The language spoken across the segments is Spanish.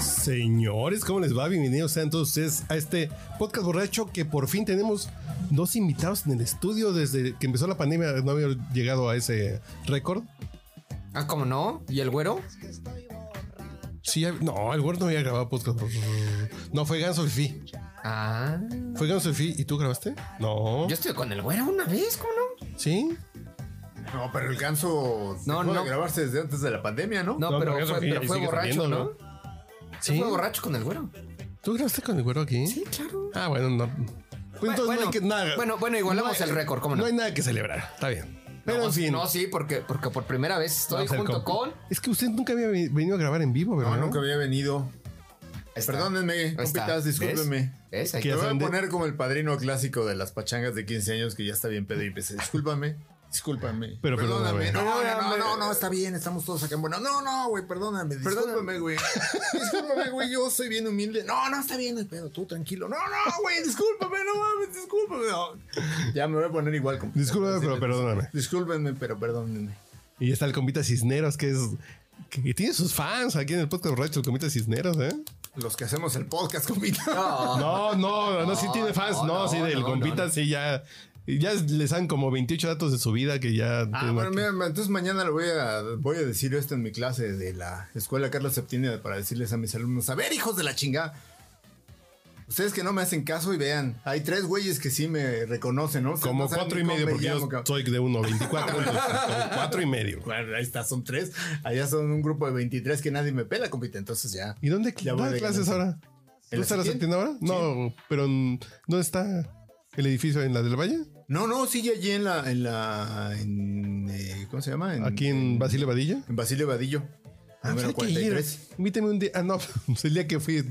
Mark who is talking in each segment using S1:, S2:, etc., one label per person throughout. S1: Señores, ¿cómo les va? Bienvenidos sean todos ustedes a este podcast borracho que por fin tenemos dos invitados en el estudio desde que empezó la pandemia. No había llegado a ese récord.
S2: Ah, ¿cómo no? ¿Y el güero?
S1: Sí, no, el güero no había grabado podcast. No, fue Ganso Fifi.
S2: Ah,
S1: ¿Fue Ganso Fifi y tú grabaste? No.
S2: yo estuve con el güero una vez, ¿cómo no?
S1: ¿Sí?
S3: No, pero el ganso
S2: No,
S3: dejó
S2: no.
S3: de grabarse desde antes de la pandemia, ¿no?
S2: No,
S1: No,
S2: pero,
S1: porque eso
S2: fue,
S1: sí,
S2: pero
S1: ahí
S2: fue
S1: sigue
S2: borracho,
S1: saliendo,
S2: ¿no?
S1: Sí.
S2: Fue borracho con el güero.
S1: ¿Tú grabaste con el güero aquí?
S2: Sí, claro.
S1: Ah, bueno, no. Pues entonces no hay que nada.
S2: bueno, bueno, igualamos el récord, ¿cómo
S1: no?
S2: no?
S1: hay nada que celebrar. Está bien. Pero
S2: no,
S1: en fin.
S2: no, sí, porque, porque por primera vez estoy
S1: vamos a hacer
S2: junto
S1: comp-
S2: con...
S1: Es que usted nunca había ve- venido a grabar en vivo, ¿verdad?
S3: No, nunca había venido.
S2: Está.
S3: Perdónenme,
S2: Ahí está.
S3: compitas, discúlpenme.
S2: ¿Ves? ¿Ves? Ahí
S1: ¿Qué?
S3: Te
S1: Ya
S3: voy a
S1: saben de-
S3: poner como el padrino clásico de las pachangas de 15 años que ya está bien pedo y empecé. Discúlpame, discúlpame.
S1: Pero perdóname.
S3: perdóname. No,
S2: Perdóname.
S3: No, no, no, no, está bien, estamos todos acá en bueno. No, no, güey, perdóname. Discúlpame, güey. Discúlpame, güey, yo soy bien humilde. No, no, está bien el pedo, tú tranquilo. No, no, güey, discúlpame, no mames, discúlpame. No. Ya me voy a poner igual. compitas.
S1: Discúlpame, pero
S3: Así,
S1: perdóname.
S3: Discúlpenme, pero perdónenme.
S1: Y está el Comita Cisneros, que es. que tiene sus fans aquí en el podcast borracho, el Comita Cisneros, ¿eh?
S3: Los que hacemos el podcast, compitas.
S2: No,
S1: No, no, no, sí
S2: No,
S1: tiene fans. No,
S2: no,
S1: sí,
S2: no,
S1: del
S2: no,
S1: Compita,
S2: no.
S1: sí, ya. Ya les dan como 28 datos de su vida que ya.
S3: Ah,
S1: tienen
S3: bueno,
S1: aquí.
S3: mira, entonces mañana lo voy a, voy a decir esto en mi clase de la escuela Carlos Septién para decirles a mis alumnos, a ver, hijos de la chingada. Ustedes que no me hacen caso y vean, hay tres güeyes que sí me reconocen, ¿no? Ustedes
S1: como
S3: no saben
S1: cuatro y
S3: ni cómo
S1: medio,
S3: me
S1: porque yo
S3: llamo, cabrón.
S1: soy de uno, 24. entonces, como cuatro y medio.
S3: Bueno, ahí está, son tres. Allá son un grupo de 23 que nadie me pela, compite. Entonces ya.
S1: ¿Y dónde
S3: Ya voy
S1: da
S3: de
S1: clases
S3: ganancia.
S1: ahora?
S3: ¿En
S1: ¿Tú
S3: la
S1: estás la
S3: Septién?
S1: septiembre ahora? No, pero mm, ¿dónde está el edificio en la del Valle?
S3: No, no, sigue allí en la. En la en, eh, ¿Cómo se llama?
S1: Aquí en Ah, Basile Vadilla.
S3: En Basilio Vadillo. número
S1: ¿sabes qué? Ayer,
S3: 43.
S1: Invítame un día. Ah, no, pues el día que fui,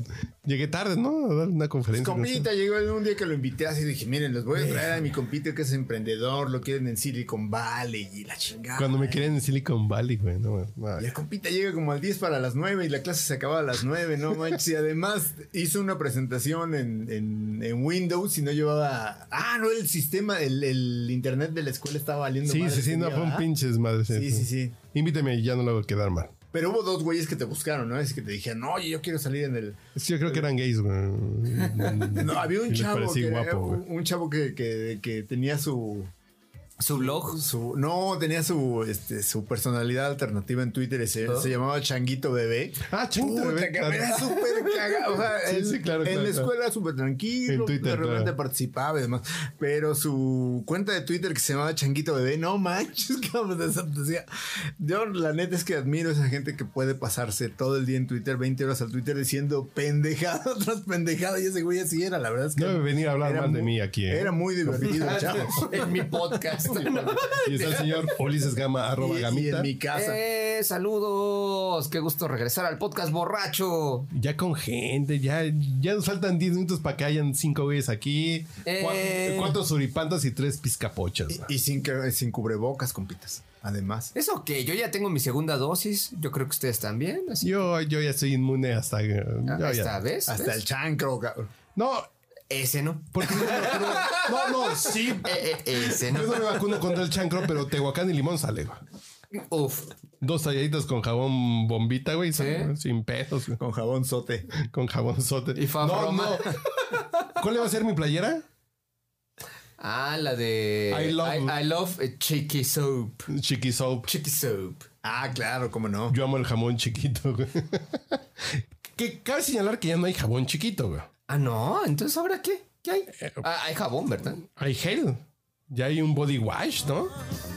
S1: llegué tarde, ¿no? A dar una conferencia. no sé.
S3: Compita, llegó un día que lo invité así dije, miren, les voy a traer a mi compita que es emprendedor, lo quieren en Silicon Valley y la chingada.
S1: Cuando me querían en Silicon Valley, güey. No, no.
S3: Y el compita llega como al 10 para las 9 y la clase se acaba a las 9, no manches. Y además hizo una presentación en, en- en Windows y no llevaba... Ah, no, el sistema, el, el internet de la escuela estaba valiendo
S1: Sí,
S3: madre
S1: sí, sí,
S3: ese
S1: no,
S3: día,
S1: fue un
S3: ¿verdad?
S1: pinches madre.
S3: Sí, sí, sí.
S1: Invítame y ya no lo voy a quedar mal.
S3: Pero hubo dos güeyes que te buscaron, ¿no? Es que te dijeron, oye, yo quiero salir en el...
S1: Sí, Yo creo que eran gays, güey.
S3: No, había un
S1: Y les
S3: chavo,
S1: parecí
S3: que,
S1: guapo, güey.
S3: un, un chavo que- que- que tenía su...
S2: su blog.
S3: su- no, tenía su, este, su personalidad alternativa en Twitter. y Se, se llamaba Changuito Bebé.
S1: Ah, Changuito
S3: Puta,
S1: Bebé,
S3: que
S1: claro.
S3: me era súper cagado. O sea,
S1: Sí,
S3: en,
S1: sí, claro, claro,
S3: en la
S1: claro.
S3: escuela súper tranquilo.
S1: En Twitter,
S3: de repente
S1: claro.
S3: participaba y demás. Pero su cuenta de Twitter que se llamaba Changuito Bebé, no manches, cabrón. de esa- decía, Yo, la neta es que admiro a esa gente que puede pasarse todo el día en Twitter, 20 horas al Twitter, diciendo pendejada tras pendejada. Y ese güey así era, la verdad es que.
S1: No debe venir a hablar
S3: era
S1: mal de
S3: muy-
S1: mí aquí, ¿eh?
S3: Era muy divertido, chavos.
S2: en mi podcast.
S1: Y está el señor Ulises Gama, arroba
S3: Y- y
S1: gamita.
S3: en mi casa.
S2: Eh, saludos. Qué gusto regresar al podcast borracho.
S1: Ya con gente, ya, ya nos faltan 10 minutos para que hayan 5 güeyes aquí.
S2: Eh.
S1: Cuatro, cuatro suripantas y 3 pizcapochas. güey.
S3: Y sin, que- sin cubrebocas, compitas. Además.
S2: Eso que yo ya tengo mi segunda dosis. Yo creo que ustedes también. Así.
S1: Yo, yo ya estoy inmune hasta. yo ya-
S2: Esta vez.
S3: Hasta el chancro, cabrón.
S1: No,
S2: Ese no.
S1: porque. No, no, sí.
S2: Eh, eh, ese
S1: Yo
S2: no.
S1: no me vacuno contra el chancro, pero Tehuacán y limón sale, güey.
S2: Uf.
S1: Dos talladitas con jabón bombita, güey, sin- sin pedos, güey.
S3: Con jabón sote.
S1: con jabón sote.
S2: Y fabroma.
S1: ¿Cuál le va a ser mi playera?
S2: Ah, la de.
S1: I love-
S2: I, I love eh, Chiqui Soap.
S1: Chiqui soap.
S2: Chiqui Soap.
S3: Ah, claro, cómo no.
S1: Yo amo el jamón chiquito. güey. que cabe señalar que ya no hay jabón chiquito, güey.
S2: Ah, no. Entonces, ¿ahora qué? ¿Qué hay? Ah, hay jabón, ¿verdad?
S1: Hay gel. Ya hay un body wash, ¿no?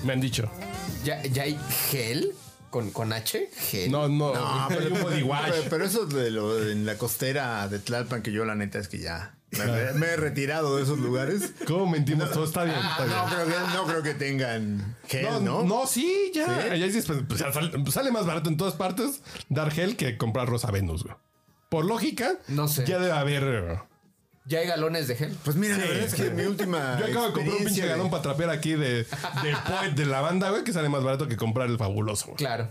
S1: Me han dicho.
S2: ¿Ya, ya hay gel? ¿Con, con H? ¿Gel?
S1: No, no.
S3: No,
S1: hay un body wash.
S3: Pero, pero eso de lo en la costera de Tlalpan, que yo la neta es que ya. Me, me he retirado de esos lugares.
S1: ¿Cómo mentimos? Todo está bien. está bien.
S3: Ah, No creo que, no creo que tengan gel, ¿no?
S1: Ah, No, no, sí, ya.
S3: ¿Sí?
S1: Ya dices, pues, pues, sal- sale más barato en todas partes dar gel que comprar Rosa Venus, güey. Por lógica,
S2: No sé.
S1: ya debe haber. eh,
S2: Ya hay galones de gel.
S3: Pues mira, la verdad es que mi última.
S1: Yo acabo de comprar un pinche
S3: experiencia
S1: galón
S3: de-
S1: para trapear aquí de, de Poet de la banda, güey, que sale más barato que comprar el fabuloso, güey.
S2: Claro.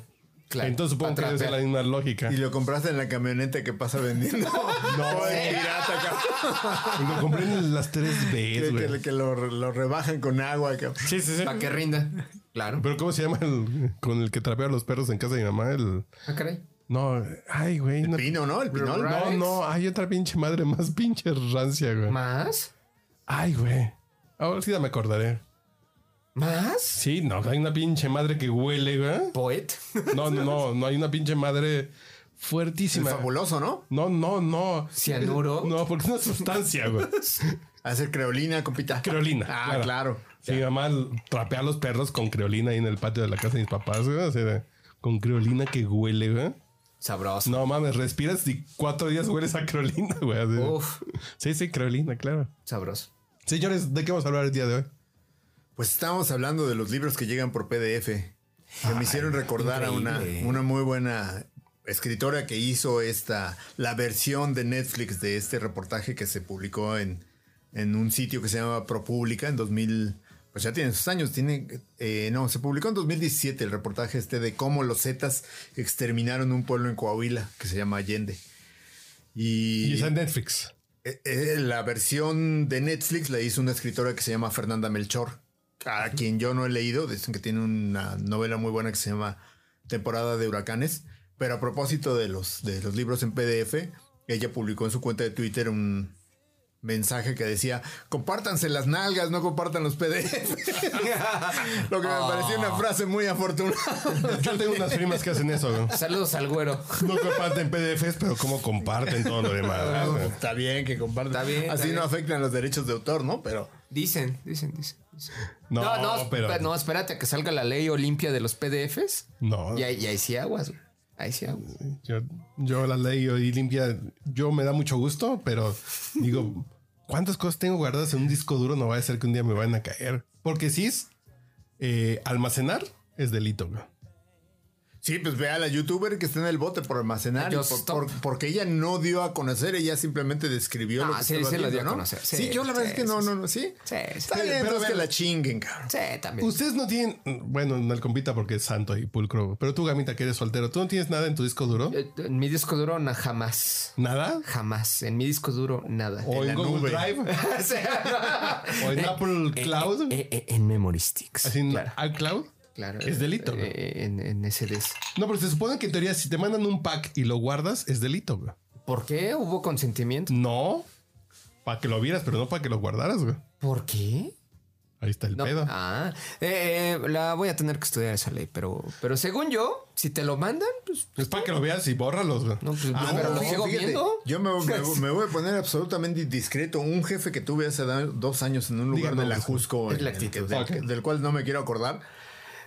S2: Claro.
S1: Entonces supongo
S2: Pa'
S1: que debe ser la
S2: trapear.
S1: misma lógica.
S3: Y lo compraste en la camioneta que pasa vendiendo. No,
S1: sí.
S3: pirata, cabrón.
S1: Lo compré en las tres
S3: Que,
S1: veces,
S3: que-
S1: güey.
S3: que lo, lo rebajan con agua, cabrón.
S1: Sí, sí, sí.
S2: Para que rinda. Claro.
S1: Pero ¿cómo se llama el con el que trapea a los perros en casa de mi mamá? El
S2: Ah, caray.
S1: no, ay, güey, no,
S3: Pino, ¿no? El pinol.
S2: Right.
S1: no, no, hay otra pinche madre más pinche rancia, güey.
S2: ¿Más?
S1: Ay, güey. Ahora sí ya me acordaré.
S2: ¿Más?
S1: Sí, no, hay una pinche madre que huele, güey.
S2: Poet.
S1: No, no, no, no hay una pinche madre
S3: El
S1: fuertísima.
S3: fabuloso, ¿no?
S1: No, no, no.
S2: Cianuro.
S1: No, porque es una sustancia, güey.
S3: Hacer creolina, compita.
S1: Creolina.
S3: Ah,
S1: claro.
S3: claro.
S1: Sí, mi mamá trapea a los perros con creolina ahí en el patio de la casa de mis papás, güey. O sea, con creolina que huele, güey.
S2: Sabroso.
S1: No mames, respiras y cuatro días hueles a creolina, güey. así.
S2: Uf,
S1: Sí, sí, creolina, claro.
S2: sabroso.
S1: Señores, ¿de qué vamos a hablar el día de hoy?
S3: Pues estábamos hablando de los libros que llegan por PDF. Que me hicieron recordar a una,
S2: increíble.
S3: una muy buena escritora que hizo esta, la versión de Netflix de este reportaje que se publicó en, en un sitio que se llama ProPublica en 2000. Pues ya tiene sus años, tiene. eh, no, se publicó en 2017 el reportaje este de cómo los Zetas exterminaron un pueblo en Coahuila que se llama Allende. Y,
S1: Y está en Netflix.
S3: eh, eh, la versión de Netflix la hizo una escritora que se llama Fernanda Melchor, a quien yo no he leído, dicen que tiene una novela muy buena que se llama Temporada de Huracanes, pero a propósito de los, de los libros en PDF, ella publicó en su cuenta de Twitter un mensaje que decía, compártanse las nalgas, no compartan los PDF, lo que me pareció una frase muy afortunada.
S1: Yo tengo unas primas que hacen eso, güey.
S2: Saludos al güero.
S1: No comparten PDFs, pero como comparten todo lo demás. güey.
S3: Está bien que compartan.
S2: Está bien, está
S3: Así
S2: bien.
S3: no afectan los derechos de autor, ¿no? Pero...
S2: Dicen, dicen, dicen. dicen.
S1: No,
S2: no,
S1: pero-
S2: esp- no, espérate a que salga la ley Olimpia de los PDFs.
S1: No,
S2: Y ahí, y ahí sí aguas, güey. Ahí sí aguas.
S1: yo, yo la leo y limpia. Yo me da mucho gusto, pero digo, ¿cuántas cosas tengo guardadas en un disco duro? No va a ser que un día me vayan a caer. Porque si es eh, almacenar, es delito, güey.
S3: Sí, pues ve a la youtuber que está en el bote por almacenar.
S2: Yo
S3: y por-
S2: stop.
S3: por- porque ella no dio a conocer, ella simplemente describió
S2: Ah,
S3: lo que
S2: sí,
S3: estaba
S2: sí la dio
S3: viendo,
S2: a
S3: ¿no?
S2: conocer,
S3: Sí,
S2: sí,
S3: yo la verdad
S2: sí,
S3: es que no,
S2: sí,
S3: no, no, sí.
S2: Sí, sí.
S3: Está bien,
S1: Pero
S3: entonces
S1: a
S3: que
S1: ver-
S3: la chinguen, cabrón.
S2: Sí, también.
S1: Ustedes no tienen, bueno, no el compita porque es santo y pulcro, pero tú, gamita, que eres soltero, ¿tú no tienes nada en tu disco duro?
S2: Eh, En mi disco duro, na- jamás.
S1: ¿Nada?
S2: Jamás. En mi disco duro, nada.
S1: ¿O en,
S3: En la
S1: Google
S3: nube.
S1: Drive?
S2: O sea,
S1: ¿O en Apple Cloud?
S2: eh, eh, en Memory Sticks.
S1: pues, ¿Así en
S2: claro,
S1: iCloud?
S2: claro.
S1: es delito, ¿no?
S2: eh, en, en SDs.
S1: No, pero se supone que en teoría si te mandan un pack y lo guardas, es delito, güey.
S2: ¿Por qué hubo consentimiento?
S1: No. Para que lo vieras, pero no para que lo guardaras, güey.
S2: ¿Por qué?
S1: Ahí está el
S2: No.
S1: pedo.
S2: Ah, eh, eh, la voy a tener que estudiar esa ley, pero, pero según yo, si te lo mandan, pues
S1: Es para que lo veas y bórralos, güey.
S2: No, pues,
S1: Ah,
S2: no, pero
S1: no.
S2: lo sigo viendo.
S3: Yo me, me- me voy a poner absolutamente discreto. Un jefe que tuve hace da- dos años en un lugar
S1: Díganos,
S3: de la Jusco,
S2: es la
S3: en el que-
S2: actitud.
S3: del,
S1: Ok.
S3: del cual no me quiero acordar,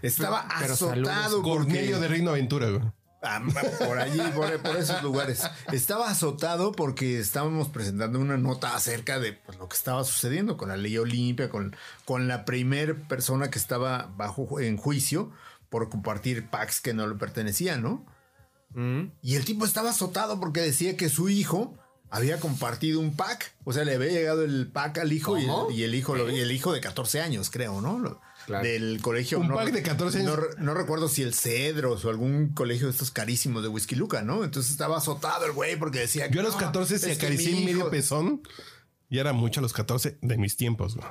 S3: estaba
S2: Pero
S3: azotado
S2: saludos.
S3: porque
S1: Cornelio de Reino Aventura, güey.
S3: Ah, Por allí, por, por esos lugares. Estaba azotado porque estábamos presentando una nota acerca de pues, lo que estaba sucediendo con la ley Olimpia, con, con la primer persona que estaba bajo ju- en juicio por compartir packs que no le pertenecían, ¿no?
S2: mm,
S3: Y el tipo estaba azotado porque decía que su hijo había compartido un pack. O sea, le había llegado el pack al hijo y
S2: ¿Cómo? ¿Eh?
S3: el, y el hijo lo- y el hijo de 14 años, creo, ¿no? Lo-
S2: Claro.
S3: Del colegio.
S1: Un
S3: no
S1: pack
S3: re-
S1: de 14 años.
S3: No, re- no recuerdo si el Cedros o algún colegio de estos carísimos de Whisky Luca, ¿no? Entonces estaba azotado el güey porque decía.
S1: Yo a
S2: Ah,
S1: los
S3: "No,
S1: 14 se
S3: es que
S1: acaricié
S3: mi
S1: medio
S3: hijo-".
S1: pezón. Y era mucho a los 14 de mis tiempos, güey.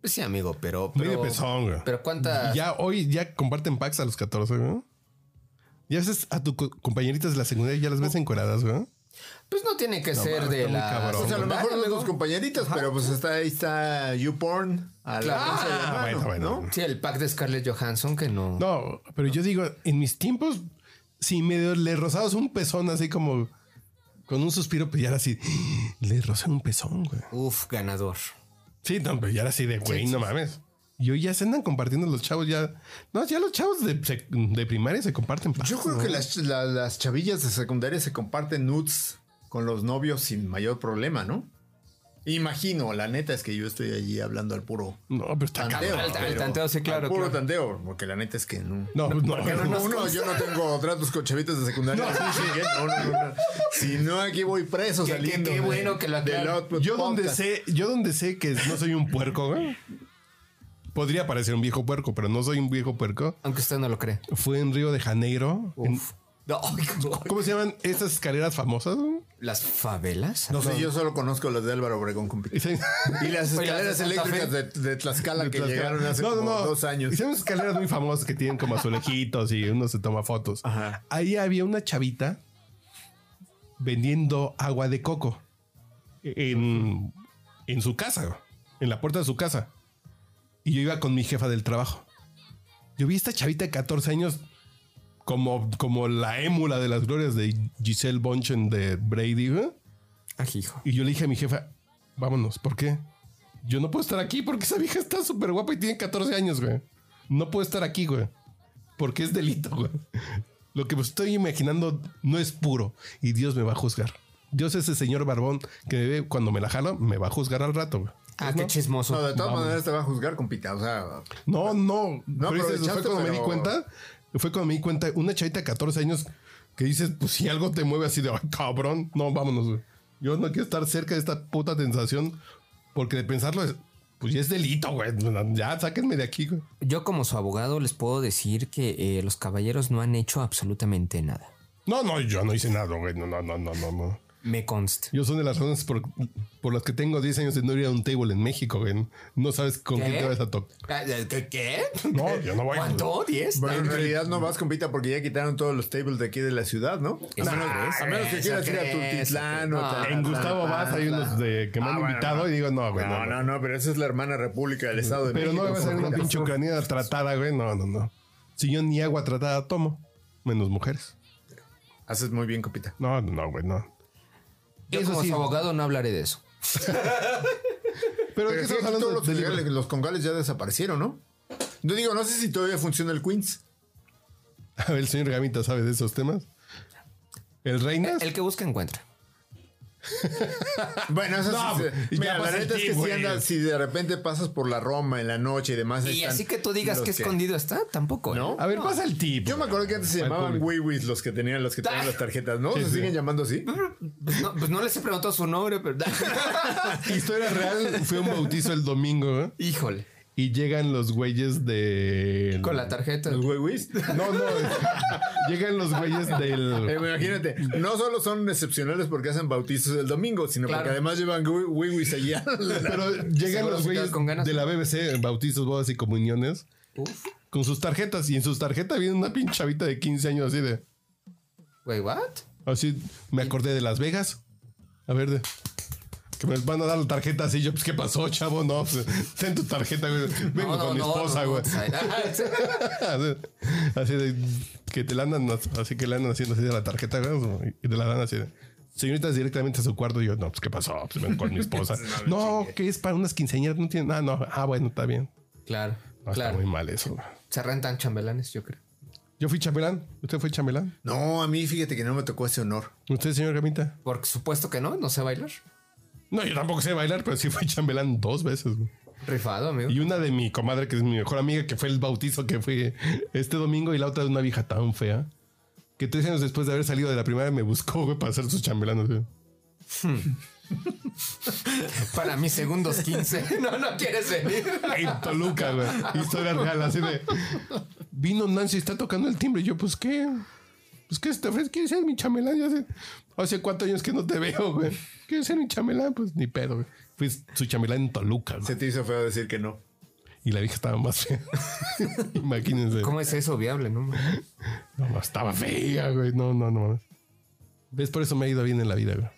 S2: pues sí, amigo, pero.
S1: Medio
S2: pero-
S1: pezón, güey.
S2: Pero cuántas.
S1: Ya hoy ya comparten packs a los 14, güey. Y a veces a tus compañeritas de la secundaria ya las ves encueradas, güey.
S2: Pues no tiene que
S1: No,
S2: ser
S1: mames,
S2: de
S1: está muy
S2: la.
S1: cabrón.
S3: O sea, a lo mejor no
S2: secundaria,
S3: tus
S2: amigo.
S3: compañeritas, pero pues está, ahí está YouPorn. A la
S2: Claro.
S3: alcance de la
S1: Ah,
S3: mano,
S1: bueno, bueno.
S3: ¿no?
S2: Sí, el pack de Scarlett Johansson que no.
S1: No, pero yo digo, en mis tiempos, si medio le rozabas un pezón así como con un suspiro, pues ya era así, le rozé un pezón, güey.
S2: Uf, ganador.
S1: Sí, no, pero ya era así de güey, no mames. Y hoy ya se andan compartiendo los chavos, ya. No, ya los chavos de, sec- de primaria se comparten. packs,
S3: Yo creo
S1: ¿no?
S3: que las, la- las chavillas de secundaria se comparten nudes con los novios sin mayor problema, ¿no? Imagino, la neta es que yo estoy allí hablando al puro
S1: No, pero está
S3: tanteo.
S1: cabrón.
S2: Ah, al- al
S3: pero-
S2: tanteo, sí, claro,
S3: Al puro
S2: claro.
S3: tanteo, porque la neta es que no.
S1: No, no,
S3: Pero
S1: no.
S3: no, uno, yo no tengo tratos con chavitos de secundaria. así que no, no, no, no. Si no, aquí voy preso
S2: Qué- qué-
S3: saliendo.
S2: qué
S3: de-
S2: bueno que lo
S3: del
S2: aclaran.
S3: Output
S1: Yo donde
S3: Podcast.
S1: sé, yo donde sé que no soy un puerco, güey. Podría parecer un viejo puerco, pero no soy un viejo puerco.
S2: Aunque usted no lo cree.
S1: Fue en Río de Janeiro. en-
S2: Uf. No, ay, ¿cómo?
S1: ¿Cómo se llaman estas escaleras famosas? güey?
S2: ¿Las favelas?
S3: No sé, yo solo conozco las de Álvaro Obregón con Piqué.
S1: Esa-
S3: Y las
S2: Oye, las de
S3: escaleras
S2: Santa
S3: eléctricas de, de Tlaxcala que llegaron hace
S1: No, no,
S3: como
S1: no.
S3: dos años.
S1: Hicieron unas escaleras muy famosas que tienen como azulejitos y uno se toma fotos.
S3: Ajá.
S1: Ahí había una chavita vendiendo agua de coco en, en su casa, güey, en la puerta de su casa. Y yo iba con mi jefa del trabajo. Yo vi a esta chavita de 14 años como, como la émula de las glorias de Giselle Bonchen de Brady. ¿eh? güey.
S2: Ají, hijo.
S1: Y yo le dije a mi jefa, vámonos, ¿por qué? Yo no puedo estar aquí porque esa vieja está súper guapa y tiene 14 años, güey. No puedo estar aquí, güey. Porque es delito, güey. Lo que me estoy imaginando no es puro y Dios me va a juzgar. Dios ese señor barbón que me ve cuando me la jala, me va a juzgar al rato, güey.
S2: Ah, qué chismoso.
S3: No, de todas
S1: Vamos.
S3: maneras te va a juzgar con Piqué. O sea,
S1: No, no.
S3: No
S1: pero dices, fue
S3: aprovechaste,
S1: cuando me di
S3: pero-
S1: cuenta. Fue cuando me di cuenta. Una chavita de 14 años que dices, pues si algo te mueve así de, "Ay, cabrón, no, vámonos. güey. Yo no quiero estar cerca de esta puta sensación porque de pensarlo es, pues ya es delito, güey. Ya sáquenme de aquí, güey.
S2: Yo como su abogado les puedo decir que eh, los caballeros no han hecho absolutamente nada.
S1: No, no, yo no hice nada, güey. No, no, no, no, no. no.
S2: Me consta.
S1: Yo son de las razones por, por las que tengo 10 años de no ir a un table en México, güey. No sabes con
S2: ¿Qué?
S1: quién te vas a tocar.
S2: Ah, ¿Qué? qué?
S1: No, yo no voy.
S2: ¿Cuánto? ¿Diez?
S3: Pero en realidad no vas con Pita porque ya quitaron todos los tables de aquí de la ciudad, ¿no? A
S2: Eso
S3: menos,
S2: crees,
S3: a menos que
S2: eso
S3: quieras ir a
S2: crees,
S3: Tultitlán
S2: eso
S3: o
S2: crees.
S3: tal-
S1: En Gustavo
S3: tal-
S1: Vas hay
S3: tal-
S1: unos de que me han
S3: Ah, bueno,
S1: invitado
S3: no.
S1: y digo, no, güey.
S3: No, no, no, pero esa es la hermana república del Estado de
S1: Pero no
S3: México.
S1: me va a salir una
S3: Pita.
S1: pinche ucraniana tratada, güey. No, no, no. Si yo ni agua tratada tomo, menos mujeres.
S3: Haces muy bien, Copita.
S1: No, no, no, güey, no.
S2: Yo
S1: Eso
S2: como
S1: sí.
S2: su abogado no hablaré de eso.
S1: Pero, ¿de
S3: Pero
S1: qué
S3: Eh, sí,
S1: estamos
S3: aquí
S1: hablando?
S3: todos los,
S1: de
S3: congales,
S1: libro?
S3: los congales ya desaparecieron, ¿no? Yo digo, no sé si todavía funciona el Queens.
S1: A ver, el señor Gamita sabe de esos temas. ¿El Reinas?
S2: El que busca encuentra.
S3: Bueno, eso
S1: No,
S3: sí.
S1: y
S3: se-
S1: ya
S3: Mira, la
S1: pasa el
S3: neta es que
S1: tiempo,
S3: si,
S1: güey.
S3: andas- si de repente pasas por la Roma en la noche y demás.
S2: Y
S3: están
S2: así que tú digas
S3: los
S2: que escondido está, tampoco. ¿eh?
S3: ¿No?
S1: A ver, pasa el tipo.
S3: Yo me acuerdo que antes se
S1: Al
S3: llamaban
S1: público.
S3: Wiwis los que tenían los que tenían las tarjetas, ¿no?
S1: Sí,
S3: ¿Se
S1: sí.
S3: siguen llamando así?
S2: Pues no, pues no les he preguntado su nombre, pero...
S1: Historia real, fue un bautizo el domingo, güey.
S2: Híjole.
S1: Y llegan los güeyes de...
S2: Con la tarjeta.
S3: Los Wiwis.
S1: No, no. llegan los güeyes
S3: Eh,
S1: del...
S3: imagínate, no solo son excepcionales porque hacen bautizos el domingo, sino
S2: Claro.
S3: porque además llevan wi- wiwis allá.
S1: Pero llegan
S2: Seguro
S1: los
S2: se quedan
S1: güeyes
S2: con ganas.
S1: de la BBC, bautizos, bodas y comuniones.
S2: Uf.
S1: con sus tarjetas y en sus tarjetas viene una pinche chavita de 15 años así de
S2: Wait, what?
S1: así me acordé de Las Vegas. A ver de que me van a dar la tarjeta así yo pues qué pasó, chavo? No, pues, ten tu tarjeta, güey. Vengo
S2: No, no,
S1: con mi
S2: no,
S1: esposa,
S2: no, no.
S1: güey. así de que te la andan así que le andan haciendo así de la tarjeta güey, y te la dan así de Señoritas directamente a su cuarto y yo, no, pues qué pasó, pues vengo con mi esposa. no, que es para unas quinceañeras, no tiene, ah, no, ah, bueno, está bien.
S2: Claro,
S1: No, Está
S2: claro.
S1: muy mal eso. güey.
S2: Se rentan chambelanes, yo creo.
S1: Yo fui chambelán, usted fue chambelán.
S3: No, a mí fíjate que no me tocó ese honor.
S1: ¿Usted, señor Gamita?
S2: Porque supuesto que no, no sé bailar.
S1: No, yo tampoco sé bailar, pero sí fui chambelán dos veces. güey.
S2: Rifado, amigo.
S1: Y una de mi comadre, que es mi mejor amiga, que fue el bautizo que fui este domingo, y la otra de una vieja tan fea, que tres años después de haber salido de la primaria me buscó, güey, para hacer sus chambelanos. güey.
S2: Para mis segundos 15. No, no quieres venir.
S1: En Toluca, güey. Historia real, así de... Vino Nancy, está tocando el timbre. Y yo, pues, ¿qué? Pues, ¿qué? ¿Te ofrece? ¿Quieres ser mi chambelán? Ya hace, hace cuatro años que no te veo, güey. ¿Quieres ser mi chambelán? Pues, ni pedo, güey. Fui su chambelán en Toluca, güey.
S3: Se te hizo feo decir que no.
S1: Y la vieja estaba más fea. Imagínense.
S2: ¿Cómo es eso viable, no?
S1: No, no, estaba fea, güey. No, no, no mames. ¿Ves? Por eso me ha ido bien en la vida, güey.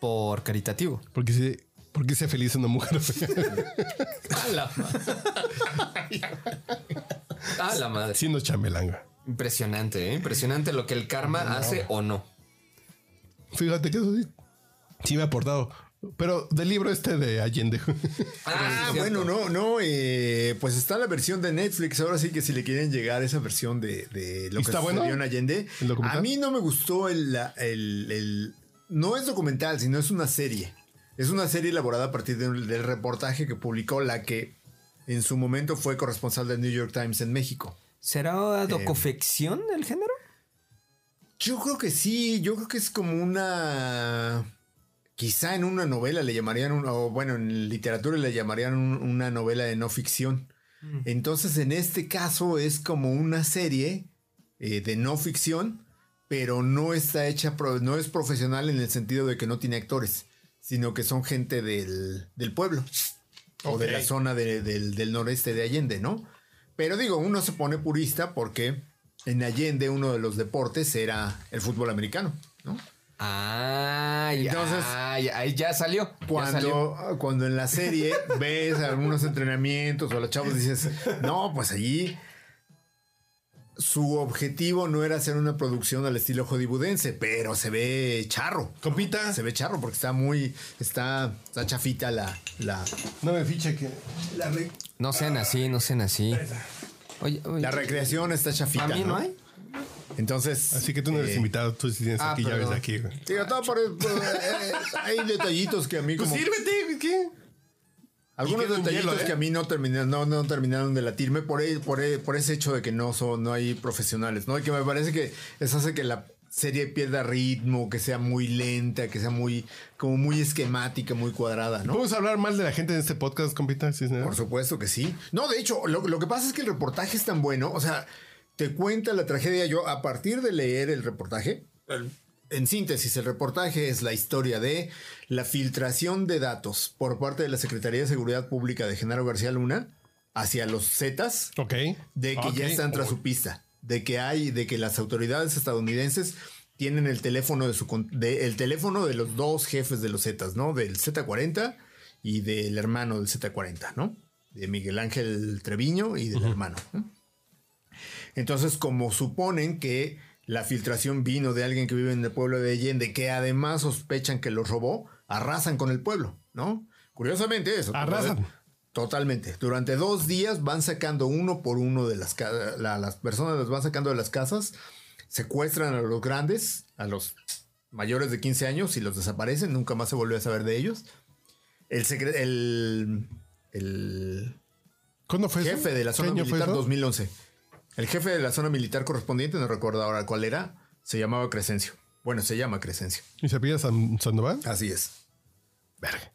S2: Por caritativo.
S1: Porque se, porque sea feliz una mujer fea.
S2: A la madre. A la madre.
S1: Siendo chambelán, güey.
S2: Impresionante, ¿eh? Impresionante lo que el karma hace o no.
S1: Fíjate que eso sí, sí me ha aportado. Pero del libro este de Allende. güey.
S3: Ah,
S2: sí, cierto.
S3: bueno, no, no. eh, pues está la versión de Netflix. Ahora sí que si le quieren llegar esa versión de, de lo
S1: ¿Y
S3: que
S1: está bueno?
S3: sucedió en Allende.
S1: ¿El documental?
S3: A mí no me gustó el, la- el- el- No es documental, sino es una serie. Es una serie elaborada a partir de un- del reportaje que publicó la que en su momento fue corresponsal del New York Times en México.
S2: ¿Será docofección el género?
S3: Yo creo que sí, yo creo que es como una... Quizá en una novela le llamarían, un- o bueno, en literatura le llamarían un- una novela de no ficción. Entonces, en este caso es como una serie eh, de no ficción, pero no está hecha, pro- no es profesional en el sentido de que no tiene actores, sino que son gente del, del pueblo o de
S1: Ok.
S3: la zona de- del, del noreste de Allende, ¿no? Pero digo, uno se pone purista porque en Allende uno de los deportes era el fútbol americano, ¿no?
S2: Ah, ya,
S3: Entonces-
S2: ya, ahí ya salió. ya salió.
S3: Cuando, cuando en la serie ves algunos entrenamientos o a los chavos dices, no, pues allí su objetivo no era hacer una producción al estilo hollywoodense, pero se ve charro.
S1: Compita,
S3: Se ve charro porque está muy, está, está chafita la, la,
S1: no me fiche que. La re-
S2: No sean así, no sean así. Oye, oye,
S3: la recreación está chafita.
S2: ¿A mí no hay?
S3: Entonces.
S1: Así que tú no eres
S3: eh,
S1: invitado, tú sí tienes
S2: ah,
S1: aquí llaves de
S2: perdón.
S1: aquí. güey.
S3: digo, todo por- por- eh, hay detallitos que a mí
S1: Pues
S3: como-
S1: sírvete, ¿qué? Y
S3: Algunos
S1: queda un
S3: detallitos
S1: hielo, ¿eh?
S3: que a mí no terminaron, no, no terminaron de latirme por, el- por, el- por ese hecho de que no, son, no hay profesionales, ¿no? Y que me parece que eso hace que la serie pierda ritmo, que sea muy lenta, que sea muy, como muy esquemática, muy cuadrada, ¿no?
S1: ¿Podemos hablar mal de la gente en este podcast, compita? Sí, señor.
S3: Por supuesto que sí. No, de hecho, lo, lo que pasa es que el reportaje es tan bueno, o sea, te cuenta la tragedia. Yo, a partir de leer el reportaje, el- en síntesis, el reportaje es la historia de la filtración de datos por parte de la Secretaría de Seguridad Pública de Genaro García Luna hacia los Zetas
S1: Ok.
S3: de que ya
S1: Ah, Ok.
S3: están tras su pista, de que hay, de que las autoridades estadounidenses tienen el teléfono de su con- de- el teléfono de los dos jefes de los Zetas, ¿no? Del Z40 y del hermano del Z40, ¿no? De Miguel Ángel Treviño y del hermano. ¿no? Entonces, como suponen que la filtración vino de alguien que vive en el pueblo de Allende, que además sospechan que los robó, arrasan con el pueblo, ¿no? Curiosamente eso.
S1: Arrasan.
S3: Totalmente. Durante dos días van sacando uno por uno de las ca- la- las personas las van sacando de las casas, secuestran a los grandes, a los mayores de 15 años y los desaparecen, nunca más se volvió a saber de ellos. El secre- el, el
S1: ¿Cuándo fue eso?
S3: jefe de la zona
S1: ¿Qué año fue
S3: militar
S1: eso?
S3: 2011. El jefe de la zona militar correspondiente, no recuerdo ahora cuál era, se llamaba Crescencio. Bueno, se llama Crescencio.
S1: ¿Y se apellida San- Sandoval?
S3: Así es. Verga.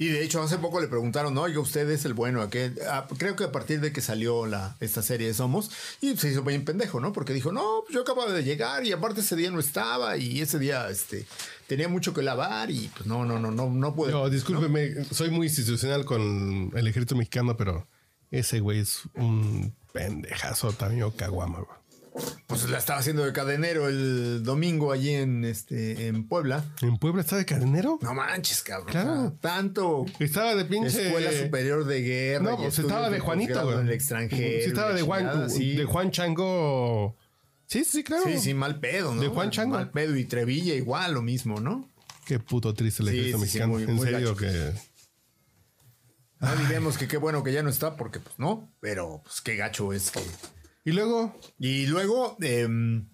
S3: Y de hecho, hace poco le preguntaron, ¿no? Oiga, usted es el bueno, aquel. Ah, creo que a partir de que salió la, esta serie de Somos, y se hizo bien pendejo, ¿no? Porque dijo, no, pues yo acababa de llegar y aparte ese día no estaba y ese día este, tenía mucho que lavar y pues no, no, no, no, no pude.
S1: No, discúlpeme, soy muy institucional con el ejército mexicano, pero ese güey es un pendejazo tamaño caguama, güey.
S3: Pues la estaba haciendo de cadenero el domingo allí en, este, en Puebla.
S1: ¿En Puebla está de cadenero?
S3: No manches, cabrón.
S1: Claro.
S3: O sea, Tanto
S1: Estaba de pinche.
S3: escuela superior de guerra.
S1: No,
S3: y
S1: pues
S3: estudios
S1: estaba de Juanito,
S3: posgrado
S1: güey.
S3: En el extranjero.
S1: Sí, estaba
S3: y la
S1: de
S3: chingada,
S1: Juan,
S3: sí.
S1: de Juan Chango. Sí, sí, claro.
S3: Sí, sí, mal pedo, ¿no?
S1: De Juan Chango.
S3: Mal pedo y Trevilla igual, lo mismo, ¿no?
S1: Qué puto triste el
S3: Sí,
S1: ejército
S3: sí, sí,
S1: mexicano.
S3: muy-
S1: en
S3: muy
S1: serio
S3: gacho.
S1: que.
S3: No diremos que qué bueno que ya no está, porque pues no, pero pues qué gacho es que.
S1: Y luego,
S3: Y luego, em,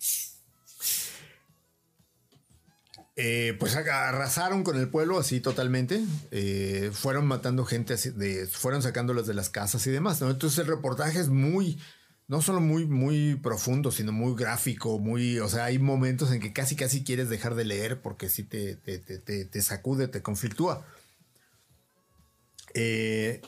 S3: eh, pues a- arrasaron con el pueblo así totalmente. eh, fueron matando gente, así de, fueron sacándolas de las casas y demás. ¿no? Entonces el reportaje es muy, no solo muy, muy profundo, sino muy gráfico, muy, o sea, hay momentos en que casi, casi quieres dejar de leer porque sí te, te, te- te- te sacude, te conflictúa. Eh,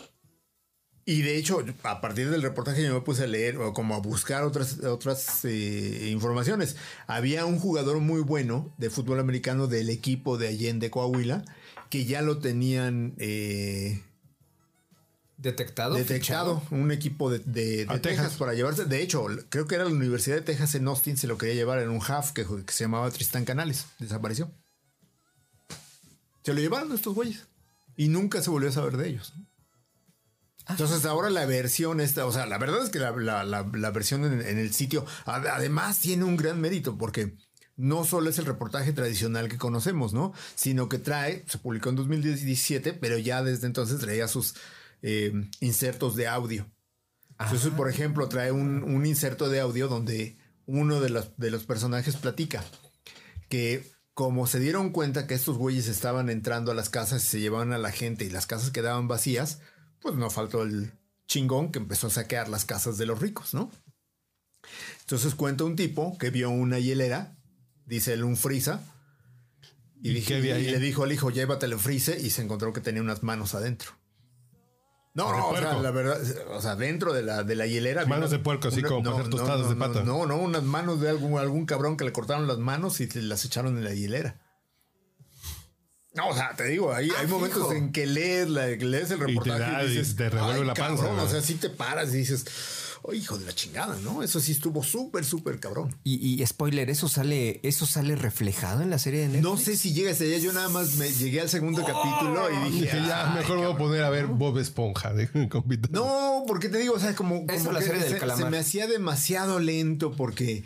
S3: y de hecho, a partir del reportaje yo me puse a leer o como a buscar otras, otras eh, informaciones. Había un jugador muy bueno de fútbol americano del equipo de Allende Coahuila que ya lo tenían eh,
S2: ¿Detectado?
S3: detectado, un equipo de, de- de
S1: A
S3: Texas.
S1: Texas.
S3: para llevarse. De hecho, creo que era la Universidad de Texas en Austin, se lo quería llevar en un half que, que se llamaba Tristán Canales. Desapareció. Se lo llevaron estos güeyes. Y nunca se volvió a saber de ellos. ¿no? Entonces ahora la versión esta, o sea, la verdad es que la, la- la- la versión en, en el sitio ad- además tiene un gran mérito porque no solo es el reportaje tradicional que conocemos, ¿no? Sino que trae, se publicó en 2017, pero ya desde entonces traía sus eh, insertos de audio. Entonces,
S1: Ah.
S3: por ejemplo, trae un, un inserto de audio donde uno de los, de los personajes platica que como se dieron cuenta que estos güeyes estaban entrando a las casas y se llevaban a la gente y las casas quedaban vacías, pues no faltó el chingón que empezó a saquear las casas de los ricos, ¿no? Entonces cuenta un tipo que vio una hielera, dice él un frisa, y,
S1: ¿Y
S3: dije-
S1: qué había
S3: y
S1: ahí?
S3: le dijo al hijo, llévatelo el frise, y se encontró que tenía unas manos adentro. No,
S1: De
S3: no, o sea,
S1: puerco.
S3: la verdad, o sea, dentro de la, de la hielera. había
S1: Manos de
S3: unas-
S1: puerco, así como para hacer tostadas
S3: no,
S1: de
S3: no,
S1: pata.
S3: No, no, unas manos de algún, algún cabrón que le cortaron las manos y te las echaron en la hielera. No, o sea, te digo, hay,
S2: Ah,
S3: hay momentos
S2: fijo.
S3: en que lees, la- lees el reportaje
S1: da- y te revuelve
S3: "Ay,
S1: la panza,
S3: cabrón",
S1: güey.
S3: O sea, sí te paras y dices, oh, hijo de la chingada, ¿no? Eso sí estuvo súper, súper cabrón.
S2: Y, y spoiler, ¿eso sale, ¿eso sale reflejado en la serie de Netflix?
S3: No sé si llegas allá, yo nada más me llegué al segundo capítulo y dije,
S1: Dije, ya,
S3: "Ay,
S1: mejor me voy a poner a ver Bob Esponja. de compita.
S3: No, porque te digo, o sea, como,
S2: Es
S3: como
S2: la
S3: que
S2: serie del
S3: se,
S2: calamar.
S3: se me hacía demasiado lento porque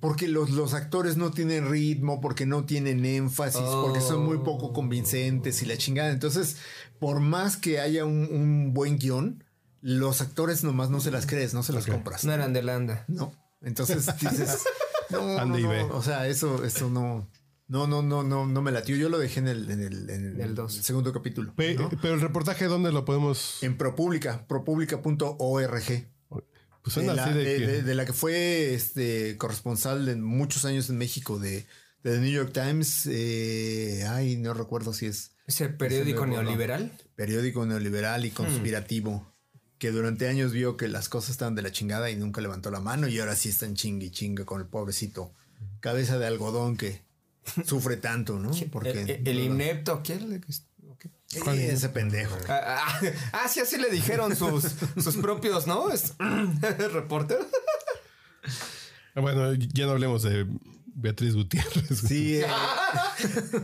S3: porque los, los actores no tienen ritmo, porque no tienen énfasis, porque son muy
S2: Oh.
S3: poco convincentes y la chingada. Entonces, por más que haya un, un buen guión, los actores nomás no se las crees, no se las
S1: Ok.
S3: compras.
S2: No eran de Landa.
S3: No. Entonces dices, no, no,
S1: Ande y
S3: no,
S1: ve.
S3: o sea, eso, eso no, no, no, no, no, no me latió. Yo lo dejé en el, en el, en
S2: En el dos.
S3: segundo capítulo.
S1: Pe-
S3: ¿no?
S1: Pero el reportaje, ¿dónde lo podemos...?
S3: En ProPublica, propublica.org.
S1: Pues
S3: de
S1: suena
S3: la,
S1: así de,
S3: de-
S1: que-
S3: de- de la que fue este, corresponsal de muchos años en México de, de The New York Times. eh, ay, no recuerdo si es
S2: Ese periódico
S3: me borró.
S2: neoliberal.
S3: periódico neoliberal
S1: Hmm.
S3: y conspirativo. Que durante años vio que las cosas estaban de la chingada y nunca levantó la mano. Y ahora sí están chingue y chingue con el pobrecito cabeza de algodón que sufre tanto, ¿no? Porque
S2: el, el inepto. ¿quién le- o qué?
S3: Sí, ese pendejo.
S2: Ah, ah, ah, sí, así le dijeron sus, sus propios, ¿no? Es- Reporteros.
S1: Bueno, ya no hablemos de Beatriz Gutiérrez.
S3: Sí, eh,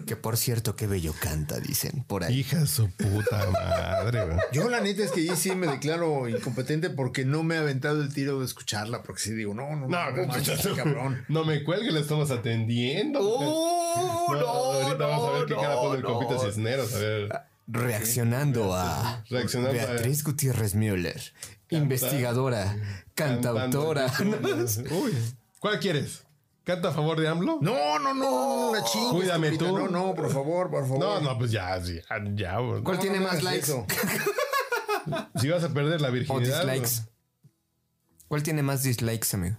S2: Que por cierto, qué bello canta, dicen por ahí.
S1: Hija de su puta madre, güey.
S3: Yo la neta es que ahí sí me declaro incompetente porque no me he aventado el tiro de escucharla, porque sí digo, no, pues, no,
S1: No,
S3: no,
S1: no,
S3: manches,
S1: no,
S3: cabrón.
S1: no me cuelgue, le estamos atendiendo.
S2: ¡Uh,
S1: No, ahorita vamos a ver qué cara pone el compita Cisneros. A ver.
S2: Reaccionando a
S1: Reaccionando a-
S2: Beatriz Gutiérrez Müller, investigadora, cantautora.
S1: Uy, ¿cuál quieres? ¿Canta a favor de AMLO?
S3: No, no, no, una chinga.
S1: Cuídame
S3: estúpida.
S1: tú.
S3: No, no, por favor, por favor.
S1: No, no, pues ya, sí, ya. ya, güey.
S2: ¿Cuál
S3: No,
S2: tiene
S3: no
S2: más
S3: hagas
S2: likes
S3: eso.
S1: Si vas a perder la
S2: o
S1: virginidad.
S2: Oh, dislikes? ¿Cuál tiene más dislikes, amigo?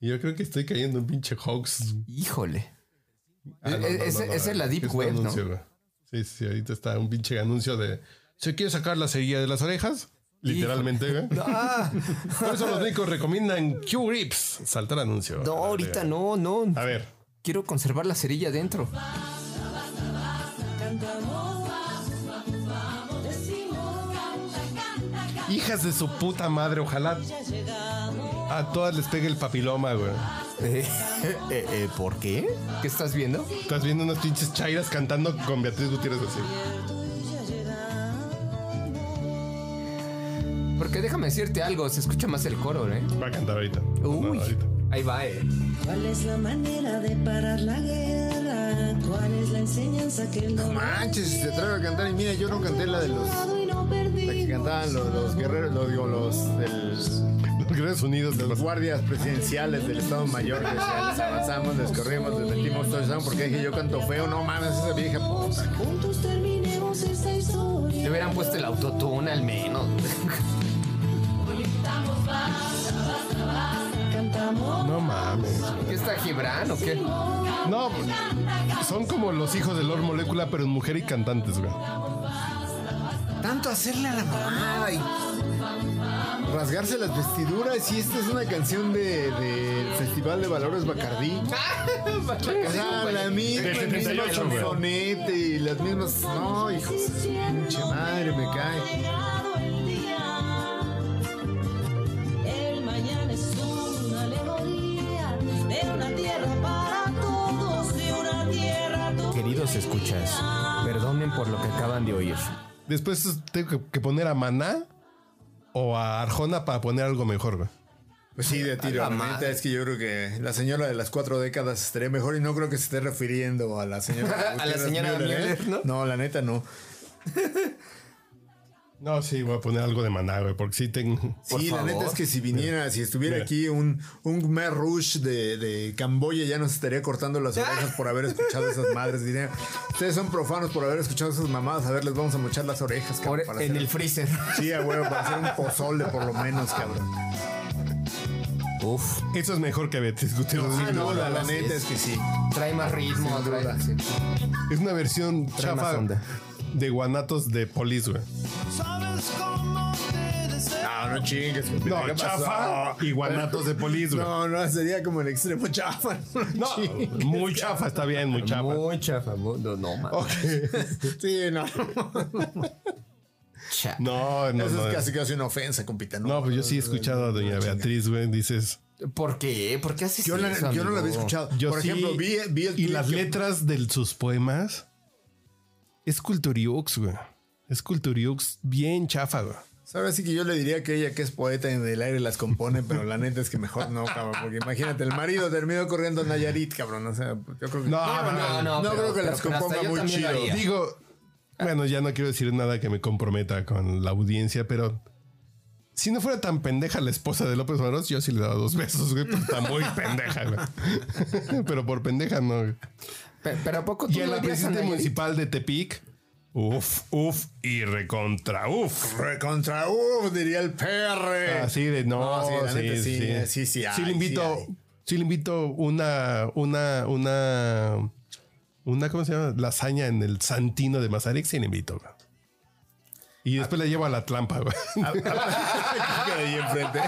S1: güey. Yo creo que estoy cayendo en pinche hoax.
S2: Híjole.
S1: Ah, no, no,
S2: Eh,
S1: no,
S2: ese-
S1: no,
S2: esa es la deep
S1: un
S2: web, ¿no?
S1: anuncio, güey. Sí, sí, ahorita está un pinche anuncio de. ¿Se quiere sacar la cerilla de las orejas? Literalmente, güey.
S2: Ah,
S1: Por eso los médicos recomiendan Q-Rips. Saltar anuncio.
S2: no, ahorita no, no.
S1: A ver.
S2: Quiero conservar la cerilla adentro.
S1: Hijas de su puta madre, ojalá a todas les pegue el papiloma, güey. Eh,
S2: Eh, ¿Por qué? ¿Qué estás viendo?
S1: Estás viendo unas pinches chairas cantando con Beatriz Gutiérrez así.
S2: Porque déjame decirte algo, se escucha más el coro, ¿eh?
S1: Va a cantar ahorita. No,
S2: Uy,
S1: ahorita.
S2: ahí va, eh.
S4: ¿Cuál es la manera de parar la guerra? ¿Cuál es la enseñanza que
S3: No manches, si se atreve a cantar. Y mira, yo no canté la de los.
S4: y no
S3: La que cantaban los, los guerreros, los, digo, los, el-
S1: Los Guerreros Unidos. ¿qué
S3: los
S1: pasa?
S3: guardias presidenciales del Estado Mayor. Que decían, les avanzamos, les corrimos, les metimos touchdown. Porque dije, yo canto feo. No mames, esa vieja puta.
S4: Juntos terminemos esta historia.
S2: Le hubieran puesto el autotune al menos.
S4: Cantamos.
S1: No mames.
S2: ¿Qué está Gibran o qué?
S1: No, son como los hijos de Lord Molécula, pero en mujer y cantantes, güey.
S3: Tanto hacerle a la mamada y rasgarse las vestiduras. Y esta es una canción de- del Festival de Valores Bacardí. O sea, la misma,
S1: Del
S3: el
S1: 78,
S3: mismo
S1: güey.
S3: sonete y las mismas. No, hijos, pinche madre, me cae.
S4: Llegado el día. El mañana es una alegoría de una tierra para todos, de una tierra tuya.
S2: Queridos escuchas, perdonen por lo que acaban de oír.
S1: Después tengo que- que poner a Maná o a Arjona para poner algo mejor, güey.
S3: Pues sí, de tiro.
S2: A la
S3: La
S2: madre.
S3: neta es que yo creo que la señora de las cuatro décadas estaría mejor y no creo que se esté refiriendo a la señora. ¿eh?
S2: A la señora
S3: Gutiérrez Müller,
S2: Müller, ¿no?
S3: la neta no.
S1: No, sí, voy a poner algo de maná, güey, porque sí tengo.
S2: Por
S3: Sí, la
S2: favor.
S3: neta es que si viniera, si estuviera aquí un, un Khmer Rouge de, de Camboya, ya nos estaría cortando las orejas por haber escuchado esas madres. Diría, ustedes son profanos por haber escuchado esas mamadas. A ver, les vamos a mochar las orejas, cabrón.
S2: Ahora,
S3: para
S2: en
S3: hacer-
S2: el freezer.
S3: Sí, a huevo, para hacer un pozole por lo menos, cabrón.
S2: Uf,
S1: Eso es mejor que Betis Gutiérrez.
S3: Ah, no, la, la
S2: sí
S3: neta
S2: es.
S3: es que sí.
S2: trae más ritmo, trae.
S3: duda.
S2: sí.
S1: Es una versión
S2: Trae más
S1: chafa
S2: onda.
S1: de guanatos de polis, güey.
S5: Sabes cómo te deseo.
S3: No, no chingues.
S1: No, chafa y guanatos de polis, güey.
S3: No, no, sería como el extremo chafa.
S1: No, muy chafa, está bien, muy chafa.
S2: Mucha favor. No, no,
S3: Oh.
S2: man.
S1: Ok.
S3: Sí, no.
S2: Cha.
S1: No, no,
S3: Eso
S1: no.
S3: es casi casi una ofensa, compita.
S1: No, pues yo sí he escuchado a doña Beatriz, güey, dices.
S2: ¿Por qué? ¿Por qué haces
S3: Yo, la-
S2: eso?
S3: yo no
S2: amigo?
S3: lo había escuchado.
S1: Yo
S3: Por
S1: sí,
S3: ejemplo, vi, vi el
S1: Y
S3: tweet
S1: las
S3: que-
S1: letras de sus poemas es culturiox, güey. Es culturiox bien chafa, güey.
S3: Ahora sí que yo le diría que ella que es poeta en el aire las compone, pero la neta es que mejor no, cabrón. Porque imagínate, el marido terminó corriendo a Nayarit, cabrón. O sea, yo creo que...
S1: No,
S2: No, no, no.
S3: No
S2: pero-
S3: creo que
S2: pero-
S3: las
S2: pero hasta
S3: componga
S2: yo
S3: muy
S2: también lo
S3: chido.
S2: haría.
S1: Digo, bueno, ya no quiero decir nada que me comprometa con la audiencia, pero si no fuera tan pendeja la esposa de López Obrador, yo sí le daba dos besos, güey, porque está muy pendeja, güey. pero por pendeja no. güey.
S2: Pe- Pero, ¿a poco tú
S1: Y a
S2: Pues lo
S1: la
S2: harías,
S1: presidenta
S2: Anaí?
S1: municipal de Tepic, uf, uf y recontra uf.
S3: Recontra UF, uh, diría el PR.
S2: Ah,
S1: Así de no,
S3: No, sí, la
S1: sí,
S3: neta,
S1: sí,
S3: sí,
S1: sí,
S3: eh, sí, sí hay,
S1: le
S3: sí
S1: invito, sí,
S3: hay.
S1: le invito una, una, una, una, ¿cómo se llama? Lasaña en el Santino de Mazarik, sí le invito. güey. Y
S3: Ah,
S1: después la
S3: pues,
S1: llevo a la trampa, güey.
S3: Que ahí enfrente.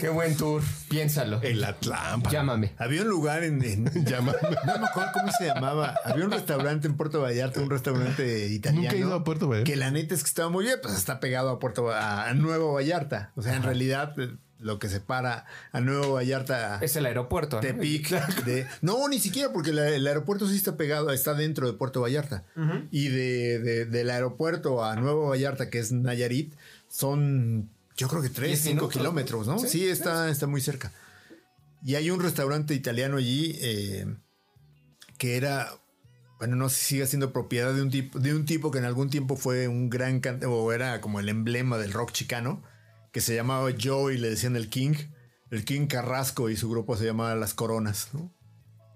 S2: Qué buen tour. Piénsalo.
S3: Eh,
S1: En la trampa.
S2: Llámame.
S3: Había un lugar en... en-
S1: Llámame.
S3: no me acuerdo cómo se llamaba. Había un restaurante en Puerto Vallarta, un restaurante italiano.
S1: Nunca he ido a Puerto Vallarta.
S3: Que la neta es que estaba muy bien, pues está pegado a Puerto a, a Nuevo Vallarta. O sea, en realidad eh, lo que separa a Nuevo Vallarta
S2: Es el aeropuerto. ¿no?
S3: Tepic de no ni siquiera porque la- el aeropuerto sí está pegado está dentro de Puerto Vallarta y de, de- del aeropuerto a Nuevo Vallarta que es Nayarit son yo creo que 3
S2: Diez
S3: 5
S2: minutos.
S3: kilómetros no sí,
S2: Sí,
S3: está está muy cerca y hay un restaurante italiano allí eh, que era bueno, no sé si sigue siendo propiedad de un tipo, de un tipo que en algún tiempo fue un gran can- o era como el emblema del rock chicano, que se llamaba Joe y le decían el King, el King Carrasco y su grupo se llamaba Las Coronas, ¿no?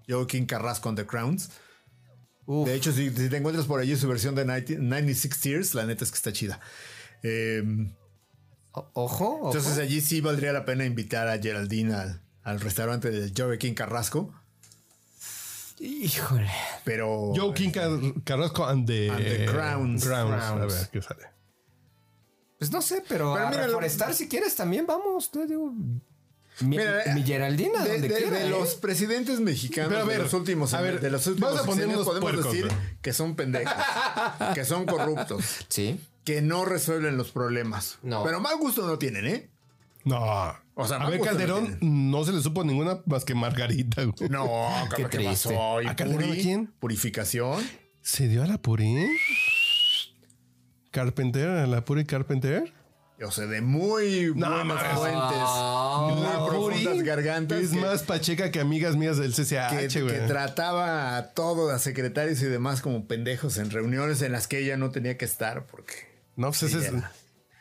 S3: Joe King Carrasco on the Crowns.
S2: Uf.
S3: De hecho, si, si te encuentras por allí su versión de 90 96 Tears, la neta es que está chida. Eh,
S2: O- Ojo. ojo.
S3: entonces allí sí valdría la pena invitar a Geraldine al, al restaurante del Joe King Carrasco,
S2: Híjole.
S3: pero...
S1: Joe King Car- Carrasco and the,
S3: And the Crowns.
S1: Crowns. A
S2: Crowns.
S1: ver qué sale.
S2: Pues no sé, pero,
S3: Pero
S2: a
S3: mira, lo-
S2: reforestar si quieres también, vamos. Te digo. Mi,
S3: Mira, eh,
S2: mi Geraldina,
S3: de,
S2: donde
S3: de-
S2: quiera,
S3: de
S2: ¿eh?
S3: los presidentes mexicanos
S1: Pero a ver,
S3: de los últimos,
S1: a ver,
S3: de los últimos
S1: vamos a poner
S3: sexenios
S1: unos
S3: podemos
S1: puercos,
S3: decir
S1: güey.
S3: que son pendejos, que son corruptos,
S2: Sí.
S3: que no resuelven los problemas.
S2: No.
S3: Pero mal gusto no tienen, ¿eh?
S1: No.
S3: O sea,
S1: a ver,
S3: Marcos
S1: Calderón no se le supo ninguna más que Margarita. güey.
S3: No, cabrón, ¿qué,
S2: triste.
S3: pasó? ¿Y
S1: ¿A Calderón a quién?
S3: Purificación.
S1: ¿Se dio a la Puré? ¿Carpenter? ¿A la Puré Carpenter?
S3: O sea, de muy
S1: No,
S3: buenas
S1: mames.
S3: fuentes,
S2: No.
S3: muy
S1: La
S3: profundas
S1: Puri
S3: gargantas.
S1: Es
S3: que-
S1: más pacheca que amigas mías del
S3: que,
S1: CCH,
S3: que
S1: Ah, güey.
S3: trataba a todos, a secretarios y demás como pendejos en reuniones en las que ella no tenía que estar porque
S1: No, pues esa es,
S3: Ella.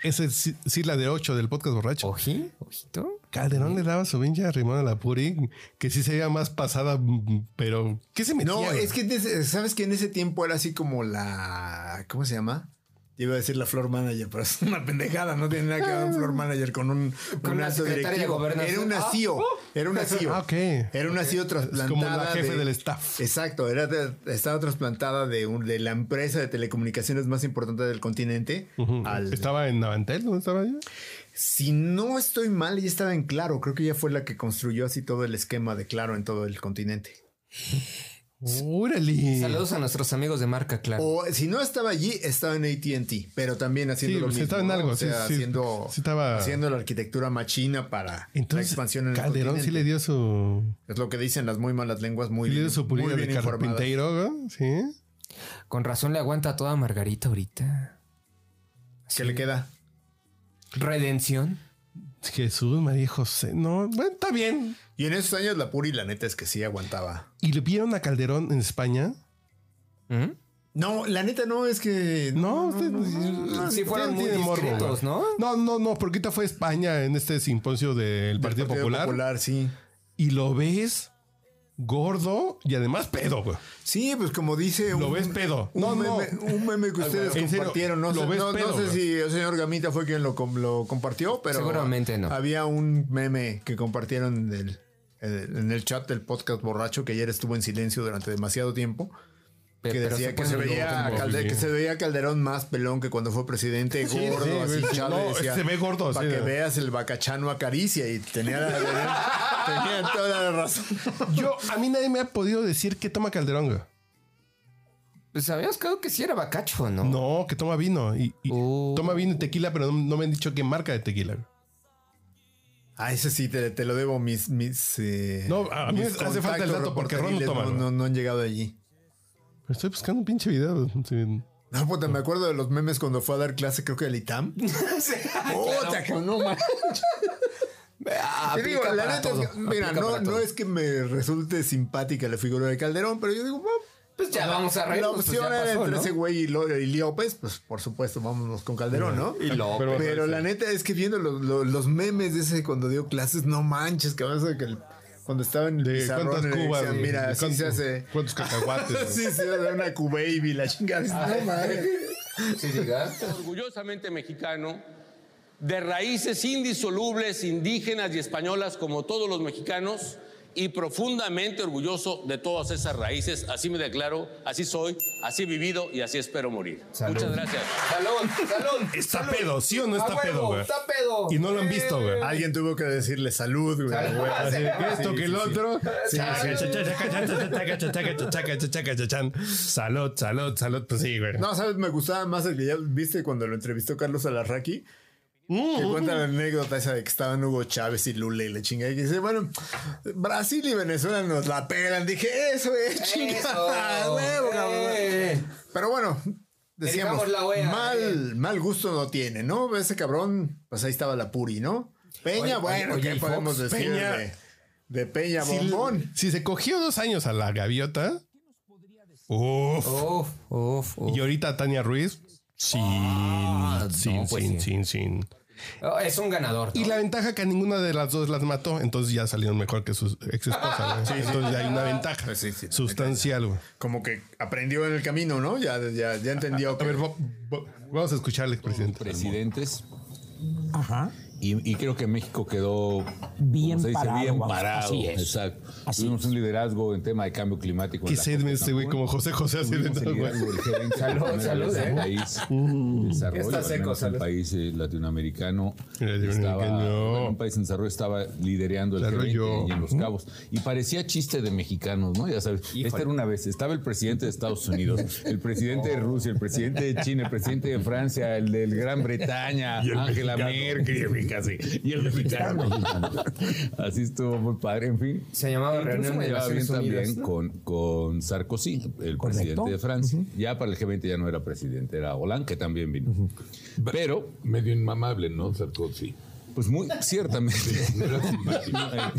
S1: esa es sí- sí la de 8 del podcast borracho.
S3: Oh.
S2: Ojí, ojito.
S1: Calderón le daba su pinche rimón a la Puri, que sí se veía más pasada, mm, pero ¿qué se metía?
S3: No,
S1: güey?
S3: es que en ese- sabes que en ese tiempo era así como la. ¿Cómo se llama? Te Iba a decir la floor manager, pero es una pendejada. No tiene nada que ver un floor manager con un,
S2: Con
S3: un
S2: una
S3: alto
S2: secretaria de
S3: directivo.
S2: gobernación.
S3: Era un
S2: Ah,
S3: CEO. Era un CEO.
S1: Ah, ok.
S3: Era una CEO trasplantada.
S1: como la jefe
S3: de-
S1: del staff.
S3: Exacto. Era de- estaba trasplantada de, un- de la empresa de telecomunicaciones más importante del continente
S1: Ujú.
S3: al
S1: Estaba en Navantel, ¿dónde estaba yo?
S3: si no estoy mal, ella estaba en Claro. Creo que ella fue la que construyó así todo el esquema de Claro en todo el continente.
S1: Órale.
S2: Saludos a nuestros amigos de marca, claro.
S3: O si no estaba allí, estaba en ATT, pero también haciendo
S1: Sí,
S3: lo
S1: pues,
S3: mismo.
S1: estaba en
S3: ¿no?
S1: algo,
S3: O
S1: sí,
S3: sea,
S1: sí.
S3: haciendo,
S1: Sí estaba-
S3: haciendo la arquitectura machina para la
S1: Entonces,
S3: expansión en el
S1: Calderón sí le
S3: continente.
S1: dio su.
S3: Es lo que dicen las muy malas lenguas, muy
S1: sí le
S3: bien,
S1: dio su
S3: muy
S1: pulida
S3: bien
S1: de
S3: informadas.
S1: carpintero, güey, Sí.
S2: Con razón le aguanta a toda Margarita ahorita.
S3: ¿Qué le queda?
S2: Redención.
S1: Jesús, María y José. No, bueno, está bien.
S3: Y en esos años la Puri, la neta, es que sí aguantaba.
S1: Y le vieron a Calderón en España
S2: ¿Mm?
S3: No, la neta no, es que.
S1: No, usted-
S2: sí fueron muy
S1: tiene morbo,
S2: discretos,
S1: güey.
S2: ¿no?
S1: No, no, no, porque ahorita fue España en este simposio del
S3: del
S1: Partido, Popular,
S3: sí.
S1: y lo ves gordo y además pedo, güey.
S3: Sí, pues como dice.
S1: Lo
S3: un-
S1: ves pedo.
S3: Un,
S1: No,
S3: meme,
S1: no.
S3: un meme que ustedes
S1: En serio,
S3: compartieron. No
S1: lo
S3: sé,
S1: ves
S3: no- no
S1: pedo,
S3: sé
S1: güey.
S3: si el señor Gamita fue quien lo, com- lo compartió, pero.
S2: Seguramente no.
S3: Había un meme que compartieron en el, en el- en el chat del podcast borracho que ayer estuvo en silencio durante demasiado tiempo.
S2: Pe-
S3: Que
S2: pero
S3: decía que se,
S2: pueden-
S3: veía a
S1: como-
S3: Calde-
S1: sí.
S3: que se veía a Calderón más pelón que cuando fue presidente,
S1: Sí,
S3: gordo,
S1: sí,
S3: así
S1: sí, sí.
S3: chale,
S1: No,
S3: decía,
S1: se ve gordo,
S3: Para
S1: sí.
S3: que veas el bacachano acaricia y tenía, la- tenía toda la razón.
S1: Yo, a mí nadie me ha podido decir que toma Calderón, güey.
S2: Pues habíamos quedado que sí era bacacho, ¿no?
S1: No, que toma vino. Y, y
S2: Oh.
S1: Toma vino y tequila, pero no, no me han dicho qué marca de tequila. güey.
S3: Ah, ese sí, te, te lo debo mis... mis eh,
S1: No, a mí
S3: mis
S1: hace falta el
S3: contactos
S1: dato porque Ron no
S3: reporteriles
S1: toma,
S3: No,
S1: güey.
S3: no- no han llegado allí.
S1: Pero estoy buscando un pinche video. sí.
S3: No, puta, me acuerdo de los memes cuando fue a dar clase, creo que del ITAM.
S2: Sí,
S3: Puta, que no, man.
S2: ah,
S3: Te digo,
S2: aplica
S3: la
S2: para
S3: neta, es
S2: todo,
S3: que, mira,
S2: aplica
S3: no,
S2: para
S3: no
S2: todo.
S3: es que me resulte simpática la figura de Calderón, pero yo digo, bueno,
S2: Pues ya vamos a
S3: La
S2: reírnos, pues
S3: opción
S2: ya
S3: era
S2: pasó,
S3: entre
S2: ¿no?
S3: ese güey y, Lo- y López, pues por supuesto, vámonos con Calderón, ¿no?
S2: Y López.
S3: Pero, pero la neta es que viendo los, los- los memes de ese cuando dio clases, no manches, que vas a que el- cuando estaba en el
S1: De
S3: pizarrón,
S1: cuántas
S3: le decían,
S1: cubas. güey?
S3: mira,
S1: ¿De
S3: así se
S1: cuánto-
S3: hace.
S1: ¿Cuántos cacahuates? güey?
S3: Así se hace una Q-Baby, la chingada. No mames.
S2: Ah, Sí, diga.
S6: orgullosamente mexicano, de raíces indisolubles, indígenas y españolas como todos los mexicanos, y profundamente orgulloso de todas esas raíces. Así me declaro, así soy, así he vivido y así espero morir.
S2: Salud.
S6: Muchas gracias.
S2: Salón, salón.
S1: Está pedo, ¿sí o no está
S2: A Ah, huevo,
S1: pedo, güey?
S2: Está pedo. Eh,
S1: Y no lo han visto, güey.
S3: Alguien tuvo que decirle salud, güey.
S2: Salud.
S3: güey.
S1: Así de que
S3: Ah, Sí,
S1: esto que el
S3: sí, sí.
S1: otro.
S3: Sí, sí, sí.
S1: Salud, salud, salud. Pues sí, güey.
S3: No, sabes, me gustaba más el que ya viste cuando lo entrevistó Carlos Alarraqui. Que cuenta la anécdota esa de que estaban Hugo Chávez y Lula y la chingada. Y que dice, bueno, Brasil y Venezuela nos la pelan. Dije, eso es chingada.
S2: Eso.
S3: huevo, cabrón".
S2: Eh.
S3: Pero bueno, decíamos,
S2: Elijamos la wea, eh.
S3: mal, mal gusto no tiene, ¿no? Ese cabrón, pues ahí estaba la Puri, ¿no? Peña,
S2: Oye,
S3: bueno,
S2: oye,
S3: ¿qué
S2: y Fox,
S3: podemos decir
S1: Peña.
S3: de, de Peña
S1: Si-
S3: Bombón?
S1: Si se cogió dos años a la gaviota. Uf.
S2: Uf, uf, uf.
S1: Y ahorita a Tania Ruiz. Sin, sin,
S2: no, pues
S1: sin,
S2: sí.
S1: sin, sin.
S2: Oh, es un ganador. ¿no?
S1: Y la ventaja que ninguna de las dos las mató, entonces ya salieron mejor que sus ex esposas. entonces hay una ventaja
S3: Pues sí, sí, la
S1: sustancial. güey.
S3: Como que aprendió en el camino, ¿no? Ya, ya, ya entendió.
S1: A
S3: que-
S1: ver, va- va- vamos a escucharle, presidente.
S7: presidentes. Y, y creo que México quedó
S8: Bien
S7: como se dice,
S8: parado,
S7: bien
S8: vamos,
S7: parado.
S8: así es.
S7: Exacto.
S8: Así
S7: Tuvimos
S8: es.
S7: un liderazgo en tema de cambio climático. en
S1: Qué
S7: Pues la
S1: sed me
S7: COP
S1: este güey,
S7: Cancún.
S1: como José José así de
S7: Tuvimos el
S1: todo, güey.
S7: liderazgo del G20 por
S2: Salud,
S7: primera
S2: salud,
S7: vez
S2: eh.
S7: en
S2: Uh.
S7: el país. en desarrollo,
S2: Está
S7: al
S2: seco,
S7: menos
S2: salud.
S7: Un país eh, latinoamericano.
S1: Latinoamericano.
S7: Estaba, bueno, un país en desarrollo estaba liderando el
S1: Desarrollo.
S7: G20 y en Los Cabos. Y parecía chiste de mexicanos, ¿no? Ya sabes. Esta era una vez. Estaba el presidente de Estados Unidos, el presidente de
S2: Oh.
S7: Rusia, el presidente de China, el presidente de Francia, el de Gran Bretaña, Angela Merkel. casi, Y el mexicano. Así estuvo muy padre. En fin,
S2: Se llamaba
S7: Incluso
S2: Reunión
S7: me
S2: de
S7: llevaba bien
S2: Naciones Unidas,
S7: también
S2: ¿no?
S7: con, con Sarkozy, el presidente de Francia. Ya para el G20 ya no era presidente, era Hollande, que también vino. Pero,
S9: Medio inmamable, ¿no? Sarkozy.
S7: pues muy ciertamente.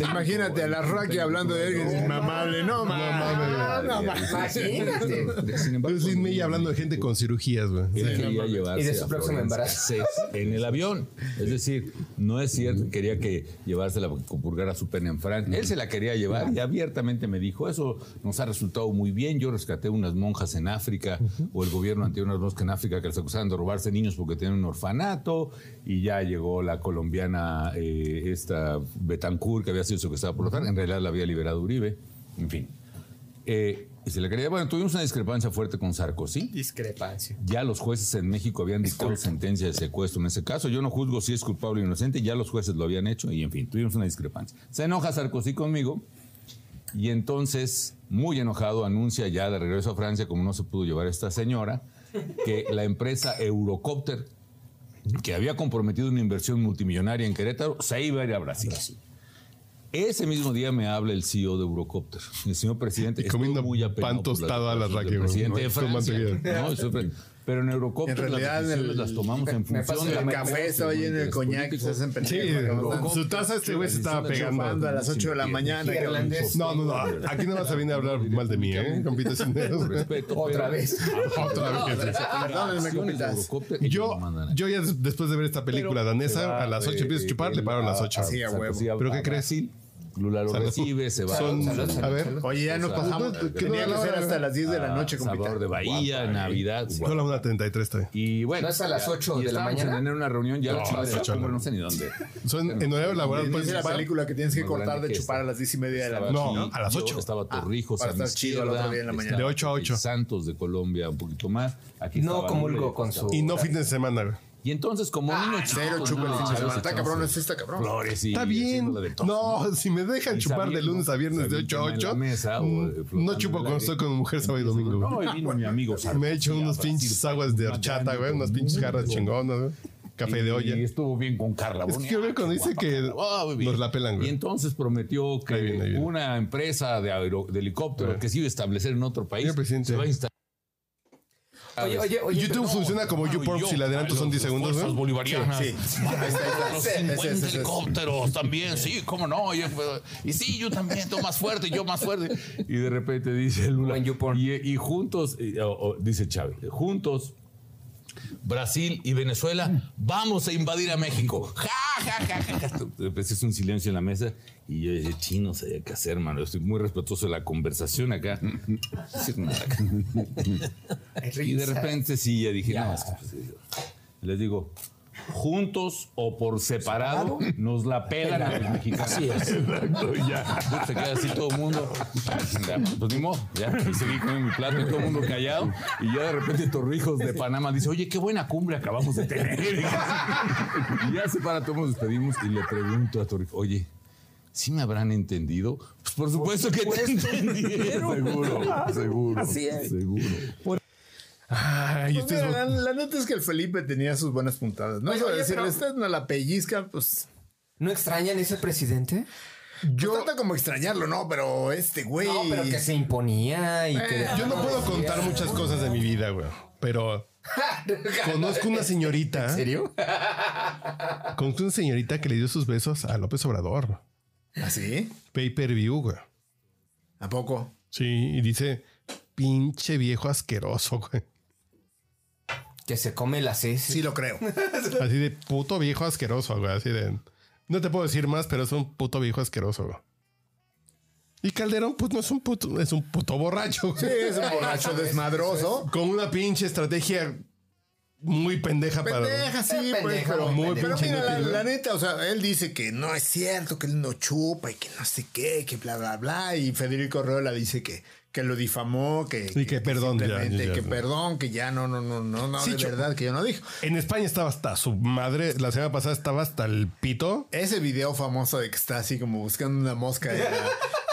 S3: Imagínate a la Raki hablando de él, que es mamable, no mames. No mames.
S2: Imagínate.
S7: Sin embargo,
S1: Luis Lin May hablando de gente con cirugías, güey.
S7: Él quería
S2: Y
S7: llevarse
S2: de su
S7: a
S2: próximo
S7: Florence
S2: embarazo.
S7: Cassés en el avión. Es decir, no es cierto que quería que llevársela con pulgar a su pene en Francia. Él se la quería llevar y abiertamente me dijo, eso nos ha resultado muy bien. Yo rescaté unas monjas en África o el gobierno ante unas monjas en África que les acusaban de robarse niños porque tenían un orfanato y ya llegó la colombiana eh, esta Betancourt que había sido secuestrada por los FARC. En realidad la había liberado Uribe. En fin. Eh, y se la quería. Bueno, tuvimos una discrepancia fuerte con Sarkozy.
S2: Discrepancia.
S7: Ya los jueces en México habían dictado sentencia de secuestro en ese caso. Yo no juzgo si es culpable o inocente, ya los jueces lo habían hecho y en fin, tuvimos una discrepancia. Se enoja Sarkozy conmigo y entonces, muy enojado, anuncia ya de regreso a Francia, como no se pudo llevar esta señora, que la empresa Eurocopter, que había comprometido una inversión multimillonaria en Querétaro, se iba a ir a Brasil. Ese mismo día me habla el CEO de Eurocopter, el señor presidente.
S1: Y comiendo
S7: estoy muy apenado
S1: pan
S7: por las
S1: tostado a la
S7: declaraciones del
S1: Raquel, güey.
S7: presidente de
S1: Con
S7: Francia.
S1: mantequilla.
S7: No, estoy pre- Pero en Eurocopa
S3: En realidad,
S7: las
S3: en el-
S7: decisiones las tomamos en
S2: me
S7: función
S2: paso
S7: de
S2: la
S3: El
S7: la
S3: café se oye en el coñac que se hacen
S1: Sí,
S3: pendejas, cabrón.
S1: su taza este güey se estaba pegando.
S3: Chupando a las 8 de la mañana. cabrón.
S2: Irlandés.
S1: No, no, no. Aquí no vas a venir a hablar mal de mí, ¿eh? Compito sin
S7: Respeto,
S2: Otra
S7: pero-
S2: vez.
S1: Otra vez.
S3: Perdónenme,
S7: Acciones de
S3: compitas.
S7: Eurocopa, ellos
S1: Yo,
S7: lo mandan.
S1: yo ya des- después de ver esta película
S7: Se
S1: danesa,
S7: va
S1: a las 8
S7: de-
S1: empiezo a chupar, le paro a las 8.
S3: ah, Sí, a huevo.
S1: ¿Pero qué crees?
S7: Sí, Lula lo
S1: Salud.
S7: recibe, se va.
S1: Son,
S7: Salud, salud.
S1: a ver,
S3: Oye, ya nos
S7: Exacto.
S3: pasamos.
S1: ¿Qué
S3: Tenía que
S1: hora
S3: ser
S1: era?
S3: hasta las 10 de la noche,
S7: Sabor de
S3: compita.
S7: Bahía, Navidad.
S1: son las 1.33 todavía.
S7: Y bueno,
S2: eh. ¿No es a las
S7: ya-
S2: ocho
S7: y
S2: de la
S7: estábamos
S2: mañana?
S7: En tener una reunión ya a las
S1: No,
S7: ocho de la
S1: ocho,
S7: noche,
S1: no.
S7: no sé ni dónde.
S1: Son en horario laboral pues,
S3: Dice la
S1: principal.
S3: película que tienes que
S7: Más
S3: cortar
S7: grande
S3: de
S7: que
S3: chupar
S7: esta.
S3: a las 10 y media de la
S7: Estaba
S3: noche. Ah,
S1: No,
S7: aquí,
S1: a las
S7: yo,
S1: ocho.
S7: Estaba Torrijos,
S3: para
S7: a mi
S3: estar chido al otro
S7: izquierda,
S3: día en la mañana.
S7: estaba
S1: De ocho a ocho.
S7: Este, Santos de Colombia, un poquito más. Aquí
S2: No
S7: estaba
S2: comulgo
S7: Lula,
S2: con su-
S1: Y no fin de semana, güey.
S7: Y entonces, como niño chico,
S3: Ah, Cero chupa el
S7: no,
S3: fin de semana.
S7: ¿sabes?
S3: Está cabrón, es esta cabrón.
S7: Flores y
S1: Está bien.
S7: haciéndola de todo.
S1: No, si me dejan
S7: Y
S1: chupar de
S7: sabiendo-
S1: lunes a viernes de
S7: sabiendo
S1: 8 a
S7: en la
S1: 8,
S7: mesa o, eh, flotando
S1: no chupo
S7: en el
S1: cuando
S7: aire.
S1: estoy con mujer sábado y domingo. güey.
S7: No, y vino mi amigo.
S1: Me he hecho unos
S7: Brasil,
S1: pinches aguas de
S7: más
S1: horchata,
S7: grande
S1: güey,
S7: del
S1: unas pinches
S7: mundo.
S1: jarras chingonas, güey. Café de
S7: Y-
S1: olla.
S7: Y estuvo bien con Carla.
S1: Es que quiero ver cuando dice que nos la pelan, güey.
S7: Y entonces prometió que
S1: Ahí viene, ahí viene.
S7: una empresa de, aero- de helicóptero
S1: Sí.
S7: que se iba a establecer en otro país
S1: Señor presidente.
S7: se va a instalar.
S2: Oye, oye, oye.
S1: YouTube funciona como YouPorn si le adelanto son 10 segundos,
S7: Fuerzas
S1: güey.
S7: bolivarianas.
S3: Sí, sí. Ahí está, ahí está.
S7: Los
S3: Ese, ese,
S7: 50
S3: ese, ese.
S7: helicópteros también, sí, cómo no. yo- y sí, yo también, tú más fuerte, yo más fuerte. Y de repente dice Lula.
S2: Buen YouPorn.
S7: Y, y juntos, y- o- o dice Chávez, juntos, Brasil y Venezuela, vamos a invadir a México. Ja, ja, ja, ja, ja. Empecé un silencio en la mesa y yo dije, chino, sabía qué hacer, mano. Estoy muy respetuoso de la conversación acá. Sí, nada. Y de repente sí, ya dije, no, es que, pues, les digo, juntos o por separado, nos la pelan a los mexicanos. Así es. Exacto, y ya. Pues, Se queda así todo el mundo. Ya, Pues ni modo, ya. Y seguí comiendo mi plato y todo el mundo callado. Y ya de repente Torrijos de Panamá dice, oye, qué buena cumbre acabamos de tener. Y ya se para, todos nos despedimos y le pregunto a Torrijos, oye, ¿sí me habrán entendido? Pues por supuesto que te entendieron. Seguro, seguro. Así es. Seguro.
S1: Ay,
S3: Pues
S1: ustedes
S3: mira,
S1: vo-
S3: la, la neta es que el Felipe tenía sus buenas puntadas. No
S2: Oye,
S3: eso de
S2: oye,
S3: decirle,
S2: pero-
S3: esta no la pellizca, pues.
S2: ¿No extrañan ese presidente?
S3: Yo trata como extrañarlo, ¿no? Pero este güey.
S2: No, pero que se imponía y que...
S1: Yo no puedo contar muchas cosas de mi vida, güey. Pero conozco una señorita.
S2: ¿En serio?
S1: Conozco una señorita que le dio sus besos a López Obrador.
S3: ¿Así?
S1: Pay per view, güey.
S3: ¿A poco?
S1: Sí, y dice, pinche viejo asqueroso, güey.
S2: Que se come las heces.
S3: Sí, lo creo.
S1: Así de puto viejo asqueroso, güey. Así de. No te puedo decir más, pero es un puto viejo asqueroso, güey. Y Calderón, pues no es un puto, es un puto borracho,
S3: Sí,
S1: güey.
S3: es un borracho desmadroso.
S1: Con una pinche estrategia muy pendeja para.
S3: Pendeja, sí,
S2: Eh,
S3: pues,
S2: pendeja,
S3: pero,
S1: muy
S3: pero
S1: pinche
S3: mira, la,
S1: inútil, ¿no?
S3: la neta, o sea, él dice que no es cierto, que él no chupa y que no sé qué, que bla, bla, bla. Y Federico Orreola dice que, que lo difamó, que.
S1: Y que perdón, ya,
S3: simplemente
S1: ya,
S3: que
S1: ya.
S3: perdón, que ya no, no, no, no, no,
S1: Sí,
S3: de
S1: chu-
S3: verdad, que yo no dijo.
S1: En España estaba hasta su madre. La semana pasada estaba hasta el pito.
S3: Ese video famoso de que está así como buscando una mosca. eh,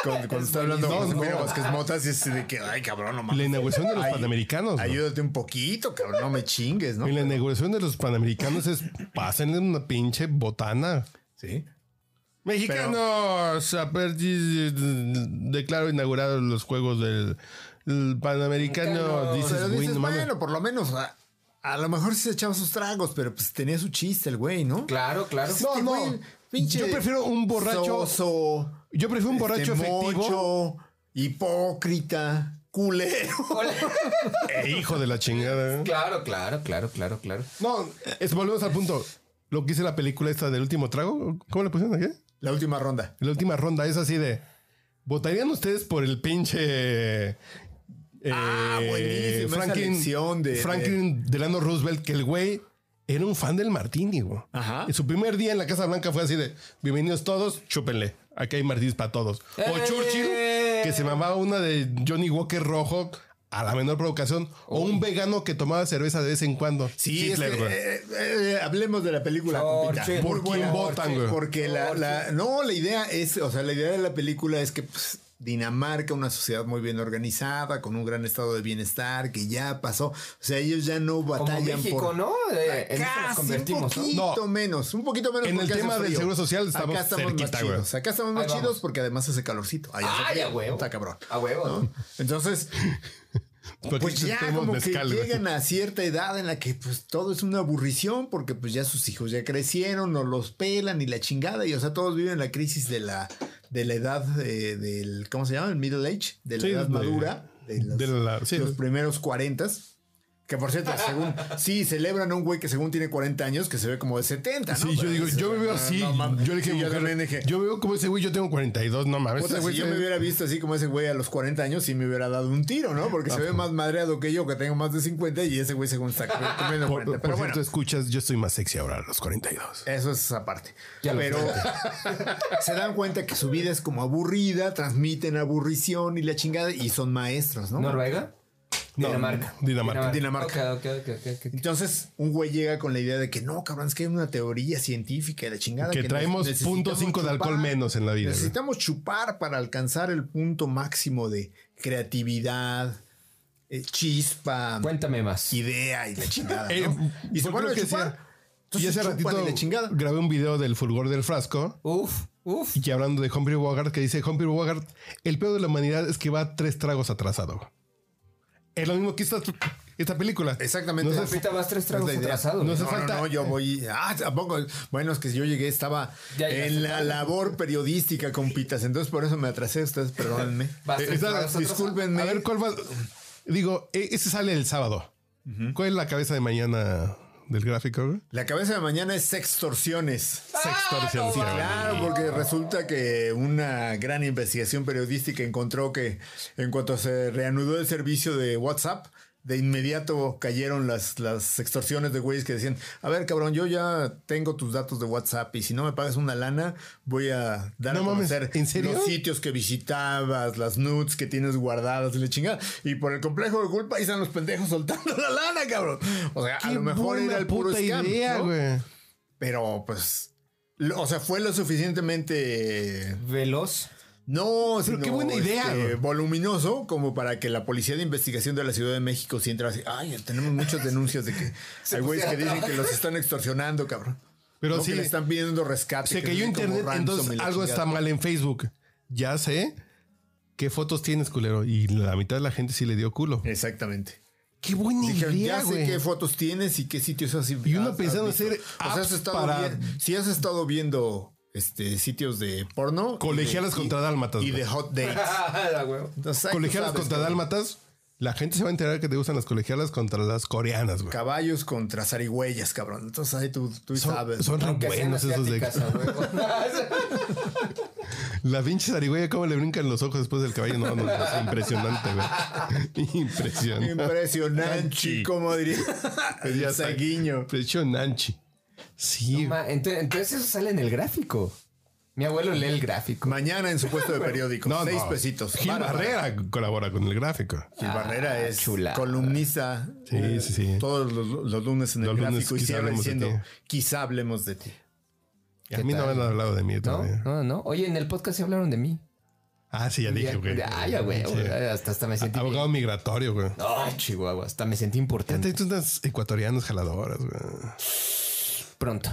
S3: Cuando, cuando está hablando
S1: buenísimo.
S3: con Mira
S1: No, no.
S3: Vázquez Motas y es así de que, ay, cabrón, no mames.
S1: La inauguración de los
S3: Ay,
S1: panamericanos. güey.
S3: Ayúdate un poquito, cabrón, no me chingues, ¿no?
S1: En la inauguración de los panamericanos es pásenle una pinche botana.
S3: Sí.
S1: Mexicanos, a ver, y- y- declaro inaugurados los juegos del el Panamericano. Dices,
S3: Pero
S1: güey,
S3: dices,
S1: no mames.
S3: bueno, por lo menos a, a lo mejor sí se echaba sus tragos, pero pues tenía su chiste el güey, ¿no?
S2: Claro, claro.
S3: Este güey, pinche
S1: Yo prefiero un borracho-
S3: soso,
S1: Yo prefiero un borracho
S3: este,
S1: efectivo
S3: mocho, hipócrita, culero.
S1: e hijo de la chingada.
S2: Claro, claro, claro, claro, claro.
S1: No, es, volvemos al punto. Lo que hice la película esta del último trago, ¿cómo le pusieron aquí?
S3: La última ronda.
S1: La última ronda es así de. ¿Votarían ustedes por el pinche. eh,
S3: Ah, buenísimo, esa elección de-
S1: Franklin Delano Roosevelt, que el güey era un fan del Martini, güey.
S3: Ajá.
S1: Y su primer día en la Casa Blanca fue así de: Bienvenidos todos, chúpenle. Aquí hay Martínez para todos. O
S2: ¡Eh!
S1: Churchill, que se mamaba una de Johnny Walker rojo a la menor provocación. O un vegano que tomaba cerveza de vez en cuando.
S3: Sí, es
S1: Hitler,
S3: que,
S1: güey.
S3: eh, eh, hablemos de la película. compita.
S2: Jorge,
S1: ¿Por
S2: muy
S1: quién
S2: buena,
S1: votan,
S2: Jorge.
S1: güey?
S3: Porque la, la- no, la idea es, o sea, la idea de la película es que pues, Dinamarca, una sociedad muy bien organizada, con un gran estado de bienestar, que ya pasó. O sea, ellos ya no
S2: Como
S3: batallan
S2: México,
S3: por.
S2: ¿no? Eh, en eso nos
S3: Casi
S2: convertimos,
S3: un
S2: ¿no?
S3: poquito
S1: No.
S3: menos, un poquito menos.
S1: En el
S3: porque hace
S1: tema del
S3: frío.
S1: seguro social estamos
S3: Acá estamos
S1: cerquita,
S3: más
S1: güey.
S3: chidos. Acá estamos más
S2: Ahí vamos.
S3: chidos porque además hace calorcito. Allá hace
S2: Ay,
S3: frío.
S2: a huevo.
S3: Está cabrón.
S2: A huevo.
S3: ¿no? Entonces,
S1: Porque
S3: Pues ya
S1: tenemos
S3: como
S1: mezcal,
S3: que
S1: güey.
S3: llegan a cierta edad en la que pues todo es una aburrición porque pues ya sus hijos ya crecieron, no los pelan y la chingada y o sea todos viven la crisis de la de la edad eh, del ¿cómo se llama? el middle age, de la
S1: Sí,
S3: edad
S1: de-
S3: madura, de los,
S1: de la- sí.
S3: los primeros 40 que por cierto, según sí celebran a un güey que según tiene 40 años que se ve como de 70, Ah, ¿no?
S1: Sí, yo
S3: Pero
S1: digo,
S3: dices,
S1: yo me veo
S3: no,
S1: así.
S3: no mames.
S1: yo le dije,
S3: Sí,
S1: a mi
S3: yo
S1: mujer,
S3: también dije,
S1: yo veo como ese güey, yo tengo 42, no mames.
S3: Puta,
S1: ese güey
S3: si yo
S1: se-
S3: me hubiera visto así como ese güey a los 40 años, sí me hubiera dado un tiro, ¿no? Porque
S1: Ah, pues.
S3: se ve más madreado que yo, que tengo más de 50 y ese güey según está comiendo
S1: Por,
S3: 40.
S1: por
S3: Pero bueno,
S1: cierto, escuchas, yo estoy más sexy ahora a los 42.
S3: eso es aparte.
S2: Ya lo
S3: Pero se dan cuenta que su vida es como aburrida, transmiten aburrición y la chingada y son maestros, ¿no?
S2: ¿Noruega?
S1: No,
S2: Dinamarca.
S1: Dinamarca.
S3: Dinamarca.
S2: Ok, ok, ok, ok, ok.
S3: Entonces, un güey llega con la idea de que no, cabrón, es que hay una teoría científica de la chingada.
S1: Que
S3: ne-
S1: traemos
S3: necesitamos
S1: punto cinco de alcohol
S3: chupar.
S1: menos en la vida, güey.
S3: Necesitamos chupar para alcanzar el punto máximo de creatividad, eh, chispa,
S2: Cuéntame más.
S3: idea y la chingada. ¿no?
S1: Eh,
S3: y se
S1: yo
S3: vuelve a
S1: creo que
S3: chupar.
S1: sea- Y
S3: Entonces
S1: hace
S3: chupan
S1: ratito
S3: y la chingada.
S1: grabé un video del fulgor del frasco
S2: Uf, uf.
S1: y que hablando de Humphrey Bogart, que dice Humphrey Bogart, el pedo de la humanidad es que va tres tragos atrasado. Es lo mismo que esta, esta película.
S3: Exactamente.
S1: No se-
S2: Ahorita vas tres tragos
S3: Es la idea.
S2: atrasado.
S1: No
S2: güey.
S1: hace
S3: No,
S1: falta-
S3: no, no, yo voy. Ah, tampoco. Bueno, es que yo llegué, estaba
S2: Ya, ya,
S3: en
S2: ya.
S3: la labor periodística, compitas. Entonces, por eso me atrasé. Ustedes, perdónenme.
S2: Vas tres
S1: Eh, esa-
S2: tragos atrasado.
S3: Discúlpenme.
S1: A ver cuál va. Digo, e- ese sale el sábado. ¿Cuál es la cabeza de mañana del gráfico? güey?
S3: La cabeza de mañana es sextorsiones.
S1: Sextorsión, sí, güey.
S3: Claro, porque resulta que una gran investigación periodística encontró que en cuanto se reanudó el servicio de WhatsApp, de inmediato cayeron las, las extorsiones de güeyes que decían, a ver cabrón, yo ya tengo tus datos de WhatsApp y si no me pagas una lana, voy a dar
S1: No
S3: a
S1: mames,
S3: conocer
S1: ¿en serio?
S3: los sitios que visitabas, las nudes que tienes guardadas y la chingada. Y por el complejo de culpa ahí están los pendejos soltando la lana, cabrón. O sea, a
S1: Qué
S3: lo mejor
S1: buena
S3: era el puro
S1: puta
S3: scam,
S1: idea,
S3: ¿no?
S1: güey.
S3: Pero pues. lo- O sea, fue lo suficientemente.
S2: Veloz.
S3: No,
S1: Pero
S3: sino,
S1: qué buena idea,
S3: este,
S1: güey.
S3: voluminoso como para que la Policía de Investigación de la Ciudad de México si entra así. Ay, tenemos muchas denuncias de que hay güeyes que dicen que los están extorsionando, cabrón.
S1: Pero
S3: No,
S1: sí,
S3: que le están pidiendo rescate.
S1: se
S3: que
S1: cayó
S3: le den como
S1: internet,
S3: ransom y
S1: entonces
S3: la
S1: algo
S3: chingada.
S1: está mal en Facebook. Ya sé qué fotos tienes, culero. Y la mitad de la gente sí le dio culo.
S3: Exactamente.
S1: Qué buena
S3: Dijeron,
S1: idea,
S3: ya sé
S1: güey.
S3: qué fotos tienes y qué sitios has
S1: Y uno
S3: has- has
S1: pensando
S3: visto.
S1: hacer
S3: O sea, has
S1: apps
S3: estado
S1: para-
S3: bien- si has estado viendo este, sitios de porno. y de-
S1: Colegialas
S3: y-
S1: contra dálmatas,
S3: Y
S1: güey.
S3: de hot dates.
S2: Ah, la huevo.
S3: Entonces, ay,
S1: Colegialas
S3: tú sabes,
S1: contra
S3: cabrón.
S1: dálmatas. La gente se va a enterar que te gustan las colegialas contra las coreanas, güey.
S3: Caballos contra zarigüeyas, cabrón. Entonces ahí tú, tú
S1: Son,
S3: sabes.
S1: son re
S2: Aunque sean
S1: buenos Ah, esos de...
S2: asiáticas, a huevo.
S1: La pinche zarigüeya, cómo le brincan los ojos después del caballo. No, no, no, es impresionante, güey. Impresionante.
S3: Impresionante, como diría
S1: Ya
S3: el
S1: está.
S3: saguiño.
S1: Impresionante. Sí,
S2: Ma, ento- Entonces eso sale en el gráfico. Mi abuelo lee el gráfico.
S3: Mañana en su puesto de periódico.
S1: No,
S3: seis
S1: no.
S3: pesitos.
S1: Gil
S3: Bárbara.
S1: Barrera colabora con el gráfico.
S3: Gil Barrera es
S2: chulada.
S3: columnista.
S1: Sí,
S3: eh,
S1: sí, sí.
S3: Todos los, los lunes en el
S1: Los lunes
S3: gráfico y
S1: quizá
S3: siempre
S1: hablemos de
S3: diciendo,
S1: ti.
S3: quizá hablemos de ti.
S1: Y a mí no
S2: tal?
S1: me han hablado de mí
S2: ¿No?
S1: todavía.
S2: No, no. Oye, en el podcast se hablaron de mí.
S1: Ah, sí, ya dije, güey.
S2: Ay, ya, güey.
S1: Sí.
S2: güey, Hasta, hasta me sentí...
S1: Abogado migratorio, güey.
S2: Ay, Chihuahua. Hasta me sentí
S1: Ya
S2: importante.
S1: te unas ecuatorianas jaladoras, güey.
S2: Pronto.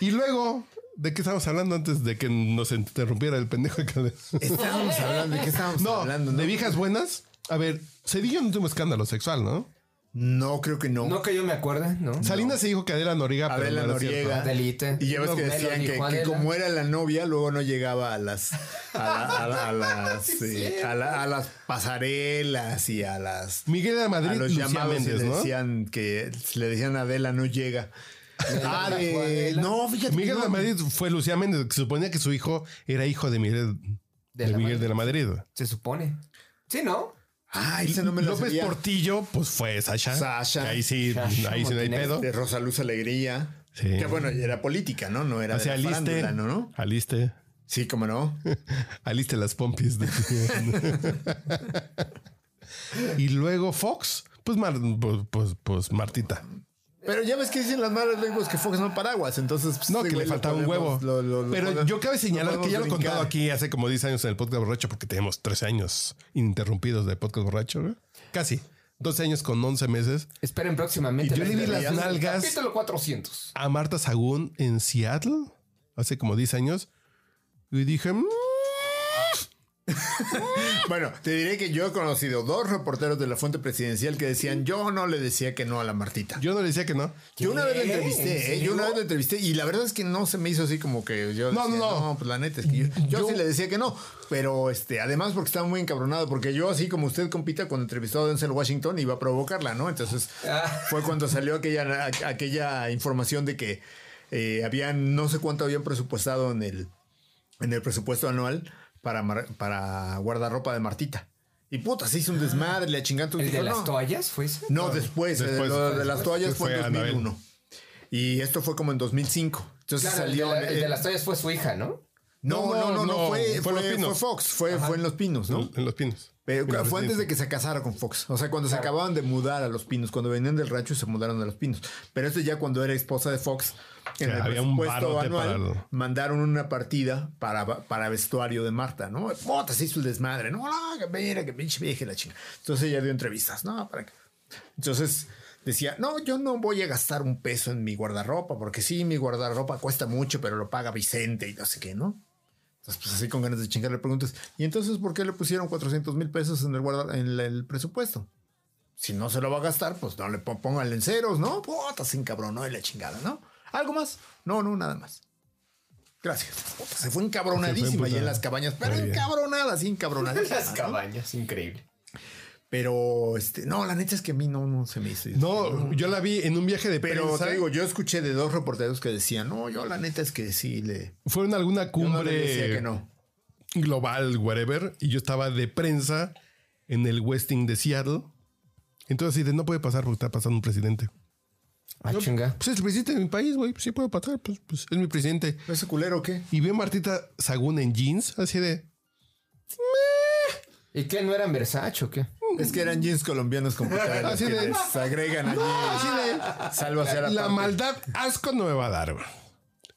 S1: Y luego, ¿de qué estábamos hablando antes de que nos interrumpiera el pendejo acá? de-
S3: Estábamos hablando de qué estábamos
S1: No,
S3: hablando.
S1: de viejas buenas. A ver, Cedillo no tuvo escándalo sexual, ¿no?
S3: No, creo que no.
S2: No que yo me acuerde, ¿no?
S1: Salinas se dijo que Adela Noriega, pero
S3: Adela
S1: no era cierto.
S3: Noriega.
S2: Delite.
S3: Y ya ves que
S2: No,
S3: decían
S2: Melanie
S3: que, que
S2: Juanela.
S3: como era la novia, luego no llegaba a las a, la- a la- a las eh, a, la- a las pasarelas y a las
S1: Miguel de
S3: a
S1: Madrid,
S3: los
S1: Lucía
S3: llamados y
S1: Méndez,
S3: le
S1: ¿no?
S3: decían que le decían a Adela no llega. Ah, de-
S2: Juanela.
S3: no, fíjate. que
S1: Miguel
S3: no.
S1: de Madrid fue Lucía Méndez, que suponía que su hijo era hijo de Miguel de,
S2: De la
S1: Miguel de la Madrid.
S2: Se supone. Sí, ¿no?
S3: Ay, Ah, ese no me lo
S1: López
S3: sabía.
S1: Portillo, pues fue Sasha.
S3: Sasha. Este,
S1: Que Ahí sí,
S2: Sasha
S1: ahí sí no hay pedo.
S2: Montenegro.
S3: De Rosa Luz Alegría.
S1: Sí.
S3: Que bueno, era política, ¿no? No era
S1: Así
S3: de la
S1: aliste.
S3: farándula, ¿no? ¿no?
S1: Aliste.
S3: Sí, como no.
S1: Aliste las pompis. de- y luego Fox. Pues, Mar- pues, pues, pues Martita.
S3: Pero ya ves que dicen las malas lenguas que Fox no paraguas, entonces pues,
S1: No,
S3: este
S1: que le
S3: güey lo
S1: faltaba un huevo.
S3: podemos- lo- lo- lo
S1: Pero
S3: podemos-
S1: yo cabe señalar que ya lo he
S3: podemos
S1: contado
S3: brincar.
S1: aquí hace como 10 años en el podcast borracho, porque tenemos 13 años ininterrumpidos de podcast borracho. ¿no? Casi. 12 años con 11 meses.
S2: Esperen próximamente.
S1: Y yo le vi las
S2: entrevista.
S1: nalgas.
S2: Capítulo 400.
S1: a Marta Sagún en Seattle hace como 10 años y dije, "Mm".
S3: Bueno, te diré que yo he conocido dos reporteros de la fuente presidencial que decían, yo no le decía que no a la Martita.
S1: Yo no le decía que no.
S3: Yo una vez la
S2: ¿Qué?
S3: entrevisté,
S2: ¿En
S3: ¿eh? yo una
S2: serio?
S3: vez la entrevisté y la verdad es que no se me hizo así como que yo
S1: No,
S3: decía,
S1: no, no.
S3: pues la neta es que yo,
S2: Mm,
S3: yo sí le decía que no, pero este además porque estaba muy encabronado porque yo así como usted compita cuando entrevistó a Denzel Washington iba a provocarla, ¿no? Entonces
S2: Ah.
S3: fue cuando salió aquella aqu- aquella información de que eh, habían no sé cuánto habían presupuestado en el en el presupuesto anual para mar- para guardarropa de Martita. Y puta, se hizo un desmadre, le chingada
S2: ¿El de
S3: dijo,
S2: las
S3: no.
S2: toallas fue ese?
S3: No, después,
S1: Después,
S3: eh, lo de las toallas
S1: después
S3: fue en
S1: fue Anabel.
S3: 2001. Y esto fue como en 2005. Entonces
S2: Claro, el, de
S3: salió.
S2: la- Pues el
S3: eh,
S2: de las toallas fue su hija, ¿no?
S3: no, no, no, no,
S1: no,
S3: fue,
S1: fue en Los
S3: fue-
S1: Pinos.
S3: fue Fox, fue, fue en Los Pinos, ¿no?
S1: En los pinos.
S3: Pero
S1: En los
S3: fue antes
S1: pinos.
S3: de que se casara con Fox. O sea, cuando se acababan de mudar a Los Pinos, cuando venían del rancho y se mudaron a Los Pinos. Pero esto ya cuando era esposa de Fox, en
S1: sea,
S3: el
S1: había un
S3: presupuesto
S1: barote
S3: anual,
S1: para lo-
S3: mandaron una partida para, para vestuario de Marta, ¿no? Puta, se hizo el desmadre, ¿no? No, que mira, que pinche vieja la chinga. Entonces ella dio entrevistas, ¿no? Para que- Entonces decía, no, yo no voy a gastar un peso en mi guardarropa, porque sí, mi guardarropa cuesta mucho, pero lo paga Vicente y no sé qué, ¿no? Entonces, pues así con ganas de chingar le preguntas, ¿y entonces por qué le pusieron 400 mil pesos en el, guarda, en la- el presupuesto? Si no se lo va a gastar, pues no le po- pónganle en ceros, ¿no? Puta, sin cabrón, ¿no? Y la chingada, ¿no? ¿Algo más? No, no, nada más. Gracias. Puta, se fue
S1: Se
S3: encabronadísima
S1: fue
S3: ahí en
S1: emputada.
S3: las cabañas, pero
S1: Muy bien.
S3: encabronada, sí, encabronadísima.
S2: Las
S3: ¿no?
S2: cabañas, increíble.
S3: Pero, este, no, la neta es que a mí no, no se me hizo.
S1: No, yo la vi en un viaje de
S3: Pero
S1: prensa.
S3: te digo, yo escuché de dos reporteros que decían, no, yo la neta es que sí le.
S1: Fueron a alguna
S3: yo no le
S1: cumbre
S3: decía que no.
S1: global, whatever, y yo estaba de prensa en el Westing de Seattle. Entonces, así de, no puede pasar porque está pasando un presidente.
S2: Ah,
S1: No,
S2: chinga.
S1: Pues es el presidente de mi país, güey. pues sí puede pasar, pues, pues es mi presidente.
S3: ¿Ese culero qué?
S1: Y veo a Martita Sagún en jeans, así de,
S2: ¿Y qué? ¿No eran Versace o qué?
S3: Es que eran jeans colombianos como
S1: Así
S3: que
S1: de-
S3: les agregan allí.
S1: así de,
S3: Salvo hacia la,
S1: la
S3: parte.
S1: maldad asco no me va a dar, güey.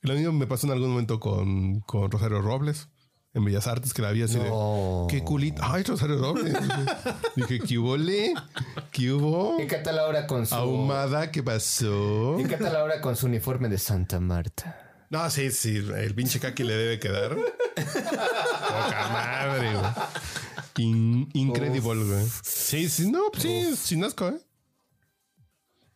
S1: Lo mismo me pasó en algún momento con, con Rosario Robles en Bellas Artes, que la vi así
S2: No.
S1: de, qué culito. Ay, Rosario Robles. Dije, ¿qué hubo, le? ¿Qué hubo?
S2: ¿Y qué tal ahora con su...
S1: Ahumada, ¿qué pasó?
S2: ¿Y qué tal ahora con su uniforme de Santa Marta?
S1: No, sí, sí, el pinche caqui le debe quedar. Poca madre, güey. In- incredible, güey. Sí, sí, no, pues sí, sin asco, ¿eh?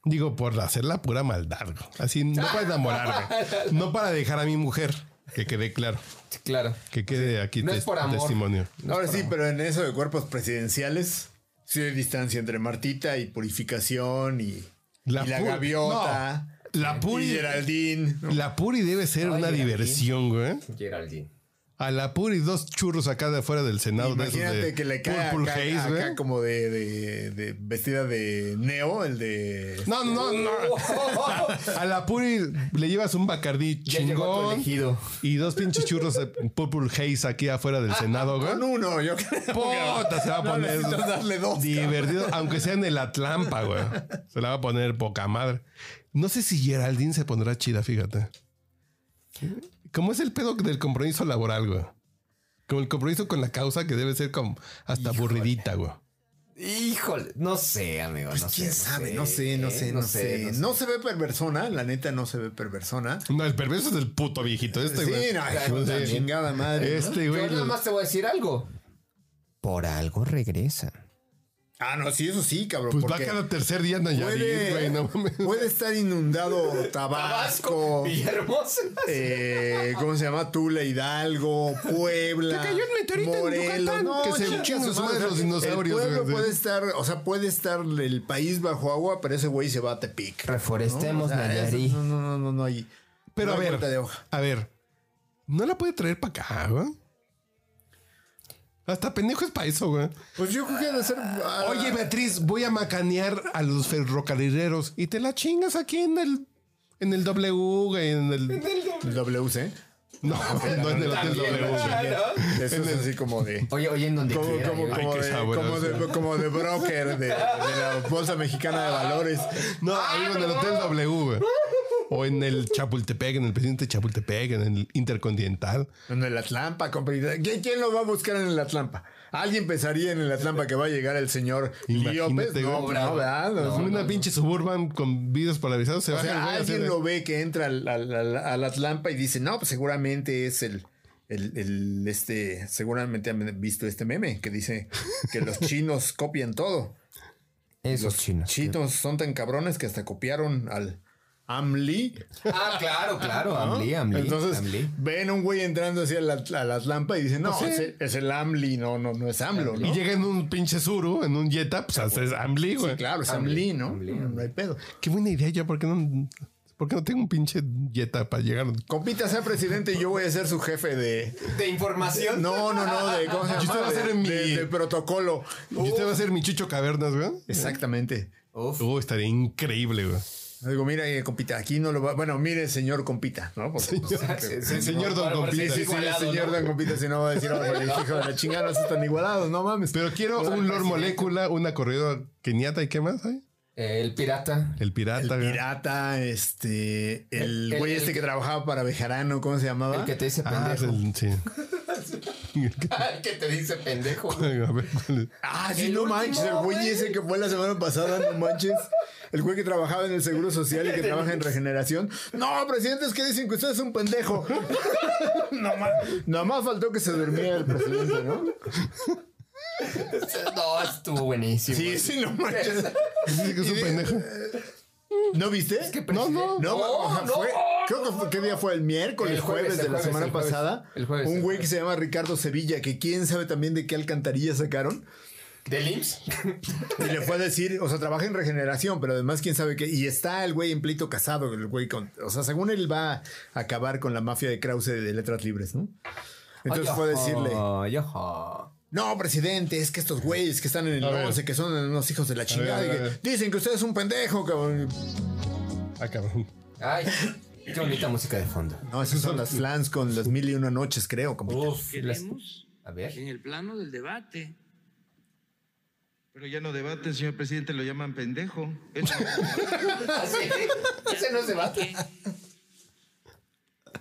S1: Digo, por hacer la pura maldad, güey. Así, no para enamorarme. No para dejar a mi mujer. Que quede claro.
S2: Sí, claro.
S1: Que quede aquí
S2: No
S1: tes-
S2: es por amor.
S1: testimonio.
S3: Ahora sí, pero en eso de cuerpos presidenciales, sí hay distancia entre Martita y Purificación y y la,
S1: pu-
S3: gaviota.
S1: no, la
S3: Y
S1: puri.
S3: Geraldine.
S1: La puri debe ser una
S2: Geraldine.
S1: diversión, güey.
S2: Geraldine.
S1: A la puri dos churros acá de afuera del Senado. de esos
S3: Imagínate
S1: de
S3: que le cae
S1: Purple
S3: acá,
S1: Haze,
S3: acá
S1: güey.
S3: como de, de- de vestida de Neo, el de...
S1: No, no, no. A la Puri le llevas un Bacardí
S2: Ya llegó tu
S1: chingón
S2: elegido.
S1: y dos pinches churros de Purple Haze aquí afuera del Senado, güey.
S3: Con uno, yo creo.
S1: Puta, se va a
S3: No
S1: poner
S3: necesitas darle dos,
S1: divertido, aunque sea en el Atlampa, güey. Se la va a poner poca madre. No sé si Geraldine se pondrá chida, fíjate. ¿Cómo es el pedo del compromiso laboral, güey? Como el compromiso con la causa que debe ser como hasta aburridita, güey.
S2: Híjole, no sé, amigo. no sé,
S3: Pues ¿Quién
S2: no
S3: sabe?
S2: sé,
S3: No sé, no
S2: eh,
S3: sé, no sé.
S2: no sé.
S3: No se ve perversona, la neta no se ve perversona.
S1: No, el perverso es el puto viejito este,
S3: Sí,
S1: güey.
S3: no, hijo de la
S1: Sí.
S3: chingada madre. ¿no?
S1: Este, güey.
S2: Yo nada más te voy a decir algo. Por algo regresa.
S3: Ah, no, sí, eso sí, cabrón.
S1: Pues va
S3: porque
S1: cada tercer día en Nayarit,
S3: puede,
S1: güey, no mames.
S3: puede estar inundado Tabasco,
S2: Villahermosa.
S3: eh, ¿cómo se llama? Tula, Hidalgo, Puebla.
S1: Se cayó un meteorito en Yucatán, que se
S3: chinga
S1: chingan
S3: su
S1: su madre los
S3: El
S1: dinosaurios,
S3: pueblo
S1: güey.
S3: puede estar, o sea, puede estar el país bajo agua, pero ese güey se va a Tepic. ¿no?
S2: Reforestemos
S3: O sea,
S2: Nayarit.
S3: eso- No, no, no, no, no hay.
S1: Pero
S3: no
S1: a
S3: hay
S1: ver,
S3: vuelta de hoja.
S1: a ver, no la puede traer para acá, güey. Hasta pendejo es para eso, güey.
S3: Pues yo creo que ha de ser. ah,
S1: Oye, Beatriz, voy a macanear a los ferrocarrileros y te la chingas aquí en el en el W, güey, en el
S3: el WC.
S1: no, no en el hotel W. güey.
S3: Eso es así como de.
S2: Oye, oye, en donde
S3: Como,
S2: quiera.
S3: como,
S2: yo-
S1: Ay,
S3: como
S1: qué
S3: de,
S1: sabroso.
S3: como, de, como de broker de, de la Bolsa Mexicana de Valores.
S1: No, ahí en el hotel W, güey. O en el Chapultepec, en el presidente Chapultepec, en el Intercontinental.
S3: En el Atlampa, compa. ¿Quién, ¿Quién lo va a buscar en el Atlampa? ¿Alguien pensaría en el Atlampa que va a llegar el señor
S1: Imagínate,
S3: López?
S1: güey.
S3: No, pues, no, ¿verdad? O sea,
S1: una pinche suburban con vidrios polarizados se
S3: o
S1: va
S3: sea,
S1: a
S3: alguien lo ve que entra al, al- al- al Atlampa y dice, no, pues seguramente es el, el, el- este, seguramente han visto este meme que dice que los chinos copian todo.
S2: Esos
S3: los
S1: Ah,
S2: chinos.
S3: chinos son tan cabrones que hasta copiaron al Amli.
S2: Ah, claro, claro. Amli, Amli.
S3: Entonces
S2: Amli.
S3: ven un güey entrando hacia la, a la tlampa y dicen, no,
S1: Pues sí.
S3: es, el, es el Amli, no, no, no es AMLO, ¿no?
S1: Y llega en un pinche Zuru, en un Jetta, pues hasta es Ambly, güey.
S3: Sí, claro, es
S2: Amli,
S3: Amli, ¿no?
S2: Amli,
S3: No hay pedo.
S1: Qué buena idea yo, ¿por qué no, por qué no tengo un pinche Jetta para llegar?
S3: Compita sea presidente y yo voy a ser su jefe de.
S2: De información.
S3: No, no, no, de. ¿Cómo se
S1: Yo te
S3: llama?
S1: voy a
S3: De-
S1: hacer mi-
S3: de- de protocolo.
S1: Yo te voy a hacer mi Chucho Cavernas, güey.
S3: Exactamente.
S2: Uf.
S1: Uh, estaría increíble, güey.
S3: Digo, mira, eh, compita, aquí no lo va. Bueno, mire, señor compita, ¿no? Porque, pues,
S2: Sí,
S1: El señor Don
S3: Sí,
S1: Compita.
S3: sí, sí, el señor Don Compita, si no va a decir, "Órale, hijo de la chingada, no están igualados, no mames.
S1: Pero quiero un Lord Molécula, una corredora keniata y qué más hay.
S2: El pirata.
S1: El
S3: El
S1: pirata, güey.
S3: pirata, este, el
S2: El-
S3: güey
S2: el-
S3: este que trabajaba para Bejarano, ¿cómo se llamaba?
S2: El que te dice
S1: Ah,
S2: pendejo.
S1: el- sí.
S2: El que te dice pendejo.
S1: A ver, ¿cuál es?
S3: Ah, sí,
S2: El
S3: no
S2: último,
S3: manches, el güey
S2: güey.
S3: ese que fue la semana pasada, no manches. El güey que trabajaba en el Seguro Social y que trabaja en Regeneración. No, presidente, es que dicen que usted es un pendejo. Nada más- nada más faltó que se durmiera el presidente, ¿no?
S2: No, estuvo buenísimo.
S3: Sí, sí, no manches.
S1: Dice que es un pendejo.
S3: ¿No viste?
S1: No, no.
S3: No,
S2: No,
S3: ajá,
S2: no,
S3: fue-
S2: no,
S3: creo que fue, ¿qué día fue? El miércoles,
S2: El
S3: jueves,
S2: jueves,
S3: de
S2: el
S3: la
S2: jueves,
S3: semana
S2: el jueves,
S3: pasada.
S2: el jueves,
S3: un
S2: el
S3: güey que se llama Ricardo Sevilla, que quién sabe también de qué alcantarilla sacaron.
S2: ¿Del IMSS?
S3: Y le fue a decir, o sea, trabaja en regeneración, pero además quién sabe qué. Y está el güey en pleito casado, el güey con. O sea, según él va a acabar con la mafia de Krause de letras libres, ¿no? Entonces fue a decirle.
S2: Ay,
S3: No, presidente, es que estos güeyes que están en el
S1: A ver.
S3: 11, que son unos hijos de la chingada,
S1: ver, a
S3: y que
S1: ver.
S3: dicen que usted es un pendejo, cabrón.
S1: Ah, cabrón.
S2: Ay, qué bonita música de fondo.
S3: No, esas son las flans con las mil y una noches, creo, compita.
S8: Queremos
S2: A ver.
S8: en el plano del debate.
S5: Pero ya no debate, señor presidente, lo llaman pendejo. Eso-
S2: Ese no se va.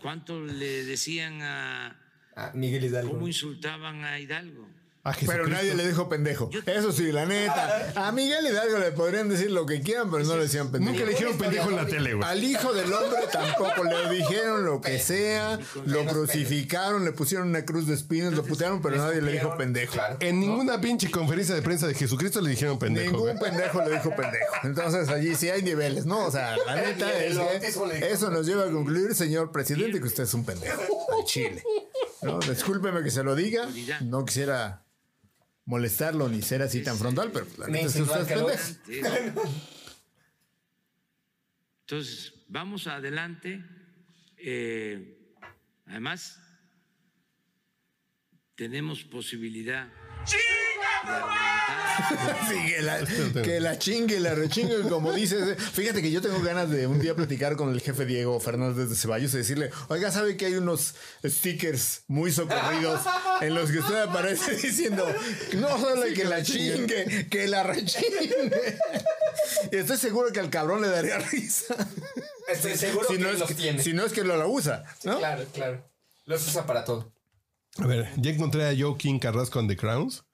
S8: ¿Cuánto le decían a
S2: Ah, Miguel
S8: cómo
S2: Hidalgo.
S8: insultaban a Hidalgo?
S1: Ah,
S3: Pero nadie le dijo pendejo. Eso sí, la neta. A Miguel Hidalgo le podrían decir lo que quieran, pero no le decían pendejo.
S1: Nunca le dijeron pendejo en la tele, güey.
S3: Al hijo del hombre tampoco le dijeron lo que sea, lo crucificaron, le pusieron una cruz de espinas, lo putearon, pero nadie le dijo pendejo.
S2: Claro.
S1: En ninguna pinche conferencia de prensa de Jesucristo le dijeron pendejo, güey.
S3: Ningún pendejo le dijo pendejo. Entonces allí sí hay niveles, ¿no? O sea, la neta
S2: Ni el
S3: es
S2: bautismo le
S3: que
S2: dijo.
S3: eso nos lleva a concluir, señor presidente, que usted es un pendejo. Al Chile. No, discúlpeme que se lo diga. No quisiera molestarlo ni ser así tan frontal, pero la
S2: Ni
S3: neta es que
S2: insinuar
S3: usted es
S2: que lo-
S3: pendejo.
S8: Antes. Entonces, vamos adelante. Eh, además, tenemos posibilidad.
S3: Sí, que la, que la chingue, la rechingue, como dices. Fíjate que yo tengo ganas de un día platicar con el jefe Diego Fernández de Ceballos y decirle, oiga, ¿sabe que hay unos stickers muy socorridos en los que usted aparece diciendo, no solo que la chingue, que la rechingue? Y estoy seguro que al cabrón le daría risa.
S2: Estoy seguro
S3: Si no,
S2: que
S3: es
S2: los
S3: que,
S2: tiene.
S3: si no es que lo usa, ¿no?
S2: Claro, claro. Los usa para todo.
S1: A ver, ya encontré a Joe King Carrasco and the Crowns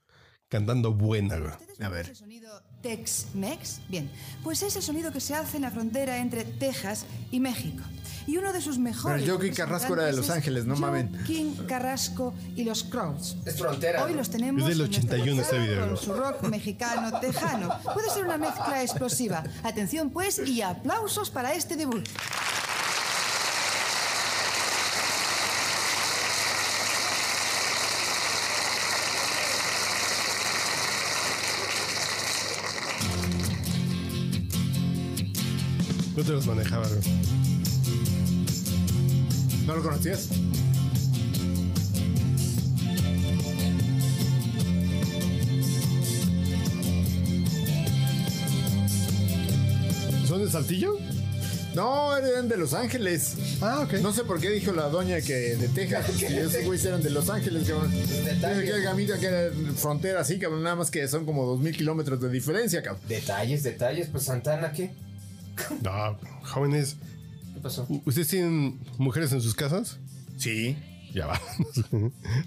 S1: cantando buena, güey.
S3: A ver.
S10: ¿Ese sonido Tex-Mex? Bien, pues es el sonido que se hace en la frontera entre Texas y México. Y uno de sus mejores.
S3: Pero Joaquín Carrasco era de Los
S10: representantes
S3: Ángeles,
S10: es
S3: no mamen.
S10: Joaquín Carrasco y los Crowns.
S2: Es frontera.
S10: Hoy
S2: ¿no?
S10: los tenemos.
S1: Es del
S10: en nuestro
S1: 81 este
S10: WhatsApp
S1: video,
S10: Con
S1: ¿no?
S10: su rock mexicano tejano. Puede ser una mezcla explosiva. Atención, pues, y aplausos para este debut.
S1: No te los manejaba, güey.
S3: ¿No lo conocías?
S1: ¿Son de Saltillo?
S3: No, eran de Los Ángeles.
S1: Ah, ok.
S3: No sé por qué dijo la doña que de Texas, que esos güeyes eran de Los Ángeles, cabrón. Dice que el gamita que era frontera así, cabrón, nada más que son como dos mil kilómetros de diferencia, cabrón.
S2: Detalles, detalles. Pues Santana, ¿qué?
S1: No, jóvenes.
S2: ¿Qué pasó?
S1: ¿Ustedes tienen mujeres en sus casas?
S3: Sí,
S1: Ya va.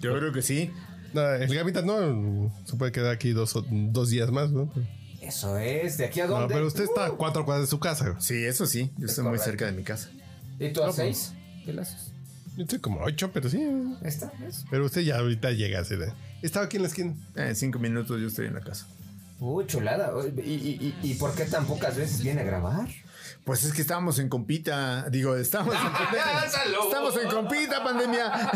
S3: yo creo que sí.
S1: No, el Gavita no, se puede quedar aquí dos, o- dos días más, ¿no?
S2: Eso es. ¿De aquí a
S1: No,
S2: dónde?
S1: pero usted está a cuatro cuadras de su casa. güey.
S3: Sí, eso sí. Yo estoy muy cerca de mi casa.
S2: ¿Y tú a seis? ¿Qué le haces?
S1: Yo estoy como ocho, pero sí.
S2: ¿Esta? ¿Ves?
S1: Pero usted ya ahorita llega a ser. Estaba aquí en la esquina.
S3: En Eh, cinco minutos yo estoy en la casa.
S2: Uh, chulada. ¿Y, y, y, y por qué tan pocas veces viene a grabar?
S3: Pues es que estábamos en compita. Digo, estamos en pandemia.
S2: ¡Lánzalo!
S3: Estamos en compita, pandemia.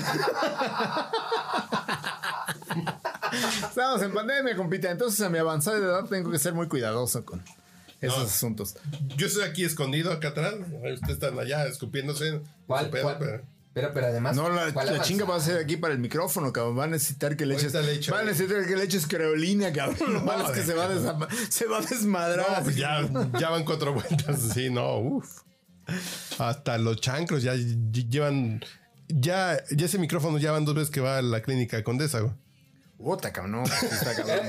S3: Estamos en pandemia, compita. Entonces, a mi avanzada edad tengo que ser muy cuidadoso con esos
S1: No.
S3: asuntos.
S1: Yo estoy aquí escondido acá atrás. Ustedes están allá escupiéndose.
S2: ¿Cuál?
S1: Su pedo,
S2: cuál?
S1: pero-
S2: Pero, pero además.
S3: No, la,
S2: ¿cuál
S3: la
S2: avanza?
S3: chinga va a ser aquí para el micrófono, cabrón. Va a necesitar que le eches.
S1: Ahorita le echo,
S3: va a
S1: güey.
S3: necesitar que le eches creolina, cabrón. Lo malo es que
S1: de-
S3: se va, a desama- se va a desmadrar.
S1: No, pues ya, ya van cuatro vueltas. Sí, no, uff. Hasta los chancros ya ll- llevan. Ya, ya ese micrófono ya van dos veces que va a la clínica Condesa, güey.
S3: Bota, cabrón. no, pues, está cabrón.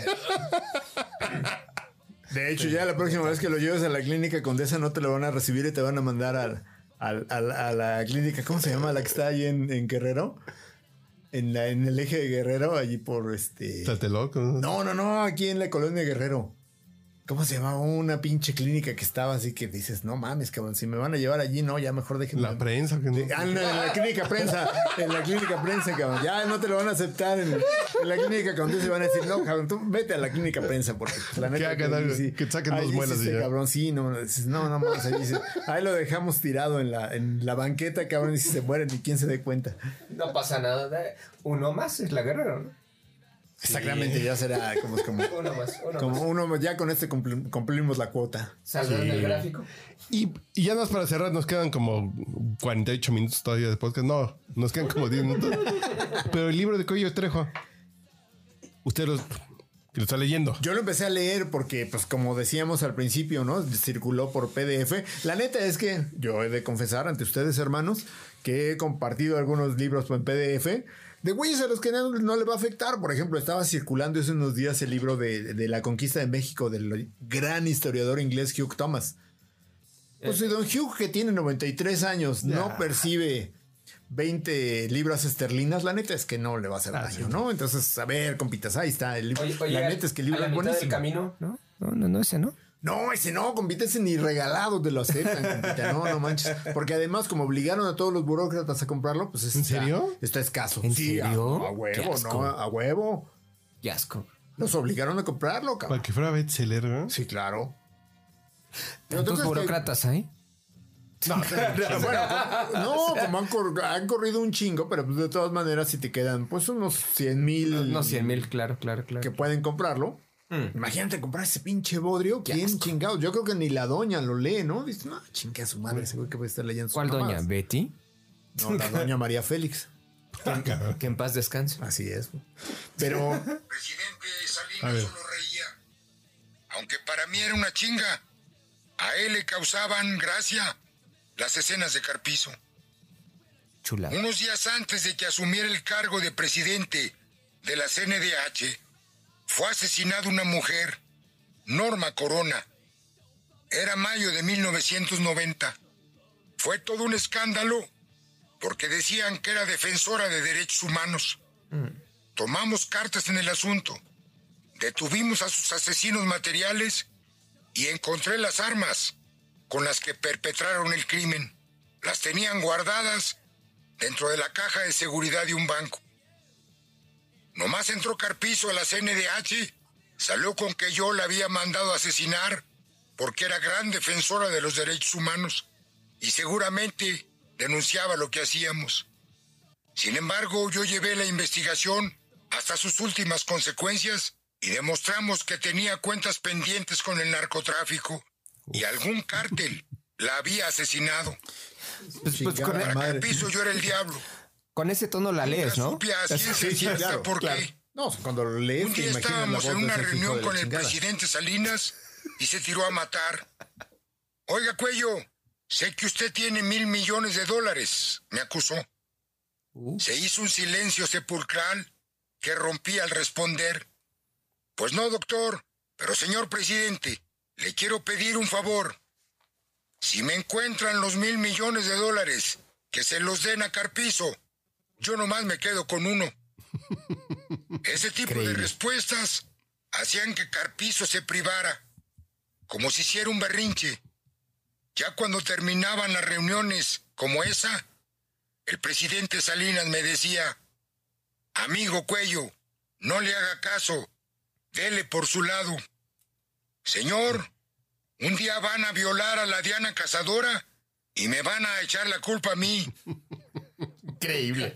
S3: De hecho, ya la próxima vez que lo lleves a la clínica Condesa no te lo van a recibir y te van a mandar al- al- al- a la clínica, ¿cómo se llama? La que está ahí en, en Guerrero. En, la, en el eje de Guerrero, allí por este...
S1: Tlatelolco.
S3: No, no, no, aquí en la colonia Guerrero. ¿Cómo se llamaba una pinche clínica que estaba así que dices, no mames, cabrón, si me van a llevar allí, no, ya mejor déjenme.
S1: La prensa, que no.
S3: Ah, no, en la clínica prensa, en la clínica prensa, cabrón. Ya no te lo van a aceptar en, en la clínica cuando se van a decir, no, cabrón, tú vete a la clínica prensa, porque pues, la neta.
S1: hagan algo,
S3: allí
S1: que saquen dos
S3: allí sí
S1: muelas y
S3: este
S1: ya.
S3: cabrón, sí, no, dices, no, no mames, allí sí. Ahí lo dejamos tirado en la, en la banqueta, cabrón, y si se mueren, ni quién se dé cuenta.
S2: No pasa nada. de- Uno más es la guerrera, ¿no?
S3: Exactamente, ya será como, como,
S2: Uno más, uno
S3: como
S2: más.
S3: uno, ya con este cumpli- cumplimos la cuota.
S2: ¿Saldrá en el gráfico?
S1: Y, y ya nada más para cerrar, nos quedan como 48 minutos todavía de podcast. No, nos quedan como 10 minutos. Pero el libro de Coyo Trejo, usted los- lo está leyendo.
S3: Yo lo empecé a leer porque, pues, como decíamos al principio, ¿no? Circuló por PDF. La neta es que yo he de confesar ante ustedes, hermanos, que he compartido algunos libros en PDF de güeyes a los que no, no le va a afectar. Por ejemplo, estaba circulando hace unos días el libro de, de La Conquista de México del gran historiador inglés Hugh Thomas.
S2: Eh.
S3: Pues si don Hugh, que tiene 93 años, no percibe 20 libras esterlinas, la neta es que no le va a hacer daño, ¿no? Entonces, a ver, compitas, ahí está el libro.
S2: Ah, Oye, oye,
S3: la neta es que el libro
S2: a la
S3: es
S2: mitad del
S3: buenísimo.
S2: camino, ¿no? No, no, no, ese no.
S3: No, ese no, compita, ese ni regalado te lo aceptan, compita. No, no manches. Porque además, como obligaron a todos los burócratas a comprarlo, pues es-
S1: ¿En
S3: está-
S1: serio?
S3: Está escaso.
S2: ¿En
S3: Sí, a-
S2: serio?
S3: A,
S2: Qué
S3: huevo,
S2: asco.
S3: ¿no? A huevo.
S2: Qué asco.
S3: Los obligaron a comprarlo,
S1: Para
S3: cabrón.
S1: que fuera bestseller, ¿no?
S3: Sí, claro. Pero tú
S2: ¿Tantos
S3: crees que-
S2: burócratas hay?
S3: No, bueno, no, como han, cor- han corrido un chingo, pero pues de todas maneras, si te quedan pues unos 100 mil
S2: No, cien mil, claro, claro, claro.
S3: que pueden comprarlo.
S11: Mm.
S3: Imagínate comprar ese pinche bodrio. ¿Quién chingado? Yo creo que ni la doña lo lee, ¿no? Dice, no, chingue a su madre, seguro que va a estar leyendo sus
S2: ¿Cuál doña?
S3: mamadas".
S2: ¿Betty?
S3: No, la doña María Félix.
S1: Ah,
S2: Que en paz descanse.
S3: Así es. Pero
S11: Pues, presidente
S1: A ver.
S11: Salinas solo reía, aunque para mí era una chinga. A él le causaban gracia las escenas de Carpizo.
S2: Chula.
S11: Unos días antes de que asumiera el cargo de presidente de la CNDH, fue asesinada una mujer, Norma Corona. Era mayo de 1990. Fue todo un escándalo porque decían que era defensora de derechos humanos. Tomamos cartas en el asunto, detuvimos a sus asesinos materiales y encontré las armas con las que perpetraron el crimen. Las tenían guardadas dentro de la caja de seguridad de un banco. Nomás entró Carpizo a la CNDH, salió con que yo la había mandado a asesinar porque era gran defensora de los derechos humanos y seguramente denunciaba lo que hacíamos. Sin embargo, yo llevé la investigación hasta sus últimas consecuencias y demostramos que tenía cuentas pendientes con el narcotráfico y algún cártel la había asesinado.
S2: Pues, pues, con,
S3: Chingada
S11: Para
S3: madre.
S11: Carpizo yo era el diablo.
S2: con ese tono la lees, ¿no?
S11: Supe a ciencia
S3: sí, sí,
S11: cierta
S3: claro,
S11: por qué.
S3: claro. No, cuando lo lees
S11: Un
S3: te
S11: día
S3: imaginas la
S11: estábamos
S3: voz
S11: en
S3: de
S11: una
S3: ese hijo de
S11: reunión
S3: la
S11: con el
S3: chingada.
S11: presidente Salinas y se tiró a matar. Oiga, Cuello, sé que usted tiene mil millones de dólares, me acusó. Se hizo un silencio sepulcral que rompí al responder. Pues no, doctor, pero señor presidente, le quiero pedir un favor. Si me encuentran los mil millones de dólares, que se los den a Carpizo. Yo nomás me quedo con uno. Ese tipo de respuestas hacían que Carpizo se privara, como si hiciera un berrinche. Ya cuando terminaban las reuniones como esa, El presidente Salinas me decía, amigo Cuello, no le haga caso, dele por su lado. Señor, un día van a violar a la Diana Cazadora y me van a echar la culpa a mí.
S2: Increíble.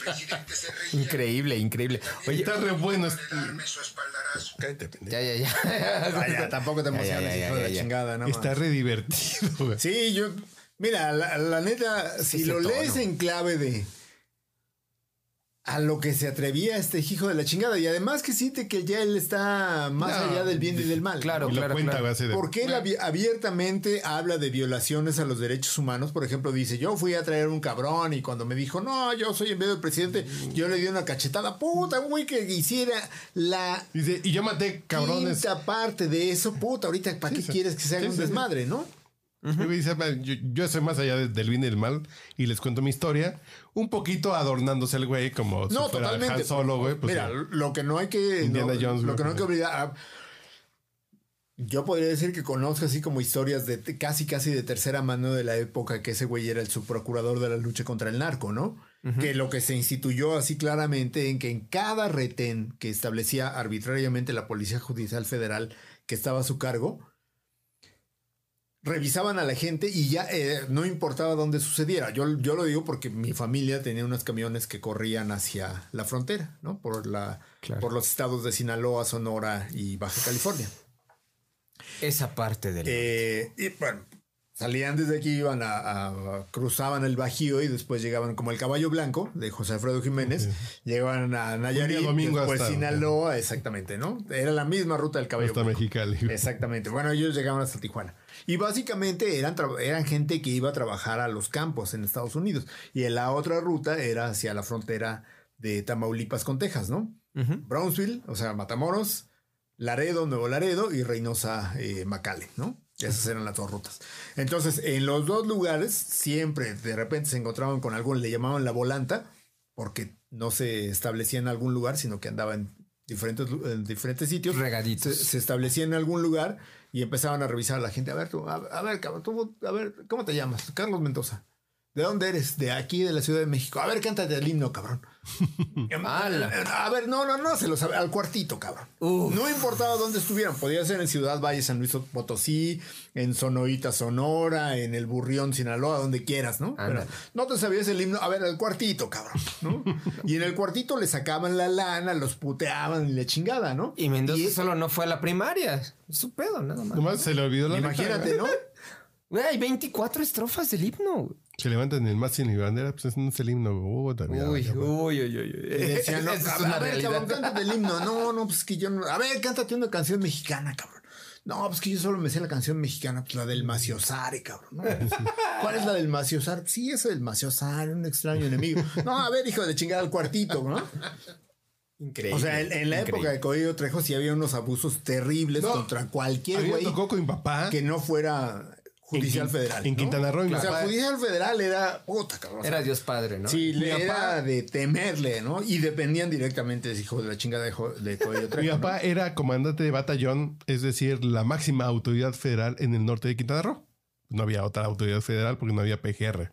S2: Increíble, increíble. Oye,
S1: Está re bueno.
S2: Ya, ya, ya.
S3: Ay, Ah, ya, tampoco te
S2: Ya, ya,
S3: emociones,
S2: ya,
S3: hijo de
S2: ya,
S3: la
S2: ya.
S3: chingada, no
S1: Está
S3: mames.
S1: re divertido, güey.
S3: Sí, yo. Mira, la, la neta, si
S2: ese
S3: lo
S2: tono.
S3: lees en clave de. A lo que se atrevía este hijo de la chingada. Y además que siente que ya él está más
S1: No,
S3: allá del bien y del mal.
S2: Claro,
S1: Y lo
S2: claro,
S1: cuenta,
S2: claro.
S1: güey, así de-
S3: Porque él abi- abiertamente habla de violaciones a los derechos humanos. Por ejemplo, dice, yo fui a traer un cabrón y cuando me dijo, no, yo soy en vez del presidente, yo le di una cachetada. Puta, un güey que hiciera la
S1: Dice, y yo maté cabrones.
S3: quinta parte de eso. Puta, ahorita, ¿para qué
S1: sí.
S3: quieres que se
S1: Sí,
S3: haga un
S1: sí, sí.
S3: desmadre, no?
S1: Y dice, "Man, yo, yo soy más allá de- del bien y del mal y les cuento mi historia. Un poquito adornándose el güey como
S3: No,
S1: si fuera
S3: totalmente.
S1: Han Solo, güey. pues,
S3: Mira,
S1: sí.
S3: lo que no hay que.
S1: Indiana
S3: no,
S1: Jones,
S3: Lo que no hay
S1: güey. pues
S3: que olvidar. ah, Yo podría decir que conozco así como historias de te- casi, casi de tercera mano de la época que ese güey era el subprocurador de la lucha contra el narco, ¿no? Que lo que se instituyó así claramente en que en cada retén que establecía arbitrariamente la Policía Judicial Federal que estaba a su cargo, revisaban a la gente y ya eh, no importaba dónde sucediera. Yo, yo lo digo porque mi familia tenía unos camiones que corrían hacia la frontera, ¿no? Por, la,
S2: Claro.
S3: por los estados de Sinaloa, Sonora y Baja California.
S2: Esa parte del.
S3: Eh, y bueno, salían desde aquí, iban a, a- cruzaban el Bajío y después llegaban como el Caballo Blanco de José Alfredo Jiménez, llegaban a Nayarit,
S1: domingo
S3: después
S1: hasta-
S3: Sinaloa, exactamente, ¿no? Era la misma ruta del Caballo
S1: hasta
S3: Blanco.
S1: Mexicali. güey.
S3: Exactamente. Bueno, ellos llegaban hasta Tijuana. Y básicamente eran, tra- eran gente que iba a trabajar a los campos en Estados Unidos. Y en la otra ruta era hacia la frontera de Tamaulipas con Texas, ¿no?
S2: Ujú.
S3: Brownsville, o sea, Matamoros, Laredo, Nuevo Laredo y Reynosa, eh, Macale, ¿no? Esas eran las dos rutas. Entonces, en los dos lugares siempre de repente se encontraban con algo, le llamaban la volanta, porque no se establecía en algún lugar, sino que andaba en diferentes, lu- en diferentes sitios se,
S2: Regaditos.
S3: se establecía en algún lugar y empezaban a revisar a la gente. A ver, tú, a, a ver, cabrón, tú, a ver, ¿cómo te llamas? Carlos Mendoza. ¿De dónde eres? De aquí, de la Ciudad de México. A ver, cántate el himno, cabrón.
S2: Ala.
S3: Em, a ver, no, no, no, se lo sabe. Al cuartito, cabrón.
S2: Uf.
S3: No importaba dónde estuvieran. Podía ser en Ciudad Valle, San Luis Potosí, en Sonoita, Sonora, en el Burrión, Sinaloa, donde quieras, ¿no? Pero
S2: Ándale.
S3: no te sabías el himno. A ver, al cuartito, cabrón, ¿no? y en el cuartito le sacaban la lana, los puteaban y la chingada, ¿no?
S2: Y Mendoza
S3: Y-
S2: solo no fue a la primaria. Es su pedo, nada más.
S1: Nomás se le olvidó la letra,
S3: Imagínate,
S1: güey.
S3: ¿no?
S2: Güey, hay 24 estrofas del himno. güey.
S1: Se levantan el más sin mi bandera, pues ese no es el himno. güey. Puta, mira,
S2: Uy,
S1: güey.
S2: uy, uy, uy. uy.
S3: Y decían, no,
S2: Esa es
S3: a
S2: una
S3: ver, cabrón,
S2: realidad.
S3: cántate el himno. No, no, pues que yo no. A ver, cántate una canción mexicana, cabrón. No, pues que yo solo me sé la canción mexicana, pues la del Maciosare, cabrón. ¿no? ¿Cuál es la del Maciosare? Sí, esa del Maciosare, un extraño enemigo. No, a ver, hijo de chingada, al cuartito, ¿no?
S2: Increíble.
S3: O sea, en, en la
S2: increíble.
S3: época de Coello Trejo sí había unos abusos terribles
S1: No.
S3: contra
S1: A
S3: cualquier
S1: mí me
S3: güey
S1: tocó con mi papá
S3: que no fuera judicial
S1: En Quin-
S3: federal.
S1: en
S3: ¿no?
S1: Quintana Roo, mi
S3: O sea,
S1: papá-
S3: judicial federal era puta, cabrón.
S2: Era Dios Padre, ¿no?
S3: Sí,
S1: Mi
S3: le
S1: papá-
S3: era de temerle, ¿no? Y dependían directamente de ese hijo de la chinga de, jo- de Coello
S1: Mi
S3: Trejo,
S1: papá era comandante de batallón, es decir, la máxima autoridad federal en el norte de Quintana Roo. No había otra autoridad federal porque no había PGR.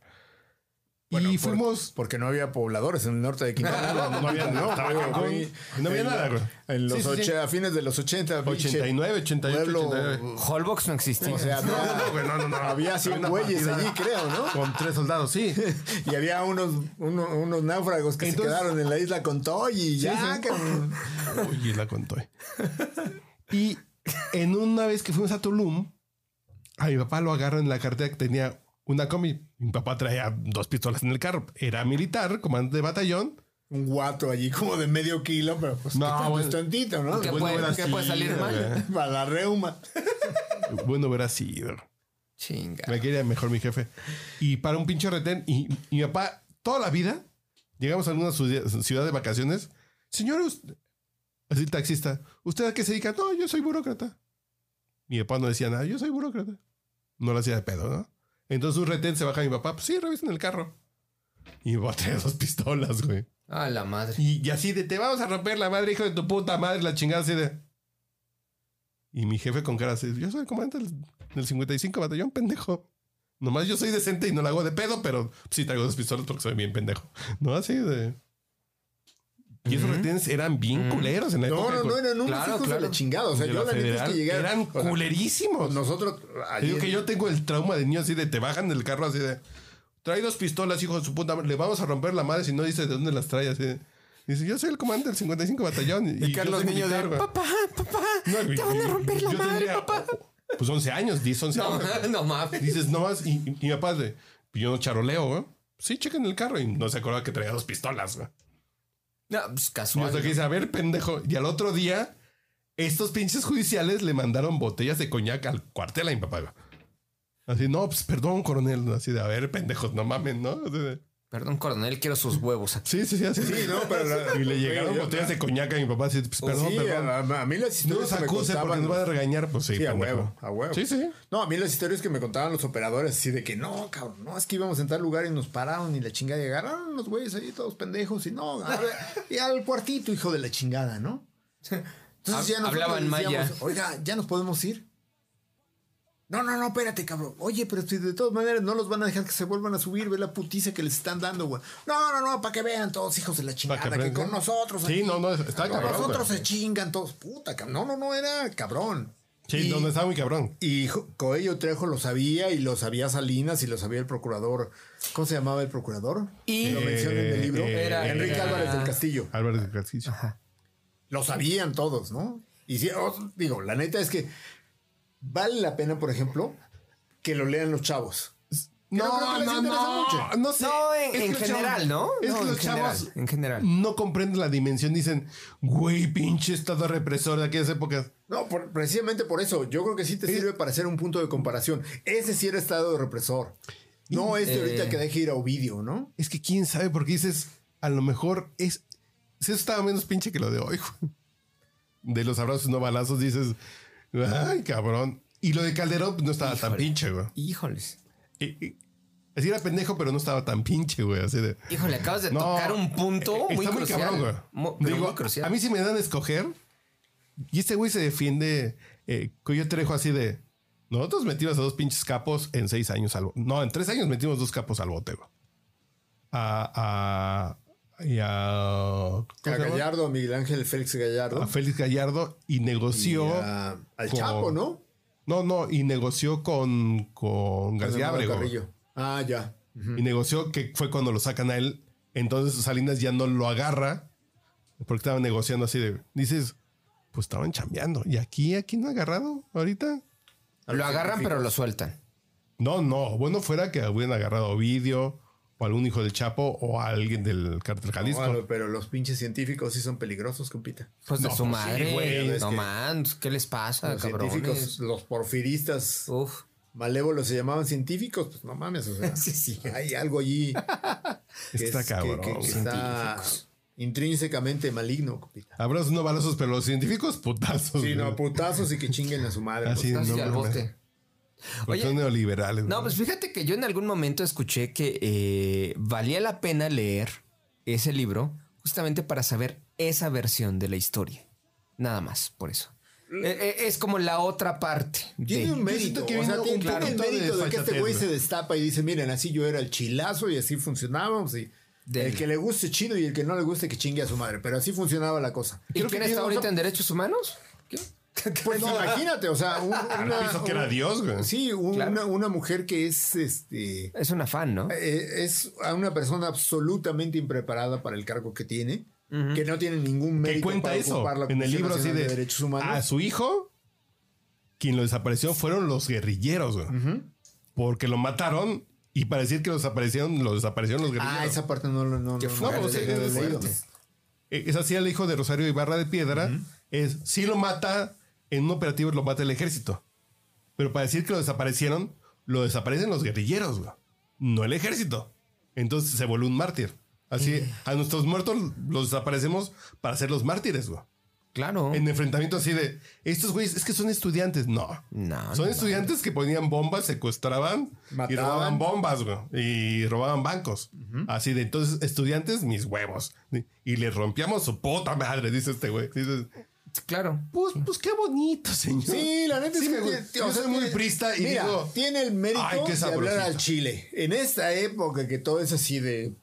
S3: Bueno,
S1: y
S3: por-
S1: fuimos.
S3: Porque no había pobladores en el norte de Quintana Roo.
S1: No había- estaba
S3: güey,
S1: Cancún.
S3: güey.
S1: No había
S3: En la-
S1: nada, güey.
S3: En los
S1: Sí, sí, sí.
S3: oche- a fines de los 80, pinche
S1: 89, 88,
S3: pueblo,
S1: 89.
S2: Holbox no existía.
S3: O sea,
S1: No, no, no,
S3: había,
S1: güey, no, no, no.
S3: había 100
S1: Una
S3: güeyes
S1: partida
S3: allí, creo, ¿no?
S1: Con tres soldados, sí.
S3: Y había unos, uno- unos náufragos que
S1: Entonces-
S3: se quedaron en la isla con Toy y ya.
S1: sí.
S3: cabrón.
S1: Oye, la contó. eh. Y en una vez que fuimos a Tulum, a mi papá lo agarran en la cartera que tenía una combi. Mi papá traía dos pistolas en el carro. Era militar, comandante de batallón.
S3: Un guato allí como de medio kilo, pero pues
S1: No,
S3: no,
S1: bueno.
S3: tantito, ¿no?
S2: ¿Qué
S1: Bueno,
S2: puede-
S1: hubiera
S2: qué puede
S1: sido,
S2: salir mal?
S1: güey.
S3: Para la reuma.
S1: Bueno, hubiera sido.
S2: Chinga.
S1: Me quería mejor mi jefe. Y para un pinche retén. Y, y mi papá, toda la vida, llegamos a alguna su- ciudad de vacaciones. Señor, usted- así el taxista, ¿usted a qué se dedica? No, yo soy burócrata. Mi papá no decía nada, yo soy burócrata. No lo hacía de pedo, ¿no? Entonces un retén se baja mi papá, pues sí, revisen el carro. Y mi papá traía dos pistolas, güey.
S2: A la madre.
S1: Y, y así de, te vamos a romper la madre, hijo de tu puta madre, la chingada así de... Y mi jefe con cara así, yo soy el comandante del, del 55 batallón, pendejo. Nomás yo soy decente y no la hago de pedo, pero sí traigo dos pistolas porque soy bien pendejo. No así de. Y esos retenes eran bien culeros en la
S3: No,
S1: época.
S3: no, no, eran unos hijos de la chingada. O sea,
S1: De
S3: yo
S1: la
S3: la pues, neta es
S1: federal,
S3: que llegué.
S1: eran culerísimos.
S3: Nosotros.
S1: Pues, Te digo que yo tengo el trauma de niño así de te bajan del carro así de trae dos pistolas, hijo de su puta madre, le vamos a romper la madre si no dice de dónde las trae así. de- Dice, yo soy el comandante del 55 batallón.
S2: Y Carlos Niño de,
S1: papá,
S2: papá,
S1: te van a romper la madre, papá. Pues 11 años, 10, 11
S2: No,
S1: años.
S2: no mames.
S1: Dices, no más, y, y mi papá de, yo no charoleo, güey. Sí, chequen el carro. Y no se acordaba que traía dos pistolas, güey.
S2: No, pues
S1: Y
S2: casual.
S1: hasta que
S2: ¿no?
S1: dice, a ver, pendejo. Y al otro día, estos pinches judiciales le mandaron botellas de coñac al cuartel a mi papá. güey. Así, no, pues perdón, coronel. Así de, a ver, pendejos, no mamen, ¿no? Así de,
S2: Perdón, coronel, quiero sus huevos.
S1: sí, sí, sí, así.
S3: Sí, no, pero la-
S1: y le
S3: Oye,
S1: llegaron
S3: yo-
S1: botellas de coñac a mi papá. Así, pues perdón,
S3: sí,
S1: perdón.
S3: A, a mí las
S1: No
S3: historias
S1: nos
S3: que me
S1: acuse porque
S3: contaban-
S1: nos van a regañar. Pues sí,
S3: Sí, a
S1: pendejo.
S3: huevo, a huevo.
S1: Sí, sí.
S3: No, a mí las historias que me contaban los operadores, así de que no, cabrón, no, es que íbamos en tal lugar y nos pararon y la chingada llegaron los güeyes ahí todos pendejos y no, a ver, y al cuartito, hijo de la chingada, ¿no? Entonces ya
S2: Hab-
S3: nosotros
S2: hablaba en maya.
S3: decíamos, Oiga, ¿ya nos podemos ir? No, no, no, espérate, cabrón. Oye, pero si de todas maneras no los van a dejar que se vuelvan a subir, ve la putiza que les están dando, güey. No, no, no, para que vean todos hijos de la
S1: Para que
S3: chingada, que,
S1: aprendan.
S3: con nosotros.
S1: Sí, no, no, está
S3: con
S1: cabrón,
S3: nosotros eh,
S1: güey.
S3: se chingan todos. Puta, cabrón. No, no, no, era cabrón.
S1: Sí,
S3: Y-
S1: donde estaba muy cabrón.
S3: y Jo- Coello Trejo lo sabía y lo sabía Salinas y lo sabía el procurador. ¿Cómo se llamaba el procurador?
S2: Y-
S3: Que lo menciona en el libro.
S1: Eh,
S2: era-
S3: Enrique
S2: era-
S3: Álvarez del Castillo.
S1: Álvarez del Castillo.
S3: Lo sabían todos, ¿no? Y sí, oh, digo, la neta es que vale la pena, por ejemplo, que lo lean los chavos.
S1: No,
S3: creo que
S1: no,
S3: les
S1: no,
S3: interesa
S1: no,
S3: mucho.
S1: sé.
S2: No, en,
S1: Es que
S2: en
S1: los
S2: general,
S1: chavos-
S2: ¿no?
S1: Es
S2: No,
S1: que
S2: en
S1: los
S2: general,
S1: chavos
S2: En general.
S1: no comprenden la dimensión. Dicen, güey, pinche estado represor de aquellas épocas.
S3: No, por- precisamente por eso. Yo creo que sí te
S1: Eh,
S3: sirve para hacer un punto de comparación. Ese sí era estado de represor. No este
S1: eh,
S3: ahorita que deje ir a Ovidio, ¿no?
S1: Es que quién sabe, porque dices, a lo mejor es. si Eso estaba menos pinche que lo de hoy. güey. De los abrazos no balazos, dices, ay, cabrón. Y lo de Calderón pues, no estaba tan
S2: Híjole.
S1: pinche, güey.
S2: Híjoles.
S1: Y- y- Así era pendejo, pero no estaba tan pinche, güey. Así de.
S2: Híjole, acabas de
S1: No,
S2: tocar un punto
S1: eh,
S2: muy
S1: está
S2: crucial.
S1: güey.
S2: Mu- pero
S1: Digo,
S2: muy crucial.
S1: a mí si me dan a escoger, y este güey se defiende, eh, Coyo Trejo así de, nosotros metimos a dos pinches capos en seis años al bote. No, en tres años metimos dos capos al bote, güey. A, a, y a,
S3: A
S1: ¿cómo se llama?
S3: Gallardo, a Miguel Ángel Félix Gallardo.
S1: A Félix Gallardo y
S3: y
S1: negoció.
S3: a- al
S1: con-
S3: Chapo, ¿no?
S1: No, no, y negoció con, con
S3: Con
S1: García
S3: Amado
S1: Abrego.
S3: Carrillo. Ah, ya.
S1: y negoció que fue cuando lo sacan a él. Entonces Salinas ya no lo agarra porque estaban negociando así de. Dices, pues estaban chambeando. ¿Y aquí, aquí no ha agarrado ahorita?
S2: Lo agarran, pero lo sueltan.
S1: No, no. Bueno, fuera que hubieran agarrado a Ovidio o algún hijo del Chapo o a alguien del Cártel Jalisco.
S3: Bueno, pero los pinches científicos sí son peligrosos, compita.
S2: Pues de
S1: No,
S2: su
S1: pues sí,
S2: madre.
S1: güey,
S3: es
S2: no
S3: que-
S2: man, pues, ¿qué les pasa,
S3: los científicos,
S2: Ah, cabrones? Oh.
S3: los porfiristas
S2: Uf.
S3: malévolos se llamaban científicos, pues no mames, o sea, hay algo allí que
S1: Está
S3: es- que-
S1: cabrón,
S3: que- que
S1: güey.
S3: está intrínsecamente maligno, compita.
S1: Abrazos no balazos, pero los científicos putazos.
S3: Sí, no,
S1: güey.
S3: putazos y que chinguen a su madre.
S1: Pues Así
S3: pues.
S1: no,
S2: Estás al
S1: mames.
S2: bote.
S1: Porque
S2: Oye,
S1: son neoliberales.
S2: No,
S1: güey.
S2: pues fíjate que yo en algún momento escuché que eh, valía la pena leer ese libro justamente para saber esa versión de la historia. Nada más, por eso. Eh, eh, es como la otra parte.
S3: Mm. Tiene
S2: de-
S3: un mérito,
S1: siento que
S3: o sea,
S1: vino
S3: tiene
S1: un
S3: tiene el
S1: punto de
S3: mérito de, que este
S1: fachatez, güey.
S3: güey se destapa y dice, miren, así yo era el chilazo y así funcionábamos y
S2: Del-
S3: el que le guste chido y el que no le guste que chingue a su madre, pero así funcionaba la cosa.
S2: ¿Y quién está ahorita en derechos humanos? ¿Qué?
S3: Pues imagínate, o sea, un- una,
S1: pienso que era
S3: un-
S1: Dios, güey.
S3: Sí, un-
S2: Claro.
S3: una, una mujer que es este
S2: Es una fan, ¿no?
S3: eh, es a una persona absolutamente impreparada para el cargo que tiene, que no tiene ningún
S1: que
S3: mérito
S1: cuenta
S3: para
S1: eso
S3: ocupar la
S1: en el
S3: Comisión
S1: libro así
S3: Nacional
S1: de,
S3: derechos
S1: a
S3: humanos.
S1: su hijo quien lo desapareció fueron los guerrilleros güey. porque lo mataron y para decir que lo desaparecieron lo desaparecieron los guerrilleros
S3: Ah, esa parte no lo no, no,
S2: Qué
S3: no,
S2: fuerte,
S3: no, no,
S2: qué
S3: no, no, no, no, no.
S2: fuerte.
S1: Eh, es así el hijo de Rosario Ibarra de Piedra es si lo mata en un operativo lo mata el ejército pero para decir que lo desaparecieron lo desaparecen los guerrilleros güey, no el ejército entonces se volvió un mártir así
S3: Eh.
S1: a nuestros muertos los desaparecemos para ser los mártires güey.
S2: Claro.
S1: en enfrentamiento así de estos güeyes es que son estudiantes. No.
S2: No,
S1: Son
S2: no,
S1: estudiantes que ponían bombas, secuestraban y
S3: Mataban.
S1: robaban bombas, güey. Y robaban bancos. Así de entonces, estudiantes, mis huevos. Y les rompíamos su puta madre, dice este güey. Dices,
S2: Claro.
S1: Pues, pues qué bonito, señor.
S3: Sí, la neta
S1: Sí
S3: es que
S1: me
S3: tiene-
S1: gusta.
S3: tío,
S1: Yo
S3: o sea,
S1: soy muy
S3: tiene-
S1: prista y
S3: mira,
S1: digo,
S3: tiene el mérito
S1: "Ay, qué
S3: de hablar
S1: sabrosito".
S3: al Chile. En esta época que todo es así de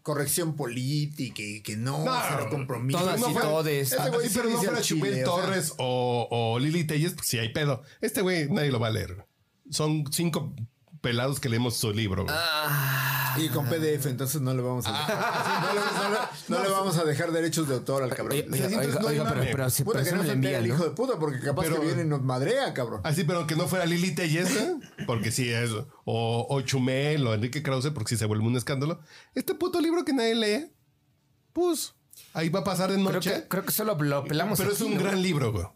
S3: corrección política y que no,
S1: No,
S3: cero compromiso.
S1: todas
S3: No
S1: y
S3: fue-
S1: todes.
S3: Este güey
S1: Así, pero no
S3: sí dice
S1: fuera
S3: al Chile,
S1: Chubel
S3: o sea,
S1: Torres o, o Lili Telles, pues sí hay pedo. Este güey nadie lo va a leer. Son cinco pelados que leemos su libro. güey.
S3: Y con PDF, entonces no le vamos
S1: Ah.
S3: a dejar. Sí, no le- no le- no le vamos a dejar derechos de autor al cabrón.
S2: Oye, oiga,
S3: Entonces,
S2: oiga,
S3: no hay
S2: oiga,
S3: mame.
S2: pero- pero si-
S3: Puta,
S2: pero
S3: que
S2: eso
S3: no
S2: me lo
S3: se entere el
S2: envían, ¿no?
S3: hijo de puta, porque capaz
S1: Pero-
S3: que viene y nos madrea, cabrón.
S1: Así, Ah, pero que no fuera Lili Telles, ¿eh? porque sí es. O, o Chumel o Enrique Krause, porque si se vuelve un escándalo. Este puto libro que nadie lee, pues ahí va a pasar de
S2: Creo
S1: noche.
S2: que, creo que solo lo pelamos.
S1: Pero
S2: aquí,
S1: es un
S2: ¿no?
S1: gran libro, güey.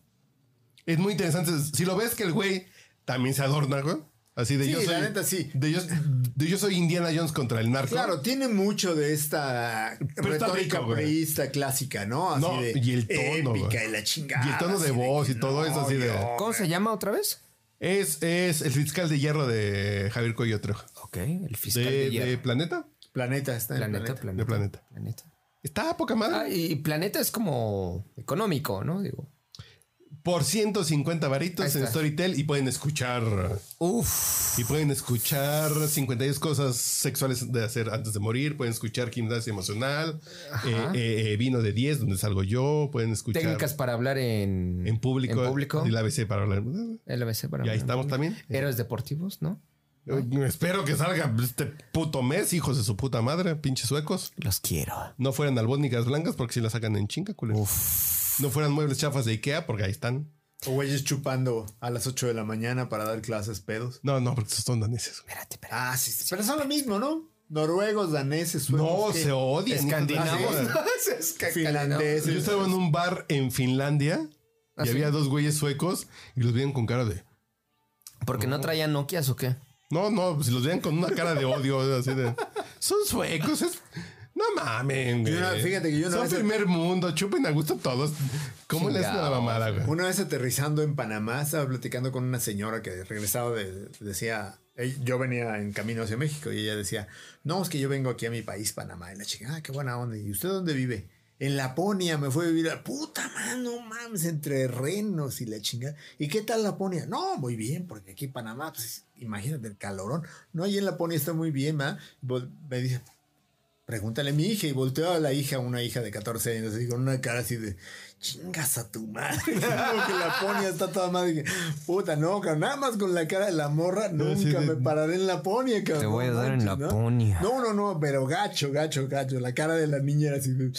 S1: Es muy interesante. Si lo ves que el güey también se adorna, güey. Así de
S3: Sí,
S1: yo
S3: la
S1: soy.
S3: neta, sí.
S1: De yo, de yo soy Indiana Jones contra el narco.
S3: Claro, tiene mucho de esta
S1: Pero está
S3: retórica
S1: rico, güey.
S3: priista clásica, ¿no? Así
S1: No,
S3: de
S1: y el tono,
S3: épica
S1: güey.
S3: y la chingada.
S1: Y el tono de
S3: así
S1: voz
S3: que
S1: y todo eso así de-
S3: yo,
S2: ¿Cómo se llama otra vez?
S1: Es, es el fiscal de hierro de Javier Cuello Trejo.
S2: Ok, el fiscal
S1: De,
S2: de,
S1: de
S2: hierro.
S1: Planeta.
S3: Planeta está en
S2: planeta,
S3: planeta.
S2: planeta,
S1: De Planeta.
S2: planeta.
S1: Está a poca madre.
S2: Ah, y planeta es como económico, ¿no? Digo.
S1: Por 150
S2: Ahí
S1: varitos en
S2: está.
S1: Storytel y pueden escuchar.
S2: Uf.
S1: Y pueden escuchar 52 cosas sexuales de hacer antes de morir. Pueden escuchar gimnasia emocional. eh, eh, eh, vino de 10, donde salgo yo. Pueden escuchar.
S2: Técnicas para hablar en,
S1: En público.
S2: En público.
S1: Y la ABC para hablar.
S2: LBC para
S1: Y ahí
S2: hablar en
S1: estamos
S2: público.
S1: también.
S2: Héroes deportivos, ¿no?
S1: Eh, Espero que salga este puto mes, hijos de su puta madre, pinches suecos.
S2: Los quiero.
S1: No fueran albónicas blancas porque si las sacan en chinga, culero. No fueran muebles chafas de Ikea porque ahí están.
S3: O güeyes chupando a las 8 de la mañana para dar clases pedos.
S1: No, no, porque esos son daneses. güey.
S2: Espérate, espérate.
S3: Ah, sí, sí. Pero son lo mismo, ¿no? Noruegos, daneses,
S1: No,
S3: suecos. ¿qué?
S1: se odian. hijos de la
S3: Escandinavos.
S1: chingada. Yo
S3: Finlandeses.
S1: estaba en un bar en Finlandia
S2: Ah,
S1: y
S2: sí.
S1: había dos güeyes suecos y los veían con cara de.
S2: ¿Porque no traían Nokias o qué?
S1: No, no, pues los veían con una cara de odio, así de. Son suecos, es. No mamen, güey.
S3: Yo una- fíjate que yo una
S1: Son
S3: vez-
S1: primer mundo, chupen a gusto todos. ¿Cómo les hace la
S2: Chingados,
S1: mamada, güey?
S3: Una vez aterrizando en Panamá, estaba platicando con una señora que regresaba de, decía, "Ey, yo venía en camino hacia México y ella decía, no, es que yo vengo aquí a mi país, Panamá. Y la chica, ah, qué buena onda. ¿Y usted dónde vive? En Laponia me fue a vivir a puta mano, mames, entre renos y la chingada. ¿Y qué tal Laponia? No, muy bien, porque aquí Panamá, pues imagínate el calorón. No, ahí en Laponia está muy bien, ¿ma? Vol- Me dice, Pregúntale a mi hija y volteó a la hija, una hija de 14 años, así con una cara así de chingas a tu madre. Como que la Laponia está toda madre. Dije, Puta, no, cabrón, nada más con la cara de la morra,
S1: sí,
S3: nunca
S1: de-
S3: me pararé en Laponia, cabrón.
S2: Te voy a
S3: No
S2: dar en
S3: manches, ¿no?
S2: Laponia.
S3: No, no, no, pero gacho, gacho, gacho. La cara de la niña era así de,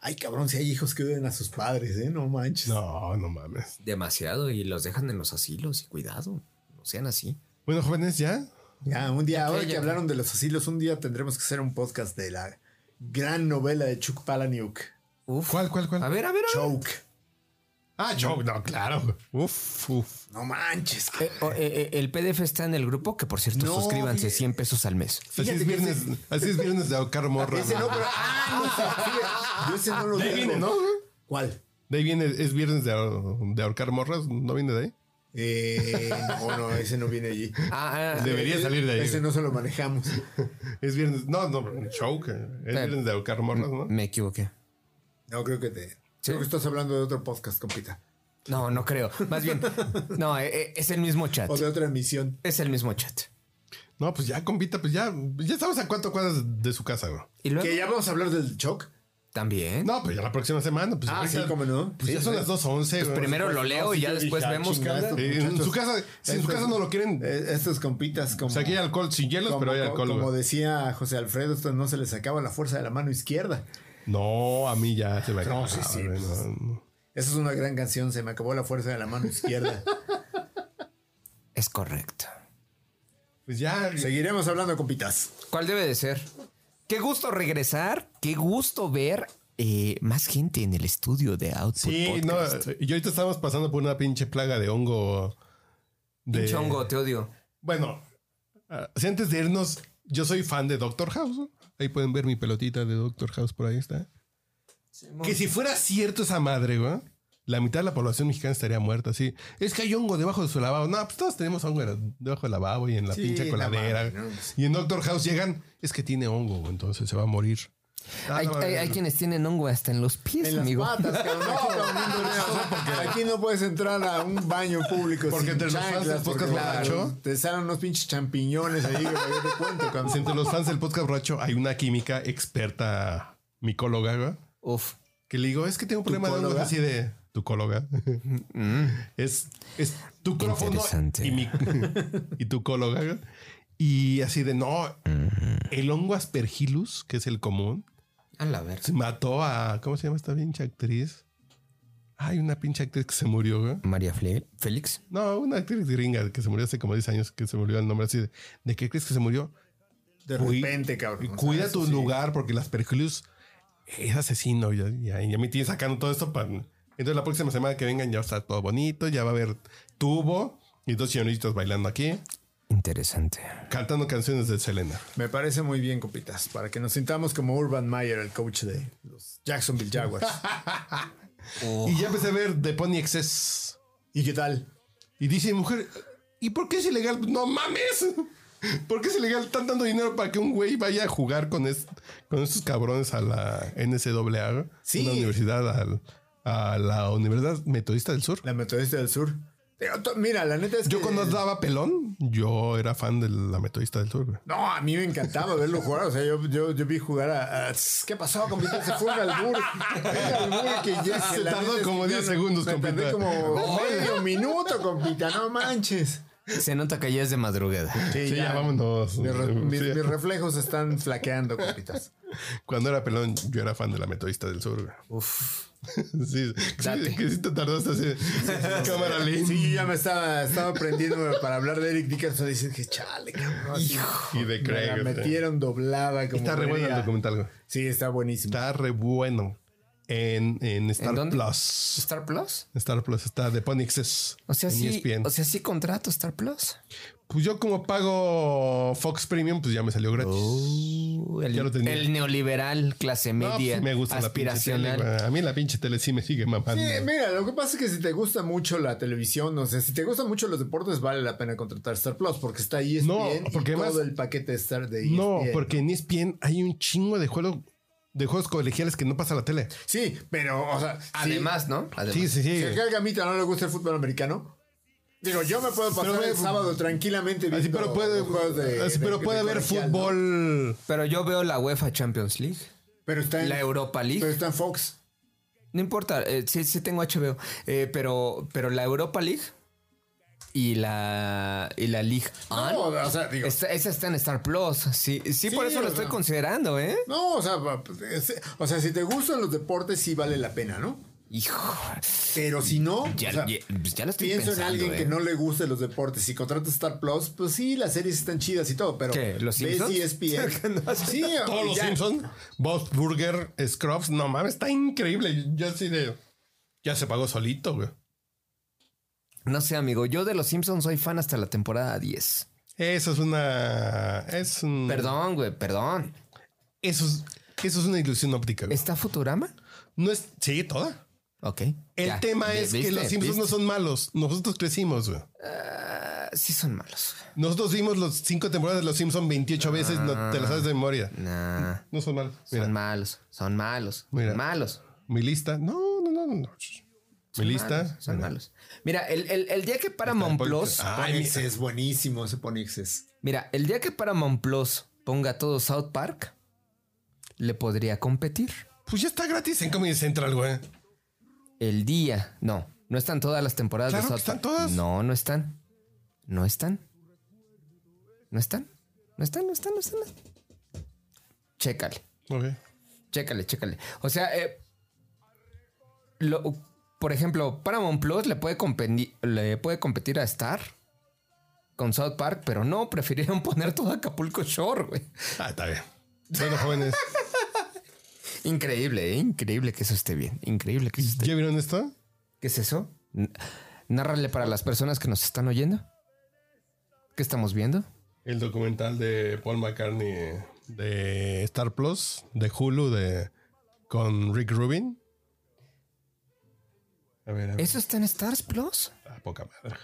S3: ay, cabrón, si hay hijos que odian a sus padres, ¿eh? No manches.
S1: No, no mames.
S2: Demasiado y los dejan en los asilos y cuidado. No sean así.
S1: Bueno, jóvenes, ya.
S3: Ya, un día,
S2: Ya que
S3: ahora
S2: ella-
S3: que hablaron de los asilos, un día tendremos que hacer un podcast de la gran novela de Chuck Palahniuk,
S2: Uf.
S1: ¿Cuál, cuál, cuál?
S2: A ver, a ver, a ver.
S3: Choke.
S1: Ah, yo, no, claro. Uf, uf.
S3: No manches, cabrón.
S2: Eh, oh, eh, eh, el PDF está en el grupo, que por cierto,
S3: No,
S2: suscríbanse,
S3: fíjate.
S2: 100 pesos al mes.
S1: Así
S3: Fíjate
S1: es,
S3: que
S1: viernes,
S3: ese-
S1: así es viernes de ahorcar morra.
S3: Ese no, pero. Ah, no, sí, fíjate, yo ese no lo
S1: De ahí
S3: tengo.
S1: viene, ¿no?
S3: ¿Cuál?
S1: De ahí viene, es viernes de, ahor- de ahorcar morras, ¿no viene de ahí?
S3: Eh, no, no, ese no viene allí. Eh,
S2: Ah, ah,
S1: Debería salir de ahí.
S3: Ese no se lo manejamos.
S1: Es viernes, no, no, choke. Es viernes de ahorcar morras, ¿no?
S2: me equivoqué.
S3: No, creo que te. Creo que estás hablando de otro podcast, compita.
S2: No, no creo. Más bien, no, eh, eh, es el mismo chat.
S3: O de otra emisión.
S2: Es el mismo chat.
S1: No, pues ya, compita, pues ya, ya estamos a cuatro cuadras de su casa, güey.
S2: Y luego
S3: Que ya vamos a hablar del shock.
S2: también.
S1: No, pues ya la próxima semana. Pues
S3: Ah,
S1: ahorita-
S3: sí, cómo no.
S1: Pues ya
S3: Sí,
S1: son
S3: sí.
S1: las 2.11. güey.
S2: primero lo leo y ya después vemos qué onda.
S1: Eh, en su casa, si en su casa no lo quieren.
S3: Eh, estos compitas, como.
S1: o sea, Pues aquí hay alcohol sin hielos,
S3: como,
S1: pero hay alcohol.
S3: como
S1: güey.
S3: decía José Alfredo, esto no se les acaba la fuerza de la mano izquierda.
S1: No, a mí ya se me acaba.
S3: No, sí, sí,
S1: güey,
S3: pues.
S1: no.
S3: Esa es una gran canción, se me acabó la fuerza de la mano izquierda.
S2: Es correcto.
S1: Pues ya.
S3: Seguiremos hablando, compitas.
S2: ¿Cuál debe de ser? Qué gusto regresar. Qué gusto ver eh, más gente en el estudio de Output
S1: Sí, no. eh,
S2: Podcast.
S1: Y ahorita estamos pasando por una pinche plaga de hongo. De,
S2: Pinche hongo, te odio.
S1: Bueno, ah, si antes de irnos, yo soy fan de Doctor House. ¿no? Ahí pueden ver mi pelotita de Doctor House por ahí está. Que si fuera cierto esa madre, güey, la mitad de la población mexicana estaría muerta. Así es que hay hongo debajo de su lavabo. No, pues todos tenemos hongo en- debajo del lavabo y en la
S3: Sí,
S1: pinche
S3: no
S1: coladera.
S3: mames, no.
S1: Y en Doctor House llegan, es que tiene hongo, güey, entonces se va a morir.
S3: Ah,
S2: hay, hay- hay quienes tienen hongo hasta en los pies,
S3: En las
S2: amigo.
S3: patas, cabrón. Aquí, todo el mundo le- o sea, aquí no puedes entrar a un baño público
S1: Porque
S3: sin
S1: entre los
S3: chanclas,
S1: fans del podcast
S3: porque, claro,
S1: borracho-
S3: Te salen unos pinches champiñones ahí, güey, yo te cuento, cabrón.
S1: Entre los fans del podcast borracho hay una química experta micóloga, güey, Que le digo, es que tengo un problema de hongos",
S3: ¿Tucóloga?
S1: así de tucóloga. es, es tucrófono
S2: Interesante.
S1: y, mi, y tucóloga. güey. Y así de no, el hongo aspergillus, que es el común,
S2: A la verga.
S1: se mató a ¿cómo se llama esta pinche actriz? Hay una pinche actriz que se murió, güey.
S2: María Fle- Félix.
S1: No, una actriz gringa que se murió hace como 10 años, que se murió el nombre así de, ¿de qué crees que se murió?
S3: De
S1: Cui-
S3: repente, cabrón. o sea,
S1: Cuida
S3: eso
S1: tu
S3: sí.
S1: lugar porque las perjulius es asesino. Ya, ya, ya me tienes sacando todo esto para. Entonces la próxima semana que vengan ya va a estar todo bonito, ya va a haber tubo y dos señoritos bailando aquí,
S2: Interesante.
S1: cantando canciones de Selena.
S3: Me parece muy bien, copitas, para que nos sintamos como Urban Meyer, el coach de los Jacksonville Jaguars.
S1: Y ya empecé a ver The Pony Excess.
S3: ¿Y qué tal?
S1: Y dice mi mujer, ¿y por qué es ilegal? "Pues, No mames. ¿Por qué es ilegal? Están dando dinero para que un güey vaya a jugar con, es- con estos cabrones a la NCAA,
S3: Sí.
S1: una universidad, al- a la Universidad Metodista del Sur.
S3: La Metodista del Sur. Digo, to- Mira, la neta es
S1: Yo
S3: que-
S1: cuando daba pelón, yo era fan de la metodista del sur. güey.
S3: No, a mí me encantaba verlo jugar. O sea, yo, yo, yo vi jugar a, a- ¿Qué pasó, compita? Se fue un albur. Un albur que ya
S1: Se
S3: que la
S1: tardó
S3: neta es
S1: como
S3: que
S1: 10
S3: yo no-
S1: segundos,
S3: me
S1: compita. Oh.
S3: tardé como medio minuto, compita. No manches.
S2: Se nota que ya es de madrugada.
S3: Sí,
S1: Sí,
S3: ya.
S1: ya vámonos.
S3: Mis, re- mis-
S1: Sí.
S3: mis reflejos están flaqueando, compitas.
S1: Cuando era pelón, yo era fan de la metodista del sur. güey.
S2: Uf.
S1: Sí,
S2: Date.
S1: sí, que sí te tardaste así. Cámara lenta.
S3: Sí, yo ya me estaba, estaba aprendiendo para hablar de Eric Dickerson. Dicen que chale, cabrón. así,
S1: Y de
S3: me la
S1: Craig. güey.
S3: metieron doblada. Como
S1: Está re bueno el
S3: venía.
S1: documental. güey.
S3: Sí, está buenísimo.
S1: Está re bueno. En, en Star
S2: dónde?
S1: Plus.
S2: ¿Star Plus?
S1: Star Plus está de Ponixes.
S2: O sea,
S1: en E
S2: sí.
S1: ESPN.
S2: O sea, sí contrato Star Plus.
S1: pues yo como pago Fox Premium, pues ya me salió gratis.
S2: Oh. el,
S1: Ya lo tenía.
S2: el neoliberal, clase
S1: Uh, No, pues
S2: media,
S1: me gusta la pinche
S2: aspiracional.
S1: tele, güey. a mí la pinche tele sí me sigue mamando.
S3: Sí, mira, lo que pasa es que si te gusta mucho la televisión, o sea, si te gustan mucho los deportes, vale la pena contratar Star Plus porque está ahí
S1: No, porque
S3: y
S1: más-
S3: todo el paquete de Star de E ESPN.
S1: No, porque en E ESPN hay un chingo de juegos de juegos colegiales que no pasa a la tele.
S3: Sí, pero, o sea... sí,
S2: Además, ¿no? Además.
S1: Sí, sí, sí.
S3: si acá al Gamita no le gusta el fútbol americano, digo, yo me puedo pasar
S1: Pero,
S3: el
S1: güey,
S3: sábado tranquilamente
S1: Así,
S3: viendo
S1: pero puede,
S3: los juegos de-
S1: así,
S3: de-
S1: pero
S3: de
S1: puede haber
S3: colegial, ¿no?
S1: fútbol.
S2: Pero yo veo la UEFA Champions League,
S3: Pero está en...
S2: la Europa
S3: pero
S2: League.
S3: está en Fox.
S2: No importa, eh, sí, sí tengo HBO, eh, pero, pero la Europa League y la, y la League
S1: Ah,
S2: On,
S3: No, o sea, digo...
S2: Ah, está- esa está en Star Plus. Sí, sí,
S3: Sí,
S2: por eso
S3: o
S2: lo estoy
S3: sea.
S2: considerando, ¿eh?
S3: No, o sea, va, pues, es- o sea, si te gustan los deportes, sí vale la pena, ¿no?
S2: Hijo.
S3: Pero si no,
S2: Ya,
S3: o sea,
S2: ya- pues ya lo estoy
S3: Pienso en
S2: pensando,
S3: alguien
S2: ¿eh?
S3: que no le guste los deportes. Si contratas Star Plus, pues sí, las series están chidas y todo, pero
S2: ¿Qué, los
S3: ves E
S2: Simpsons?
S3: ESPN. sí,
S1: Todos los
S3: ya.
S1: Simpsons, Bob Burger, Scrubs, no mames, está increíble. Yo así de. Ya se pagó solito, güey.
S2: No sé, amigo, yo de los Simpsons soy fan hasta la temporada 10.
S1: Eso es una. Es un.
S2: Perdón, güey, perdón.
S1: Eso es, eso es una ilusión óptica. güey.
S2: ¿Está Futurama?
S1: No es. Sí, toda.
S2: Ok.
S1: El
S2: ya.
S1: tema es que
S2: ¿Viste?
S1: los Simpsons no
S2: ¿Viste?
S1: son malos. Nosotros crecimos, güey.
S2: Ah, sí son malos.
S1: Nosotros vimos los cinco temporadas de los Simpsons 28 veces. No te las sabes de memoria.
S2: Nah,
S1: No son malos. Mm. Mira.
S2: son malos, son malos,
S1: Mira.
S2: malos.
S1: Mi lista. No, no, no, no. no. Mi
S2: son
S1: lista.
S2: malos, son malos. Mira, el, el- el día que Paramount
S1: Está Ah. en
S2: Plus,
S1: Ay,
S3: Ponix es buenísimo ese Ponixes.
S2: mira, el día que Paramount Plus ponga todo South Park, le podría competir.
S1: Pues ya está gratis en Comedy Central, güey.
S2: El día, no, no están todas las temporadas de
S1: Claro que
S2: South
S1: están
S2: Park.
S1: todas.
S2: No, no están. No están. No están. No están, no están, no están. Chécale.
S1: Ok.
S2: Chécale, chécale. O sea, eh, lo- por ejemplo, Paramount Plus le puede, compendi- le puede competir a Star con South Park, pero no, prefirieron poner todo Acapulco Shore, güey.
S1: Ah, está bien. Bueno, jóvenes,
S2: Increíble, eh, increíble que eso esté bien. Increíble que eso esté
S1: ¿ya vieron esto?
S2: ¿Qué es eso? N- Nárrale para las personas que nos están oyendo. ¿Qué estamos viendo?
S1: El documental de Paul McCartney de Star Plus, de Hulu, de con Rick Rubin. A ver, a ver.
S2: ¿Eso está en Stars Plus?
S1: Ah, poca madre.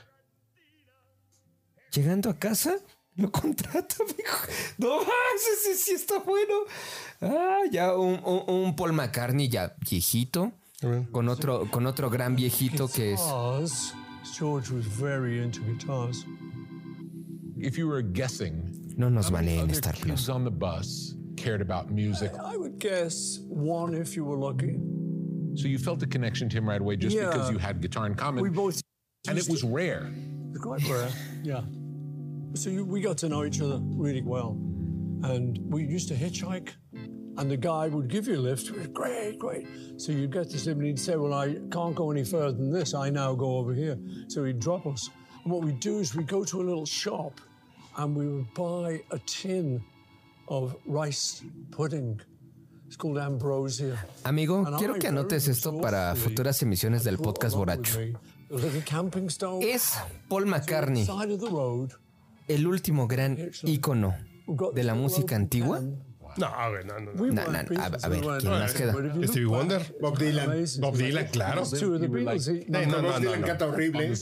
S2: ¿Llegando a casa? Lo contrata, mijo. No más, sí, sí está bueno. Ah, ya un, un- un Paul McCartney ya viejito. Con otro, con otro gran viejito que es.
S6: Guitars. George was very into guitars. If you were guessing,
S2: No nos baneen Star Plus.
S6: kids on the bus cared about music. I would guess one if you were lucky. So you felt a connection to him right away just
S11: Yeah.
S6: because you had guitar in common.
S11: We both
S6: and it was
S11: used
S6: rare.
S11: It's quite rare, yeah. So you, we got to know each other really well. And we used to hitchhike, and the guy would give you a lift. It was great, great. So you'd get to him and he'd say, Well, I can't go any further than this. I now go over here. So he'd drop us. And what we'd do is we'd go to a little shop and we would buy a tin of rice pudding. It's called ambrosia.
S2: Amigo,
S11: And
S2: quiero
S11: I
S2: que
S11: very
S2: anotes esto para
S11: resourcefully
S2: futuras emisiones del
S11: brought
S2: podcast
S11: along with
S2: borracho.
S11: me a little camping stove.
S2: Es Paul McCartney, el último gran ícono de la música antigua.
S1: No, a ver, no, no. no.
S2: We No, were no, no, a- a ver, ¿quién
S1: No,
S2: más
S1: eh,
S2: queda?
S1: Stevie Wonder. Bob Dylan. Bob Dylan, claro.
S11: Sí,
S1: Eh, No, no, no, no, no.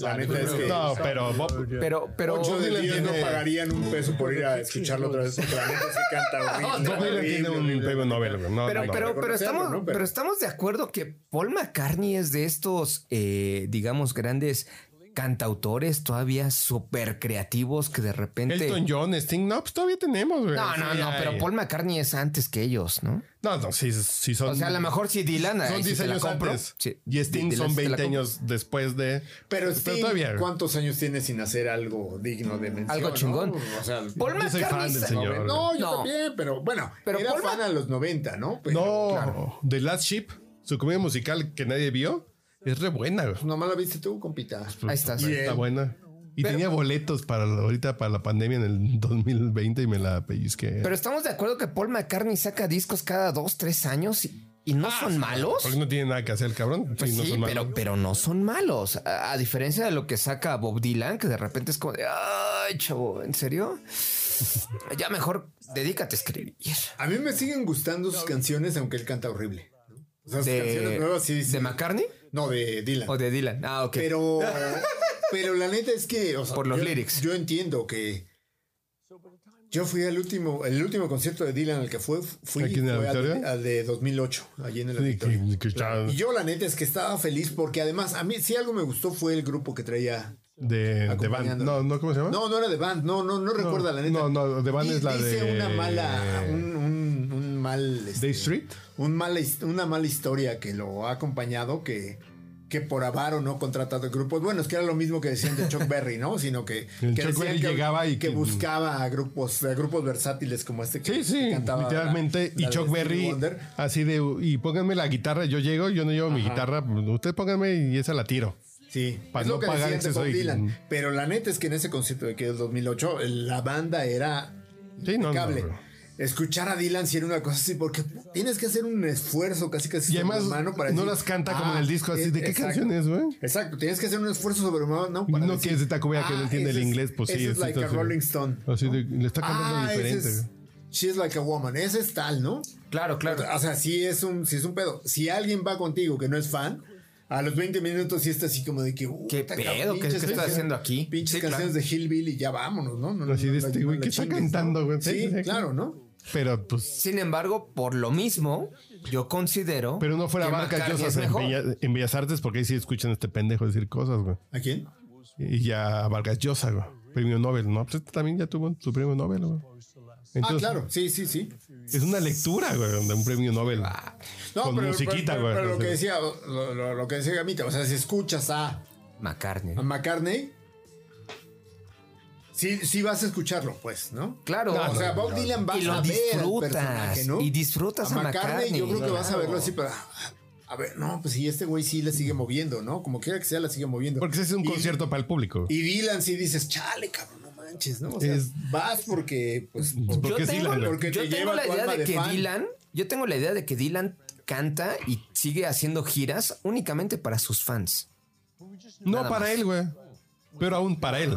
S1: No, pero Bob.
S2: Pero, pero.
S1: Bob
S3: Ocho de
S1: Dylan
S3: diez no
S1: tiene-
S3: pagarían un peso por ir a escucharlo otra vez. Otra vez sí canta horrible.
S1: Bob Dylan tiene un premio Nobel. güey. No,
S2: Pero,
S1: no, no.
S2: pero, pero, estamos, pero... estamos de acuerdo que Paul McCartney es de estos, eh, digamos, grandes cantautores todavía súper creativos que de repente.
S1: Elton John, Sting, no, pues todavía tenemos, güey.
S2: No, no,
S1: Sí,
S2: no,
S1: hay.
S2: pero Paul McCartney es antes que ellos, ¿no?
S1: No, no, sí, sí son.
S2: O sea, a lo mejor si Dylan, eh,
S1: Son
S2: si
S1: 10
S2: te la
S1: años
S2: compro.
S1: antes.
S2: Sí.
S1: Y Sting
S2: Dylan,
S1: son
S2: si te la
S1: 20
S2: compro.
S1: años después de.
S3: Pero Sting,
S1: todavía, güey.
S3: ¿cuántos años tiene sin hacer algo digno de mención?
S2: Algo chingón.
S3: ¿no? O sea,
S2: Paul
S3: yo soy
S2: McCartney
S3: fan del
S2: se-
S3: señor. No, yo
S2: No.
S3: también, pero bueno, era
S2: Paul
S3: fan a los 90, ¿no? Pero,
S1: No,
S3: claro.
S1: The Last Ship, su comedia musical que nadie vio, es re buena. güey.
S3: Pues Nomás la viste tú, compita.
S1: Pues,
S3: Y
S1: Está
S3: él.
S1: buena. Y tenía boletos para la- ahorita para la pandemia en el 2020 y me la pellizqué.
S2: Pero estamos de acuerdo que Paul McCartney saca discos cada dos, tres años y, y no son malos.
S1: Porque no tiene nada que hacer el cabrón.
S2: Pues
S1: Sí, no
S2: sí,
S1: son malos.
S2: pero, pero no son malos. A, a diferencia de lo que saca Bob Dylan, que de repente es como de, ay, chavo, ¿en serio? ya mejor dedícate a escribir.
S3: A mí me siguen gustando sus canciones, aunque él canta horrible. ¿no? O sea, sus canciones nuevas sí. sí.
S2: ¿De McCartney?
S3: No, de Dylan.
S2: O de Dylan. Ah, ok.
S3: Pero, pero la neta es que. o sea,
S2: Por los
S3: yo-
S2: lyrics.
S3: Yo entiendo que. Yo fui al último, el último concierto de Dylan al que fue, fui
S1: ¿Aquí en el
S3: fue al-
S1: auditorio?
S3: al de 2008, allí en el
S1: Sí,
S3: auditorio.
S1: que- que está-
S3: Y yo la neta es que estaba feliz porque además a mí si algo me gustó fue el grupo que traía.
S1: de, de band. No, no, ¿cómo se llama?
S3: No, no era de band, no, no, no recuerda la neta.
S1: No, no, de band
S3: Di-
S1: es la
S3: dice
S1: de.
S3: una mala, un, un- un mal, este,
S1: Street.
S3: un mala his- una mala historia que lo ha acompañado que que por avaro no contratado grupos. Bueno, es que era lo mismo que decían de Chuck Berry, ¿no? Sino que,
S1: El
S3: que
S1: Chuck
S3: decían
S1: Berry
S3: que-
S1: llegaba y
S3: que,
S1: que-
S3: buscaba a grupos, a grupos versátiles como este que, que cantaba la-
S1: Literalmente,
S3: la
S1: y
S3: de
S1: Chuck
S3: Stevie
S1: Berry,
S3: Wonder.
S1: así de, y pónganme la guitarra, yo llego, yo no llevo mi
S3: Ajá.
S1: guitarra, ustedes pónganme y esa la tiro.
S3: Sí,
S1: para
S3: es
S1: no
S3: lo que
S1: pagar
S3: decían de
S1: exceso mm.
S3: Bob
S1: de-
S3: Dylan. Pero la neta es que en ese concierto de que del 2008, la banda era impecable. Escuchar a Dylan si era una cosa así, porque tienes que hacer un esfuerzo casi casi
S1: Y además,
S3: sobrehumano
S1: no las canta como en el disco, así,
S3: es-
S1: ¿de qué canciones, güey?
S3: "Ah, eh, Exacto, tienes que hacer un esfuerzo sobrehumano ¿no? e-, para
S1: no
S3: decir,
S1: que es de Tacubaya que
S3: "Ah,
S1: no entiende el
S3: ese es-
S1: inglés, pues sí.
S3: ese es
S1: sí,
S3: like a
S1: está así.
S3: Rolling Stone.
S1: Así de- le está cantando
S3: Ah, ese
S1: diferente.
S3: es
S1: güey.
S3: She's like a woman. Ese es tal, ¿no?
S2: Claro, claro.
S3: O sea, sí es un, sí es un pedo. Si alguien va contigo que no es fan, a los 20 minutos sí está así como de que.
S2: ¿Qué
S3: puta,
S2: pedo?
S3: cabrón,
S2: ¿Qué, qué
S3: pinches
S2: estás
S3: canciones-
S2: haciendo aquí?
S3: Pinches
S2: Sí, claro.
S3: canciones de Hillbilly, ya vámonos, ¿no? No, no,
S1: Así de
S3: no,
S1: este
S3: no
S1: güey,
S3: la
S1: ¿qué está
S3: chingues, ¿no?
S1: cantando, güey?
S3: Sí,
S1: Sí, sí,
S3: claro, ¿no?
S1: Pero pues.
S2: Sin embargo, por lo mismo, yo considero.
S1: Pero no fuera
S2: que
S1: Vargas
S2: McCartney es
S1: Llosa en,
S2: mejor.
S1: Bella- en Bellas Artes, porque ahí sí escuchan a este pendejo decir cosas, güey.
S3: ¿A quién? Ah,
S1: Y ya a Vargas Llosa, güey. Premio Nobel, ¿no? Pues este también ya tuvo su premio Nobel, güey.
S3: ah,
S1: Entonces,
S3: claro, sí, sí, sí.
S1: Es una lectura, güey, de un premio Nobel. con musiquita,
S3: pero-
S1: güey.
S3: pero lo que
S1: Entonces,
S3: decía, lo, lo- lo que decía Gamita, o sea, si escuchas a
S2: McCartney.
S3: a McCartney, sí, sí vas a escucharlo, pues, ¿no?
S2: Claro.
S3: o sea, Bob
S2: Claro.
S3: Dylan vas
S2: Y lo
S3: a ver al
S2: disfrutas,
S3: personaje, ¿no?
S2: y disfrutas a McCartney,
S3: Yo creo que
S2: claro.
S3: vas a verlo así, pero ah, a ver, no, pues si este güey sí le sigue moviendo, ¿no? Como quiera que sea, la sigue moviendo.
S1: porque ese es un
S3: Y-
S1: concierto para el público. güey.
S3: Y Dylan sí dices, chale, cabrón, no manches, ¿no? O sea,
S1: Es-
S3: vas porque, pues,
S1: porque es Dylan, güey.
S3: porque
S2: yo
S3: te
S2: tengo
S3: lleva
S2: la
S3: tu
S2: idea
S3: alma
S2: de que
S3: fan.
S2: Dylan, yo tengo la idea de que Dylan canta y sigue haciendo giras únicamente para sus fans.
S1: No
S2: Nada
S1: para
S2: más.
S1: él, güey. Pero aún para él.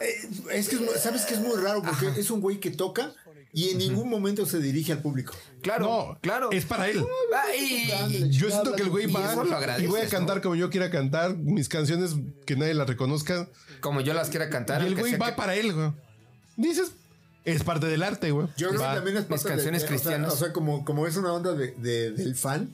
S3: Eh, es que es muy- sabes que es muy raro porque es un güey que toca y en ningún momento se dirige al público.
S2: Claro, claro.
S1: Es para él.
S2: Ah, y-
S1: Yo siento que el güey
S2: y eso lo
S1: va y voy a
S2: agradeces,
S1: cantar como yo quiera cantar mis canciones que nadie las reconozca.
S2: Como yo las quiera
S1: Y
S2: cantar.
S1: el
S2: aunque
S1: güey
S2: sea
S1: va
S2: que-
S1: para él, güey. dices, es parte del arte, güey.
S3: Yo creo
S1: Va.
S3: que también es parte de- o sea, O sea, como, como es una onda de, de- del fan.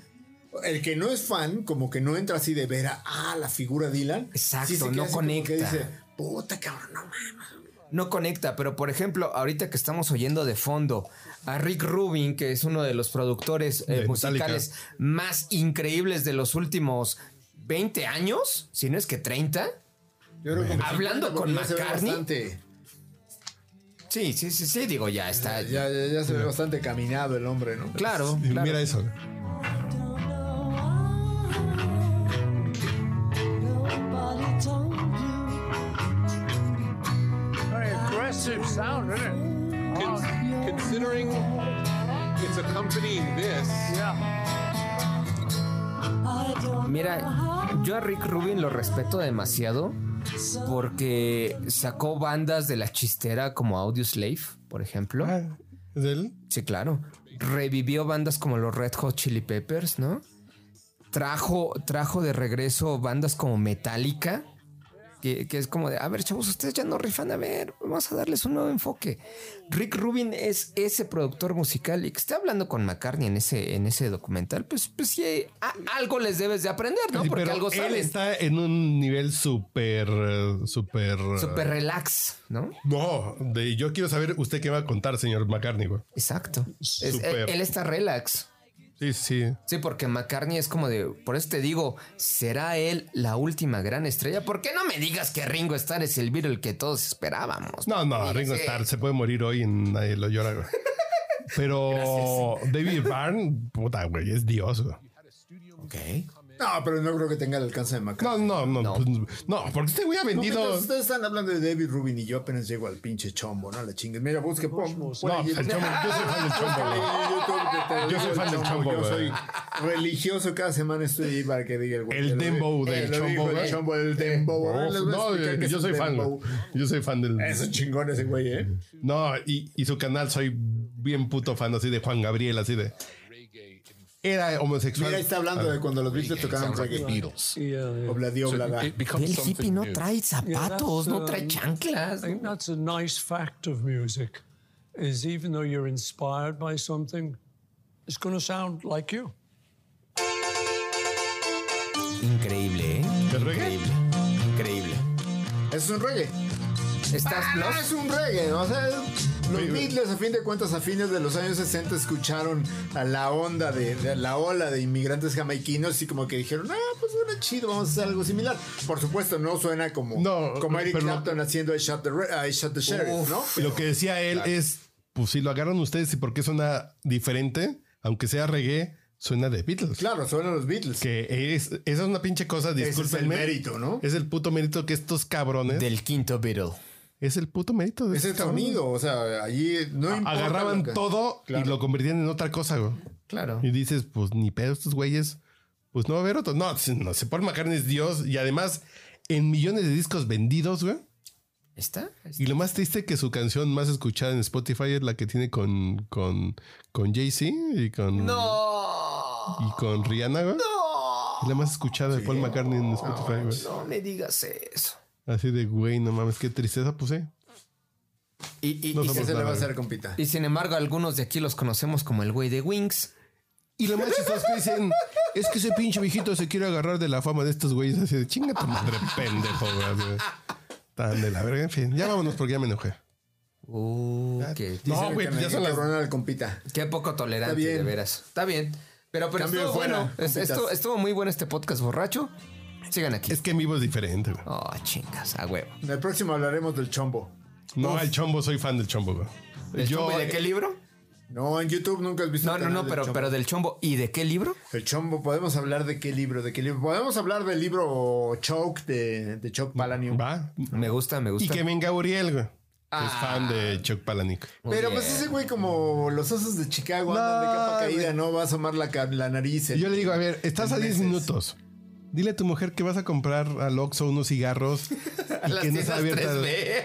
S3: El que no es fan, como que no entra así de ver a ah, la figura Dylan.
S2: Exacto,
S3: sí se queda
S2: no
S3: así como que
S2: conecta.
S3: dice, puta cabrón, no mames.
S2: no conecta, pero por ejemplo, ahorita que estamos oyendo de fondo a Rick Rubin, que es uno de los productores eh,
S1: De
S2: musicales más increíbles de los últimos 20 años, si no es que 30.
S3: Yo creo que como
S2: Hablando
S3: 50,
S2: con
S3: porque ya se ve
S2: McCartney.
S3: bastante.
S2: Sí, sí, sí, sí, digo, ya está.
S3: Ya, ya, ya se ve bastante caminado el hombre, ¿no?
S2: Claro,
S1: Y Mira eso.
S4: Nobody told
S6: Very aggressive sound, isn't it?
S4: considering
S12: it's accompanying this.
S2: Mira, yo a Rick Rubin lo respeto demasiado porque sacó bandas de la chistera como Audio Slave, por ejemplo.
S1: ¿Es él?
S2: Sí, claro. Revivió bandas como los Red Hot Chili Peppers, ¿no? Trajo, trajo de regreso bandas como Metallica, que, que es como de, a ver, chavos, ustedes ya no rifan, a ver, vamos a darles un nuevo enfoque. Rick Rubin es ese productor musical y que está hablando con McCartney en ese, en ese documental, pues, pues sí, a- algo les debes de aprender, ¿no?
S1: Sí,
S2: Porque
S1: pero
S2: algo
S1: él
S2: saben.
S1: está en un nivel súper, eh, súper... eh,
S2: Súper relax, ¿no?
S1: No, de, yo quiero saber usted qué va a contar, señor McCartney, güey.
S2: Exacto. Es-
S1: Súper.
S2: él, él está relax.
S1: Sí, sí.
S2: Sí, porque McCartney es como de. Por eso te digo, ¿será él la última gran estrella? ¿Por qué no me digas que Ringo Starr es el Beatle que todos esperábamos?
S1: No, no,
S2: Sí,
S1: Ringo
S2: sí.
S1: Starr se puede morir hoy y nadie lo llora, güey. Pero David Byrne, puta, güey, es Dios, güey.
S2: Ok.
S3: No, pero no creo que tenga el alcance de
S1: No,
S3: McCartney.
S1: no, no, pues, no, porque este güey ha
S3: No,
S1: vendido.
S3: mientras ustedes están hablando de David Rubin y yo apenas llego al pinche chombo, no la chingues. Mira, busque. Pon, no,
S1: el chombo, yo soy fan del chombo, güey. Yo soy fan del chombo,
S3: Yo
S1: güey.
S3: soy religioso, cada semana estoy ahí para que diga el güey.
S1: El
S3: Ya lo
S1: dembow
S3: vi.
S1: del
S3: Eh, lo
S1: chombo,
S3: dijo
S1: güey. Eh,
S3: El chombo, el dembow. Ah, Ahora les voy a
S1: no, eh,
S3: explicar qué
S1: yo,
S3: es
S1: yo
S3: un
S1: soy fan,
S3: dembow.
S1: güey. Yo soy fan del.
S3: Eso chingón ese güey, ¿eh?
S1: No, y, y su canal soy bien puto fan así de Juan Gabriel, así de. Era homosexual.
S3: Mira, ahí está hablando de cuando los Beatles tocaban reggae. Obladí, oblada.
S2: El hippie no trae zapatos, no trae chanclas.
S6: I think that's a nice fact of music, is even though you're inspired by something, it's going to sound like you.
S2: Increíble, ¿eh? Increíble. Increíble.
S3: Es un reggae.
S2: Estás
S3: Ah,
S2: plus.
S3: es un reggae, ¿no? o sea, los Beatles a fin de cuentas a fines de los años 60 escucharon a la onda de, de la ola de inmigrantes jamaiquinos y como que dijeron, ah, pues suena chido, vamos a hacer algo similar. Por supuesto, no suena como, como Eric
S1: pero-
S3: Clapton haciendo I Shot the, Re- I Shot the Sheriff,
S1: Uf,
S3: ¿no?
S1: Lo que decía él es: pues si lo agarran ustedes y por qué suena diferente, aunque sea reggae, suena de Beatles.
S3: Claro, suena los Beatles.
S1: Que es, esa es una pinche cosa,
S3: Ese es
S1: discúlpenme.
S3: el mérito, ¿no?
S1: Es el puto mérito que estos cabrones.
S2: Del quinto Beatle.
S1: Es el puto mérito de
S3: Es el
S1: estos cabrones.
S3: sonido, o sea, allí no importa.
S1: Agarraban
S3: lo que-
S1: todo y
S3: Claro.
S1: lo convertían en otra cosa, güey.
S2: Claro.
S1: Y dices, pues ni pedo estos güeyes. Pues no va a haber otro. No, si- no sé, Paul McCartney es Dios. Y además, en millones de discos vendidos, güey.
S2: ¿Está?
S1: Y lo más triste que su canción más escuchada en Spotify es la que tiene con, con, con Jay-Z y con.
S2: No.
S1: Y con Rihanna, güey. Es la más escuchada de Paul McCartney en Spotify, güey.
S2: No me digas eso.
S1: Así de, güey, no mames, qué tristeza, pues, eh.
S2: Y, y-
S1: No
S2: y-
S1: somos
S3: ¿Qué se le va a
S1: nada,
S3: hacer,
S1: güey.
S3: compita?
S2: y sin embargo, algunos de aquí los conocemos como el güey de Wings.
S1: Y lo más chistoso es que dicen, es que ese pinche viejito se quiere agarrar de la fama de estos güeyes así de chinga tu madre, pendejo, güey. así de, Tan de la verga, en fin. Ya vámonos porque ya me enojé.
S2: Uh, qué,
S1: No, güey, pues ya son las...
S3: Corona al compita.
S2: qué poco tolerante,
S3: Está bien.
S2: de veras. Está bien. Pero, pero
S3: Cambio de
S2: estuvo
S3: fuera,
S2: bueno. Es-
S3: compitas.
S2: estuvo, estuvo muy bueno este podcast borracho. Sigan aquí.
S1: Es que en vivo es diferente, güey.
S2: Oh, chingas, a huevo.
S3: En el próximo hablaremos del chombo.
S1: No, el chombo, soy fan del chombo, güey.
S2: ¿Del
S1: Yo-
S2: chombo y de qué libro?
S3: No, en YouTube nunca has visto
S2: No,
S3: eh, el
S2: no,
S3: canal
S2: no,
S3: del
S2: pero,
S3: Chombo.
S2: pero del chombo. ¿Y de qué libro?
S3: El chombo, podemos hablar de qué libro, de qué libro. Podemos hablar del libro Choke de, de Choke Palaniuk.
S1: Va.
S2: Me gusta, me
S1: Y
S2: gusta. Ah.
S1: que venga Uriel, güey. Que es fan de Chuck Palanick.
S3: Pero pues ese güey como los osos de Chicago andan de capa caída, ¿no? Va a asomar la, ca- la nariz.
S1: Y yo le digo, a ver, estás a 10 minutos. Dile a tu mujer que vas a comprar al Oxxo unos cigarros y que no está abierta.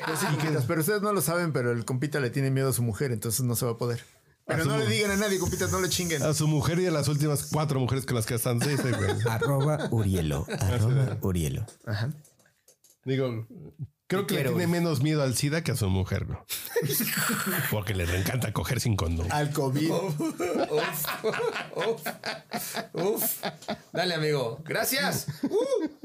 S3: Pues sí, compitas, pero ustedes no lo saben, pero el compita le tiene miedo a su mujer, entonces no se va a poder. Pero
S1: su
S3: no le
S1: mujer.
S3: digan a nadie, compitas, no le chinguen.
S1: A su mujer y a las últimas cuatro mujeres con las que están. Sí, sí, güey.
S2: Arroba Urielo. Arroba Urielo. Ajá.
S1: Digo, Creo que le
S2: Quiero,
S1: tiene
S2: güey.
S1: menos miedo al SIDA que a su mujer, güey. Porque le encanta coger sin condón.
S13: Al COVID.
S2: Uf, uf, uf. Dale, amigo. Gracias. Uh.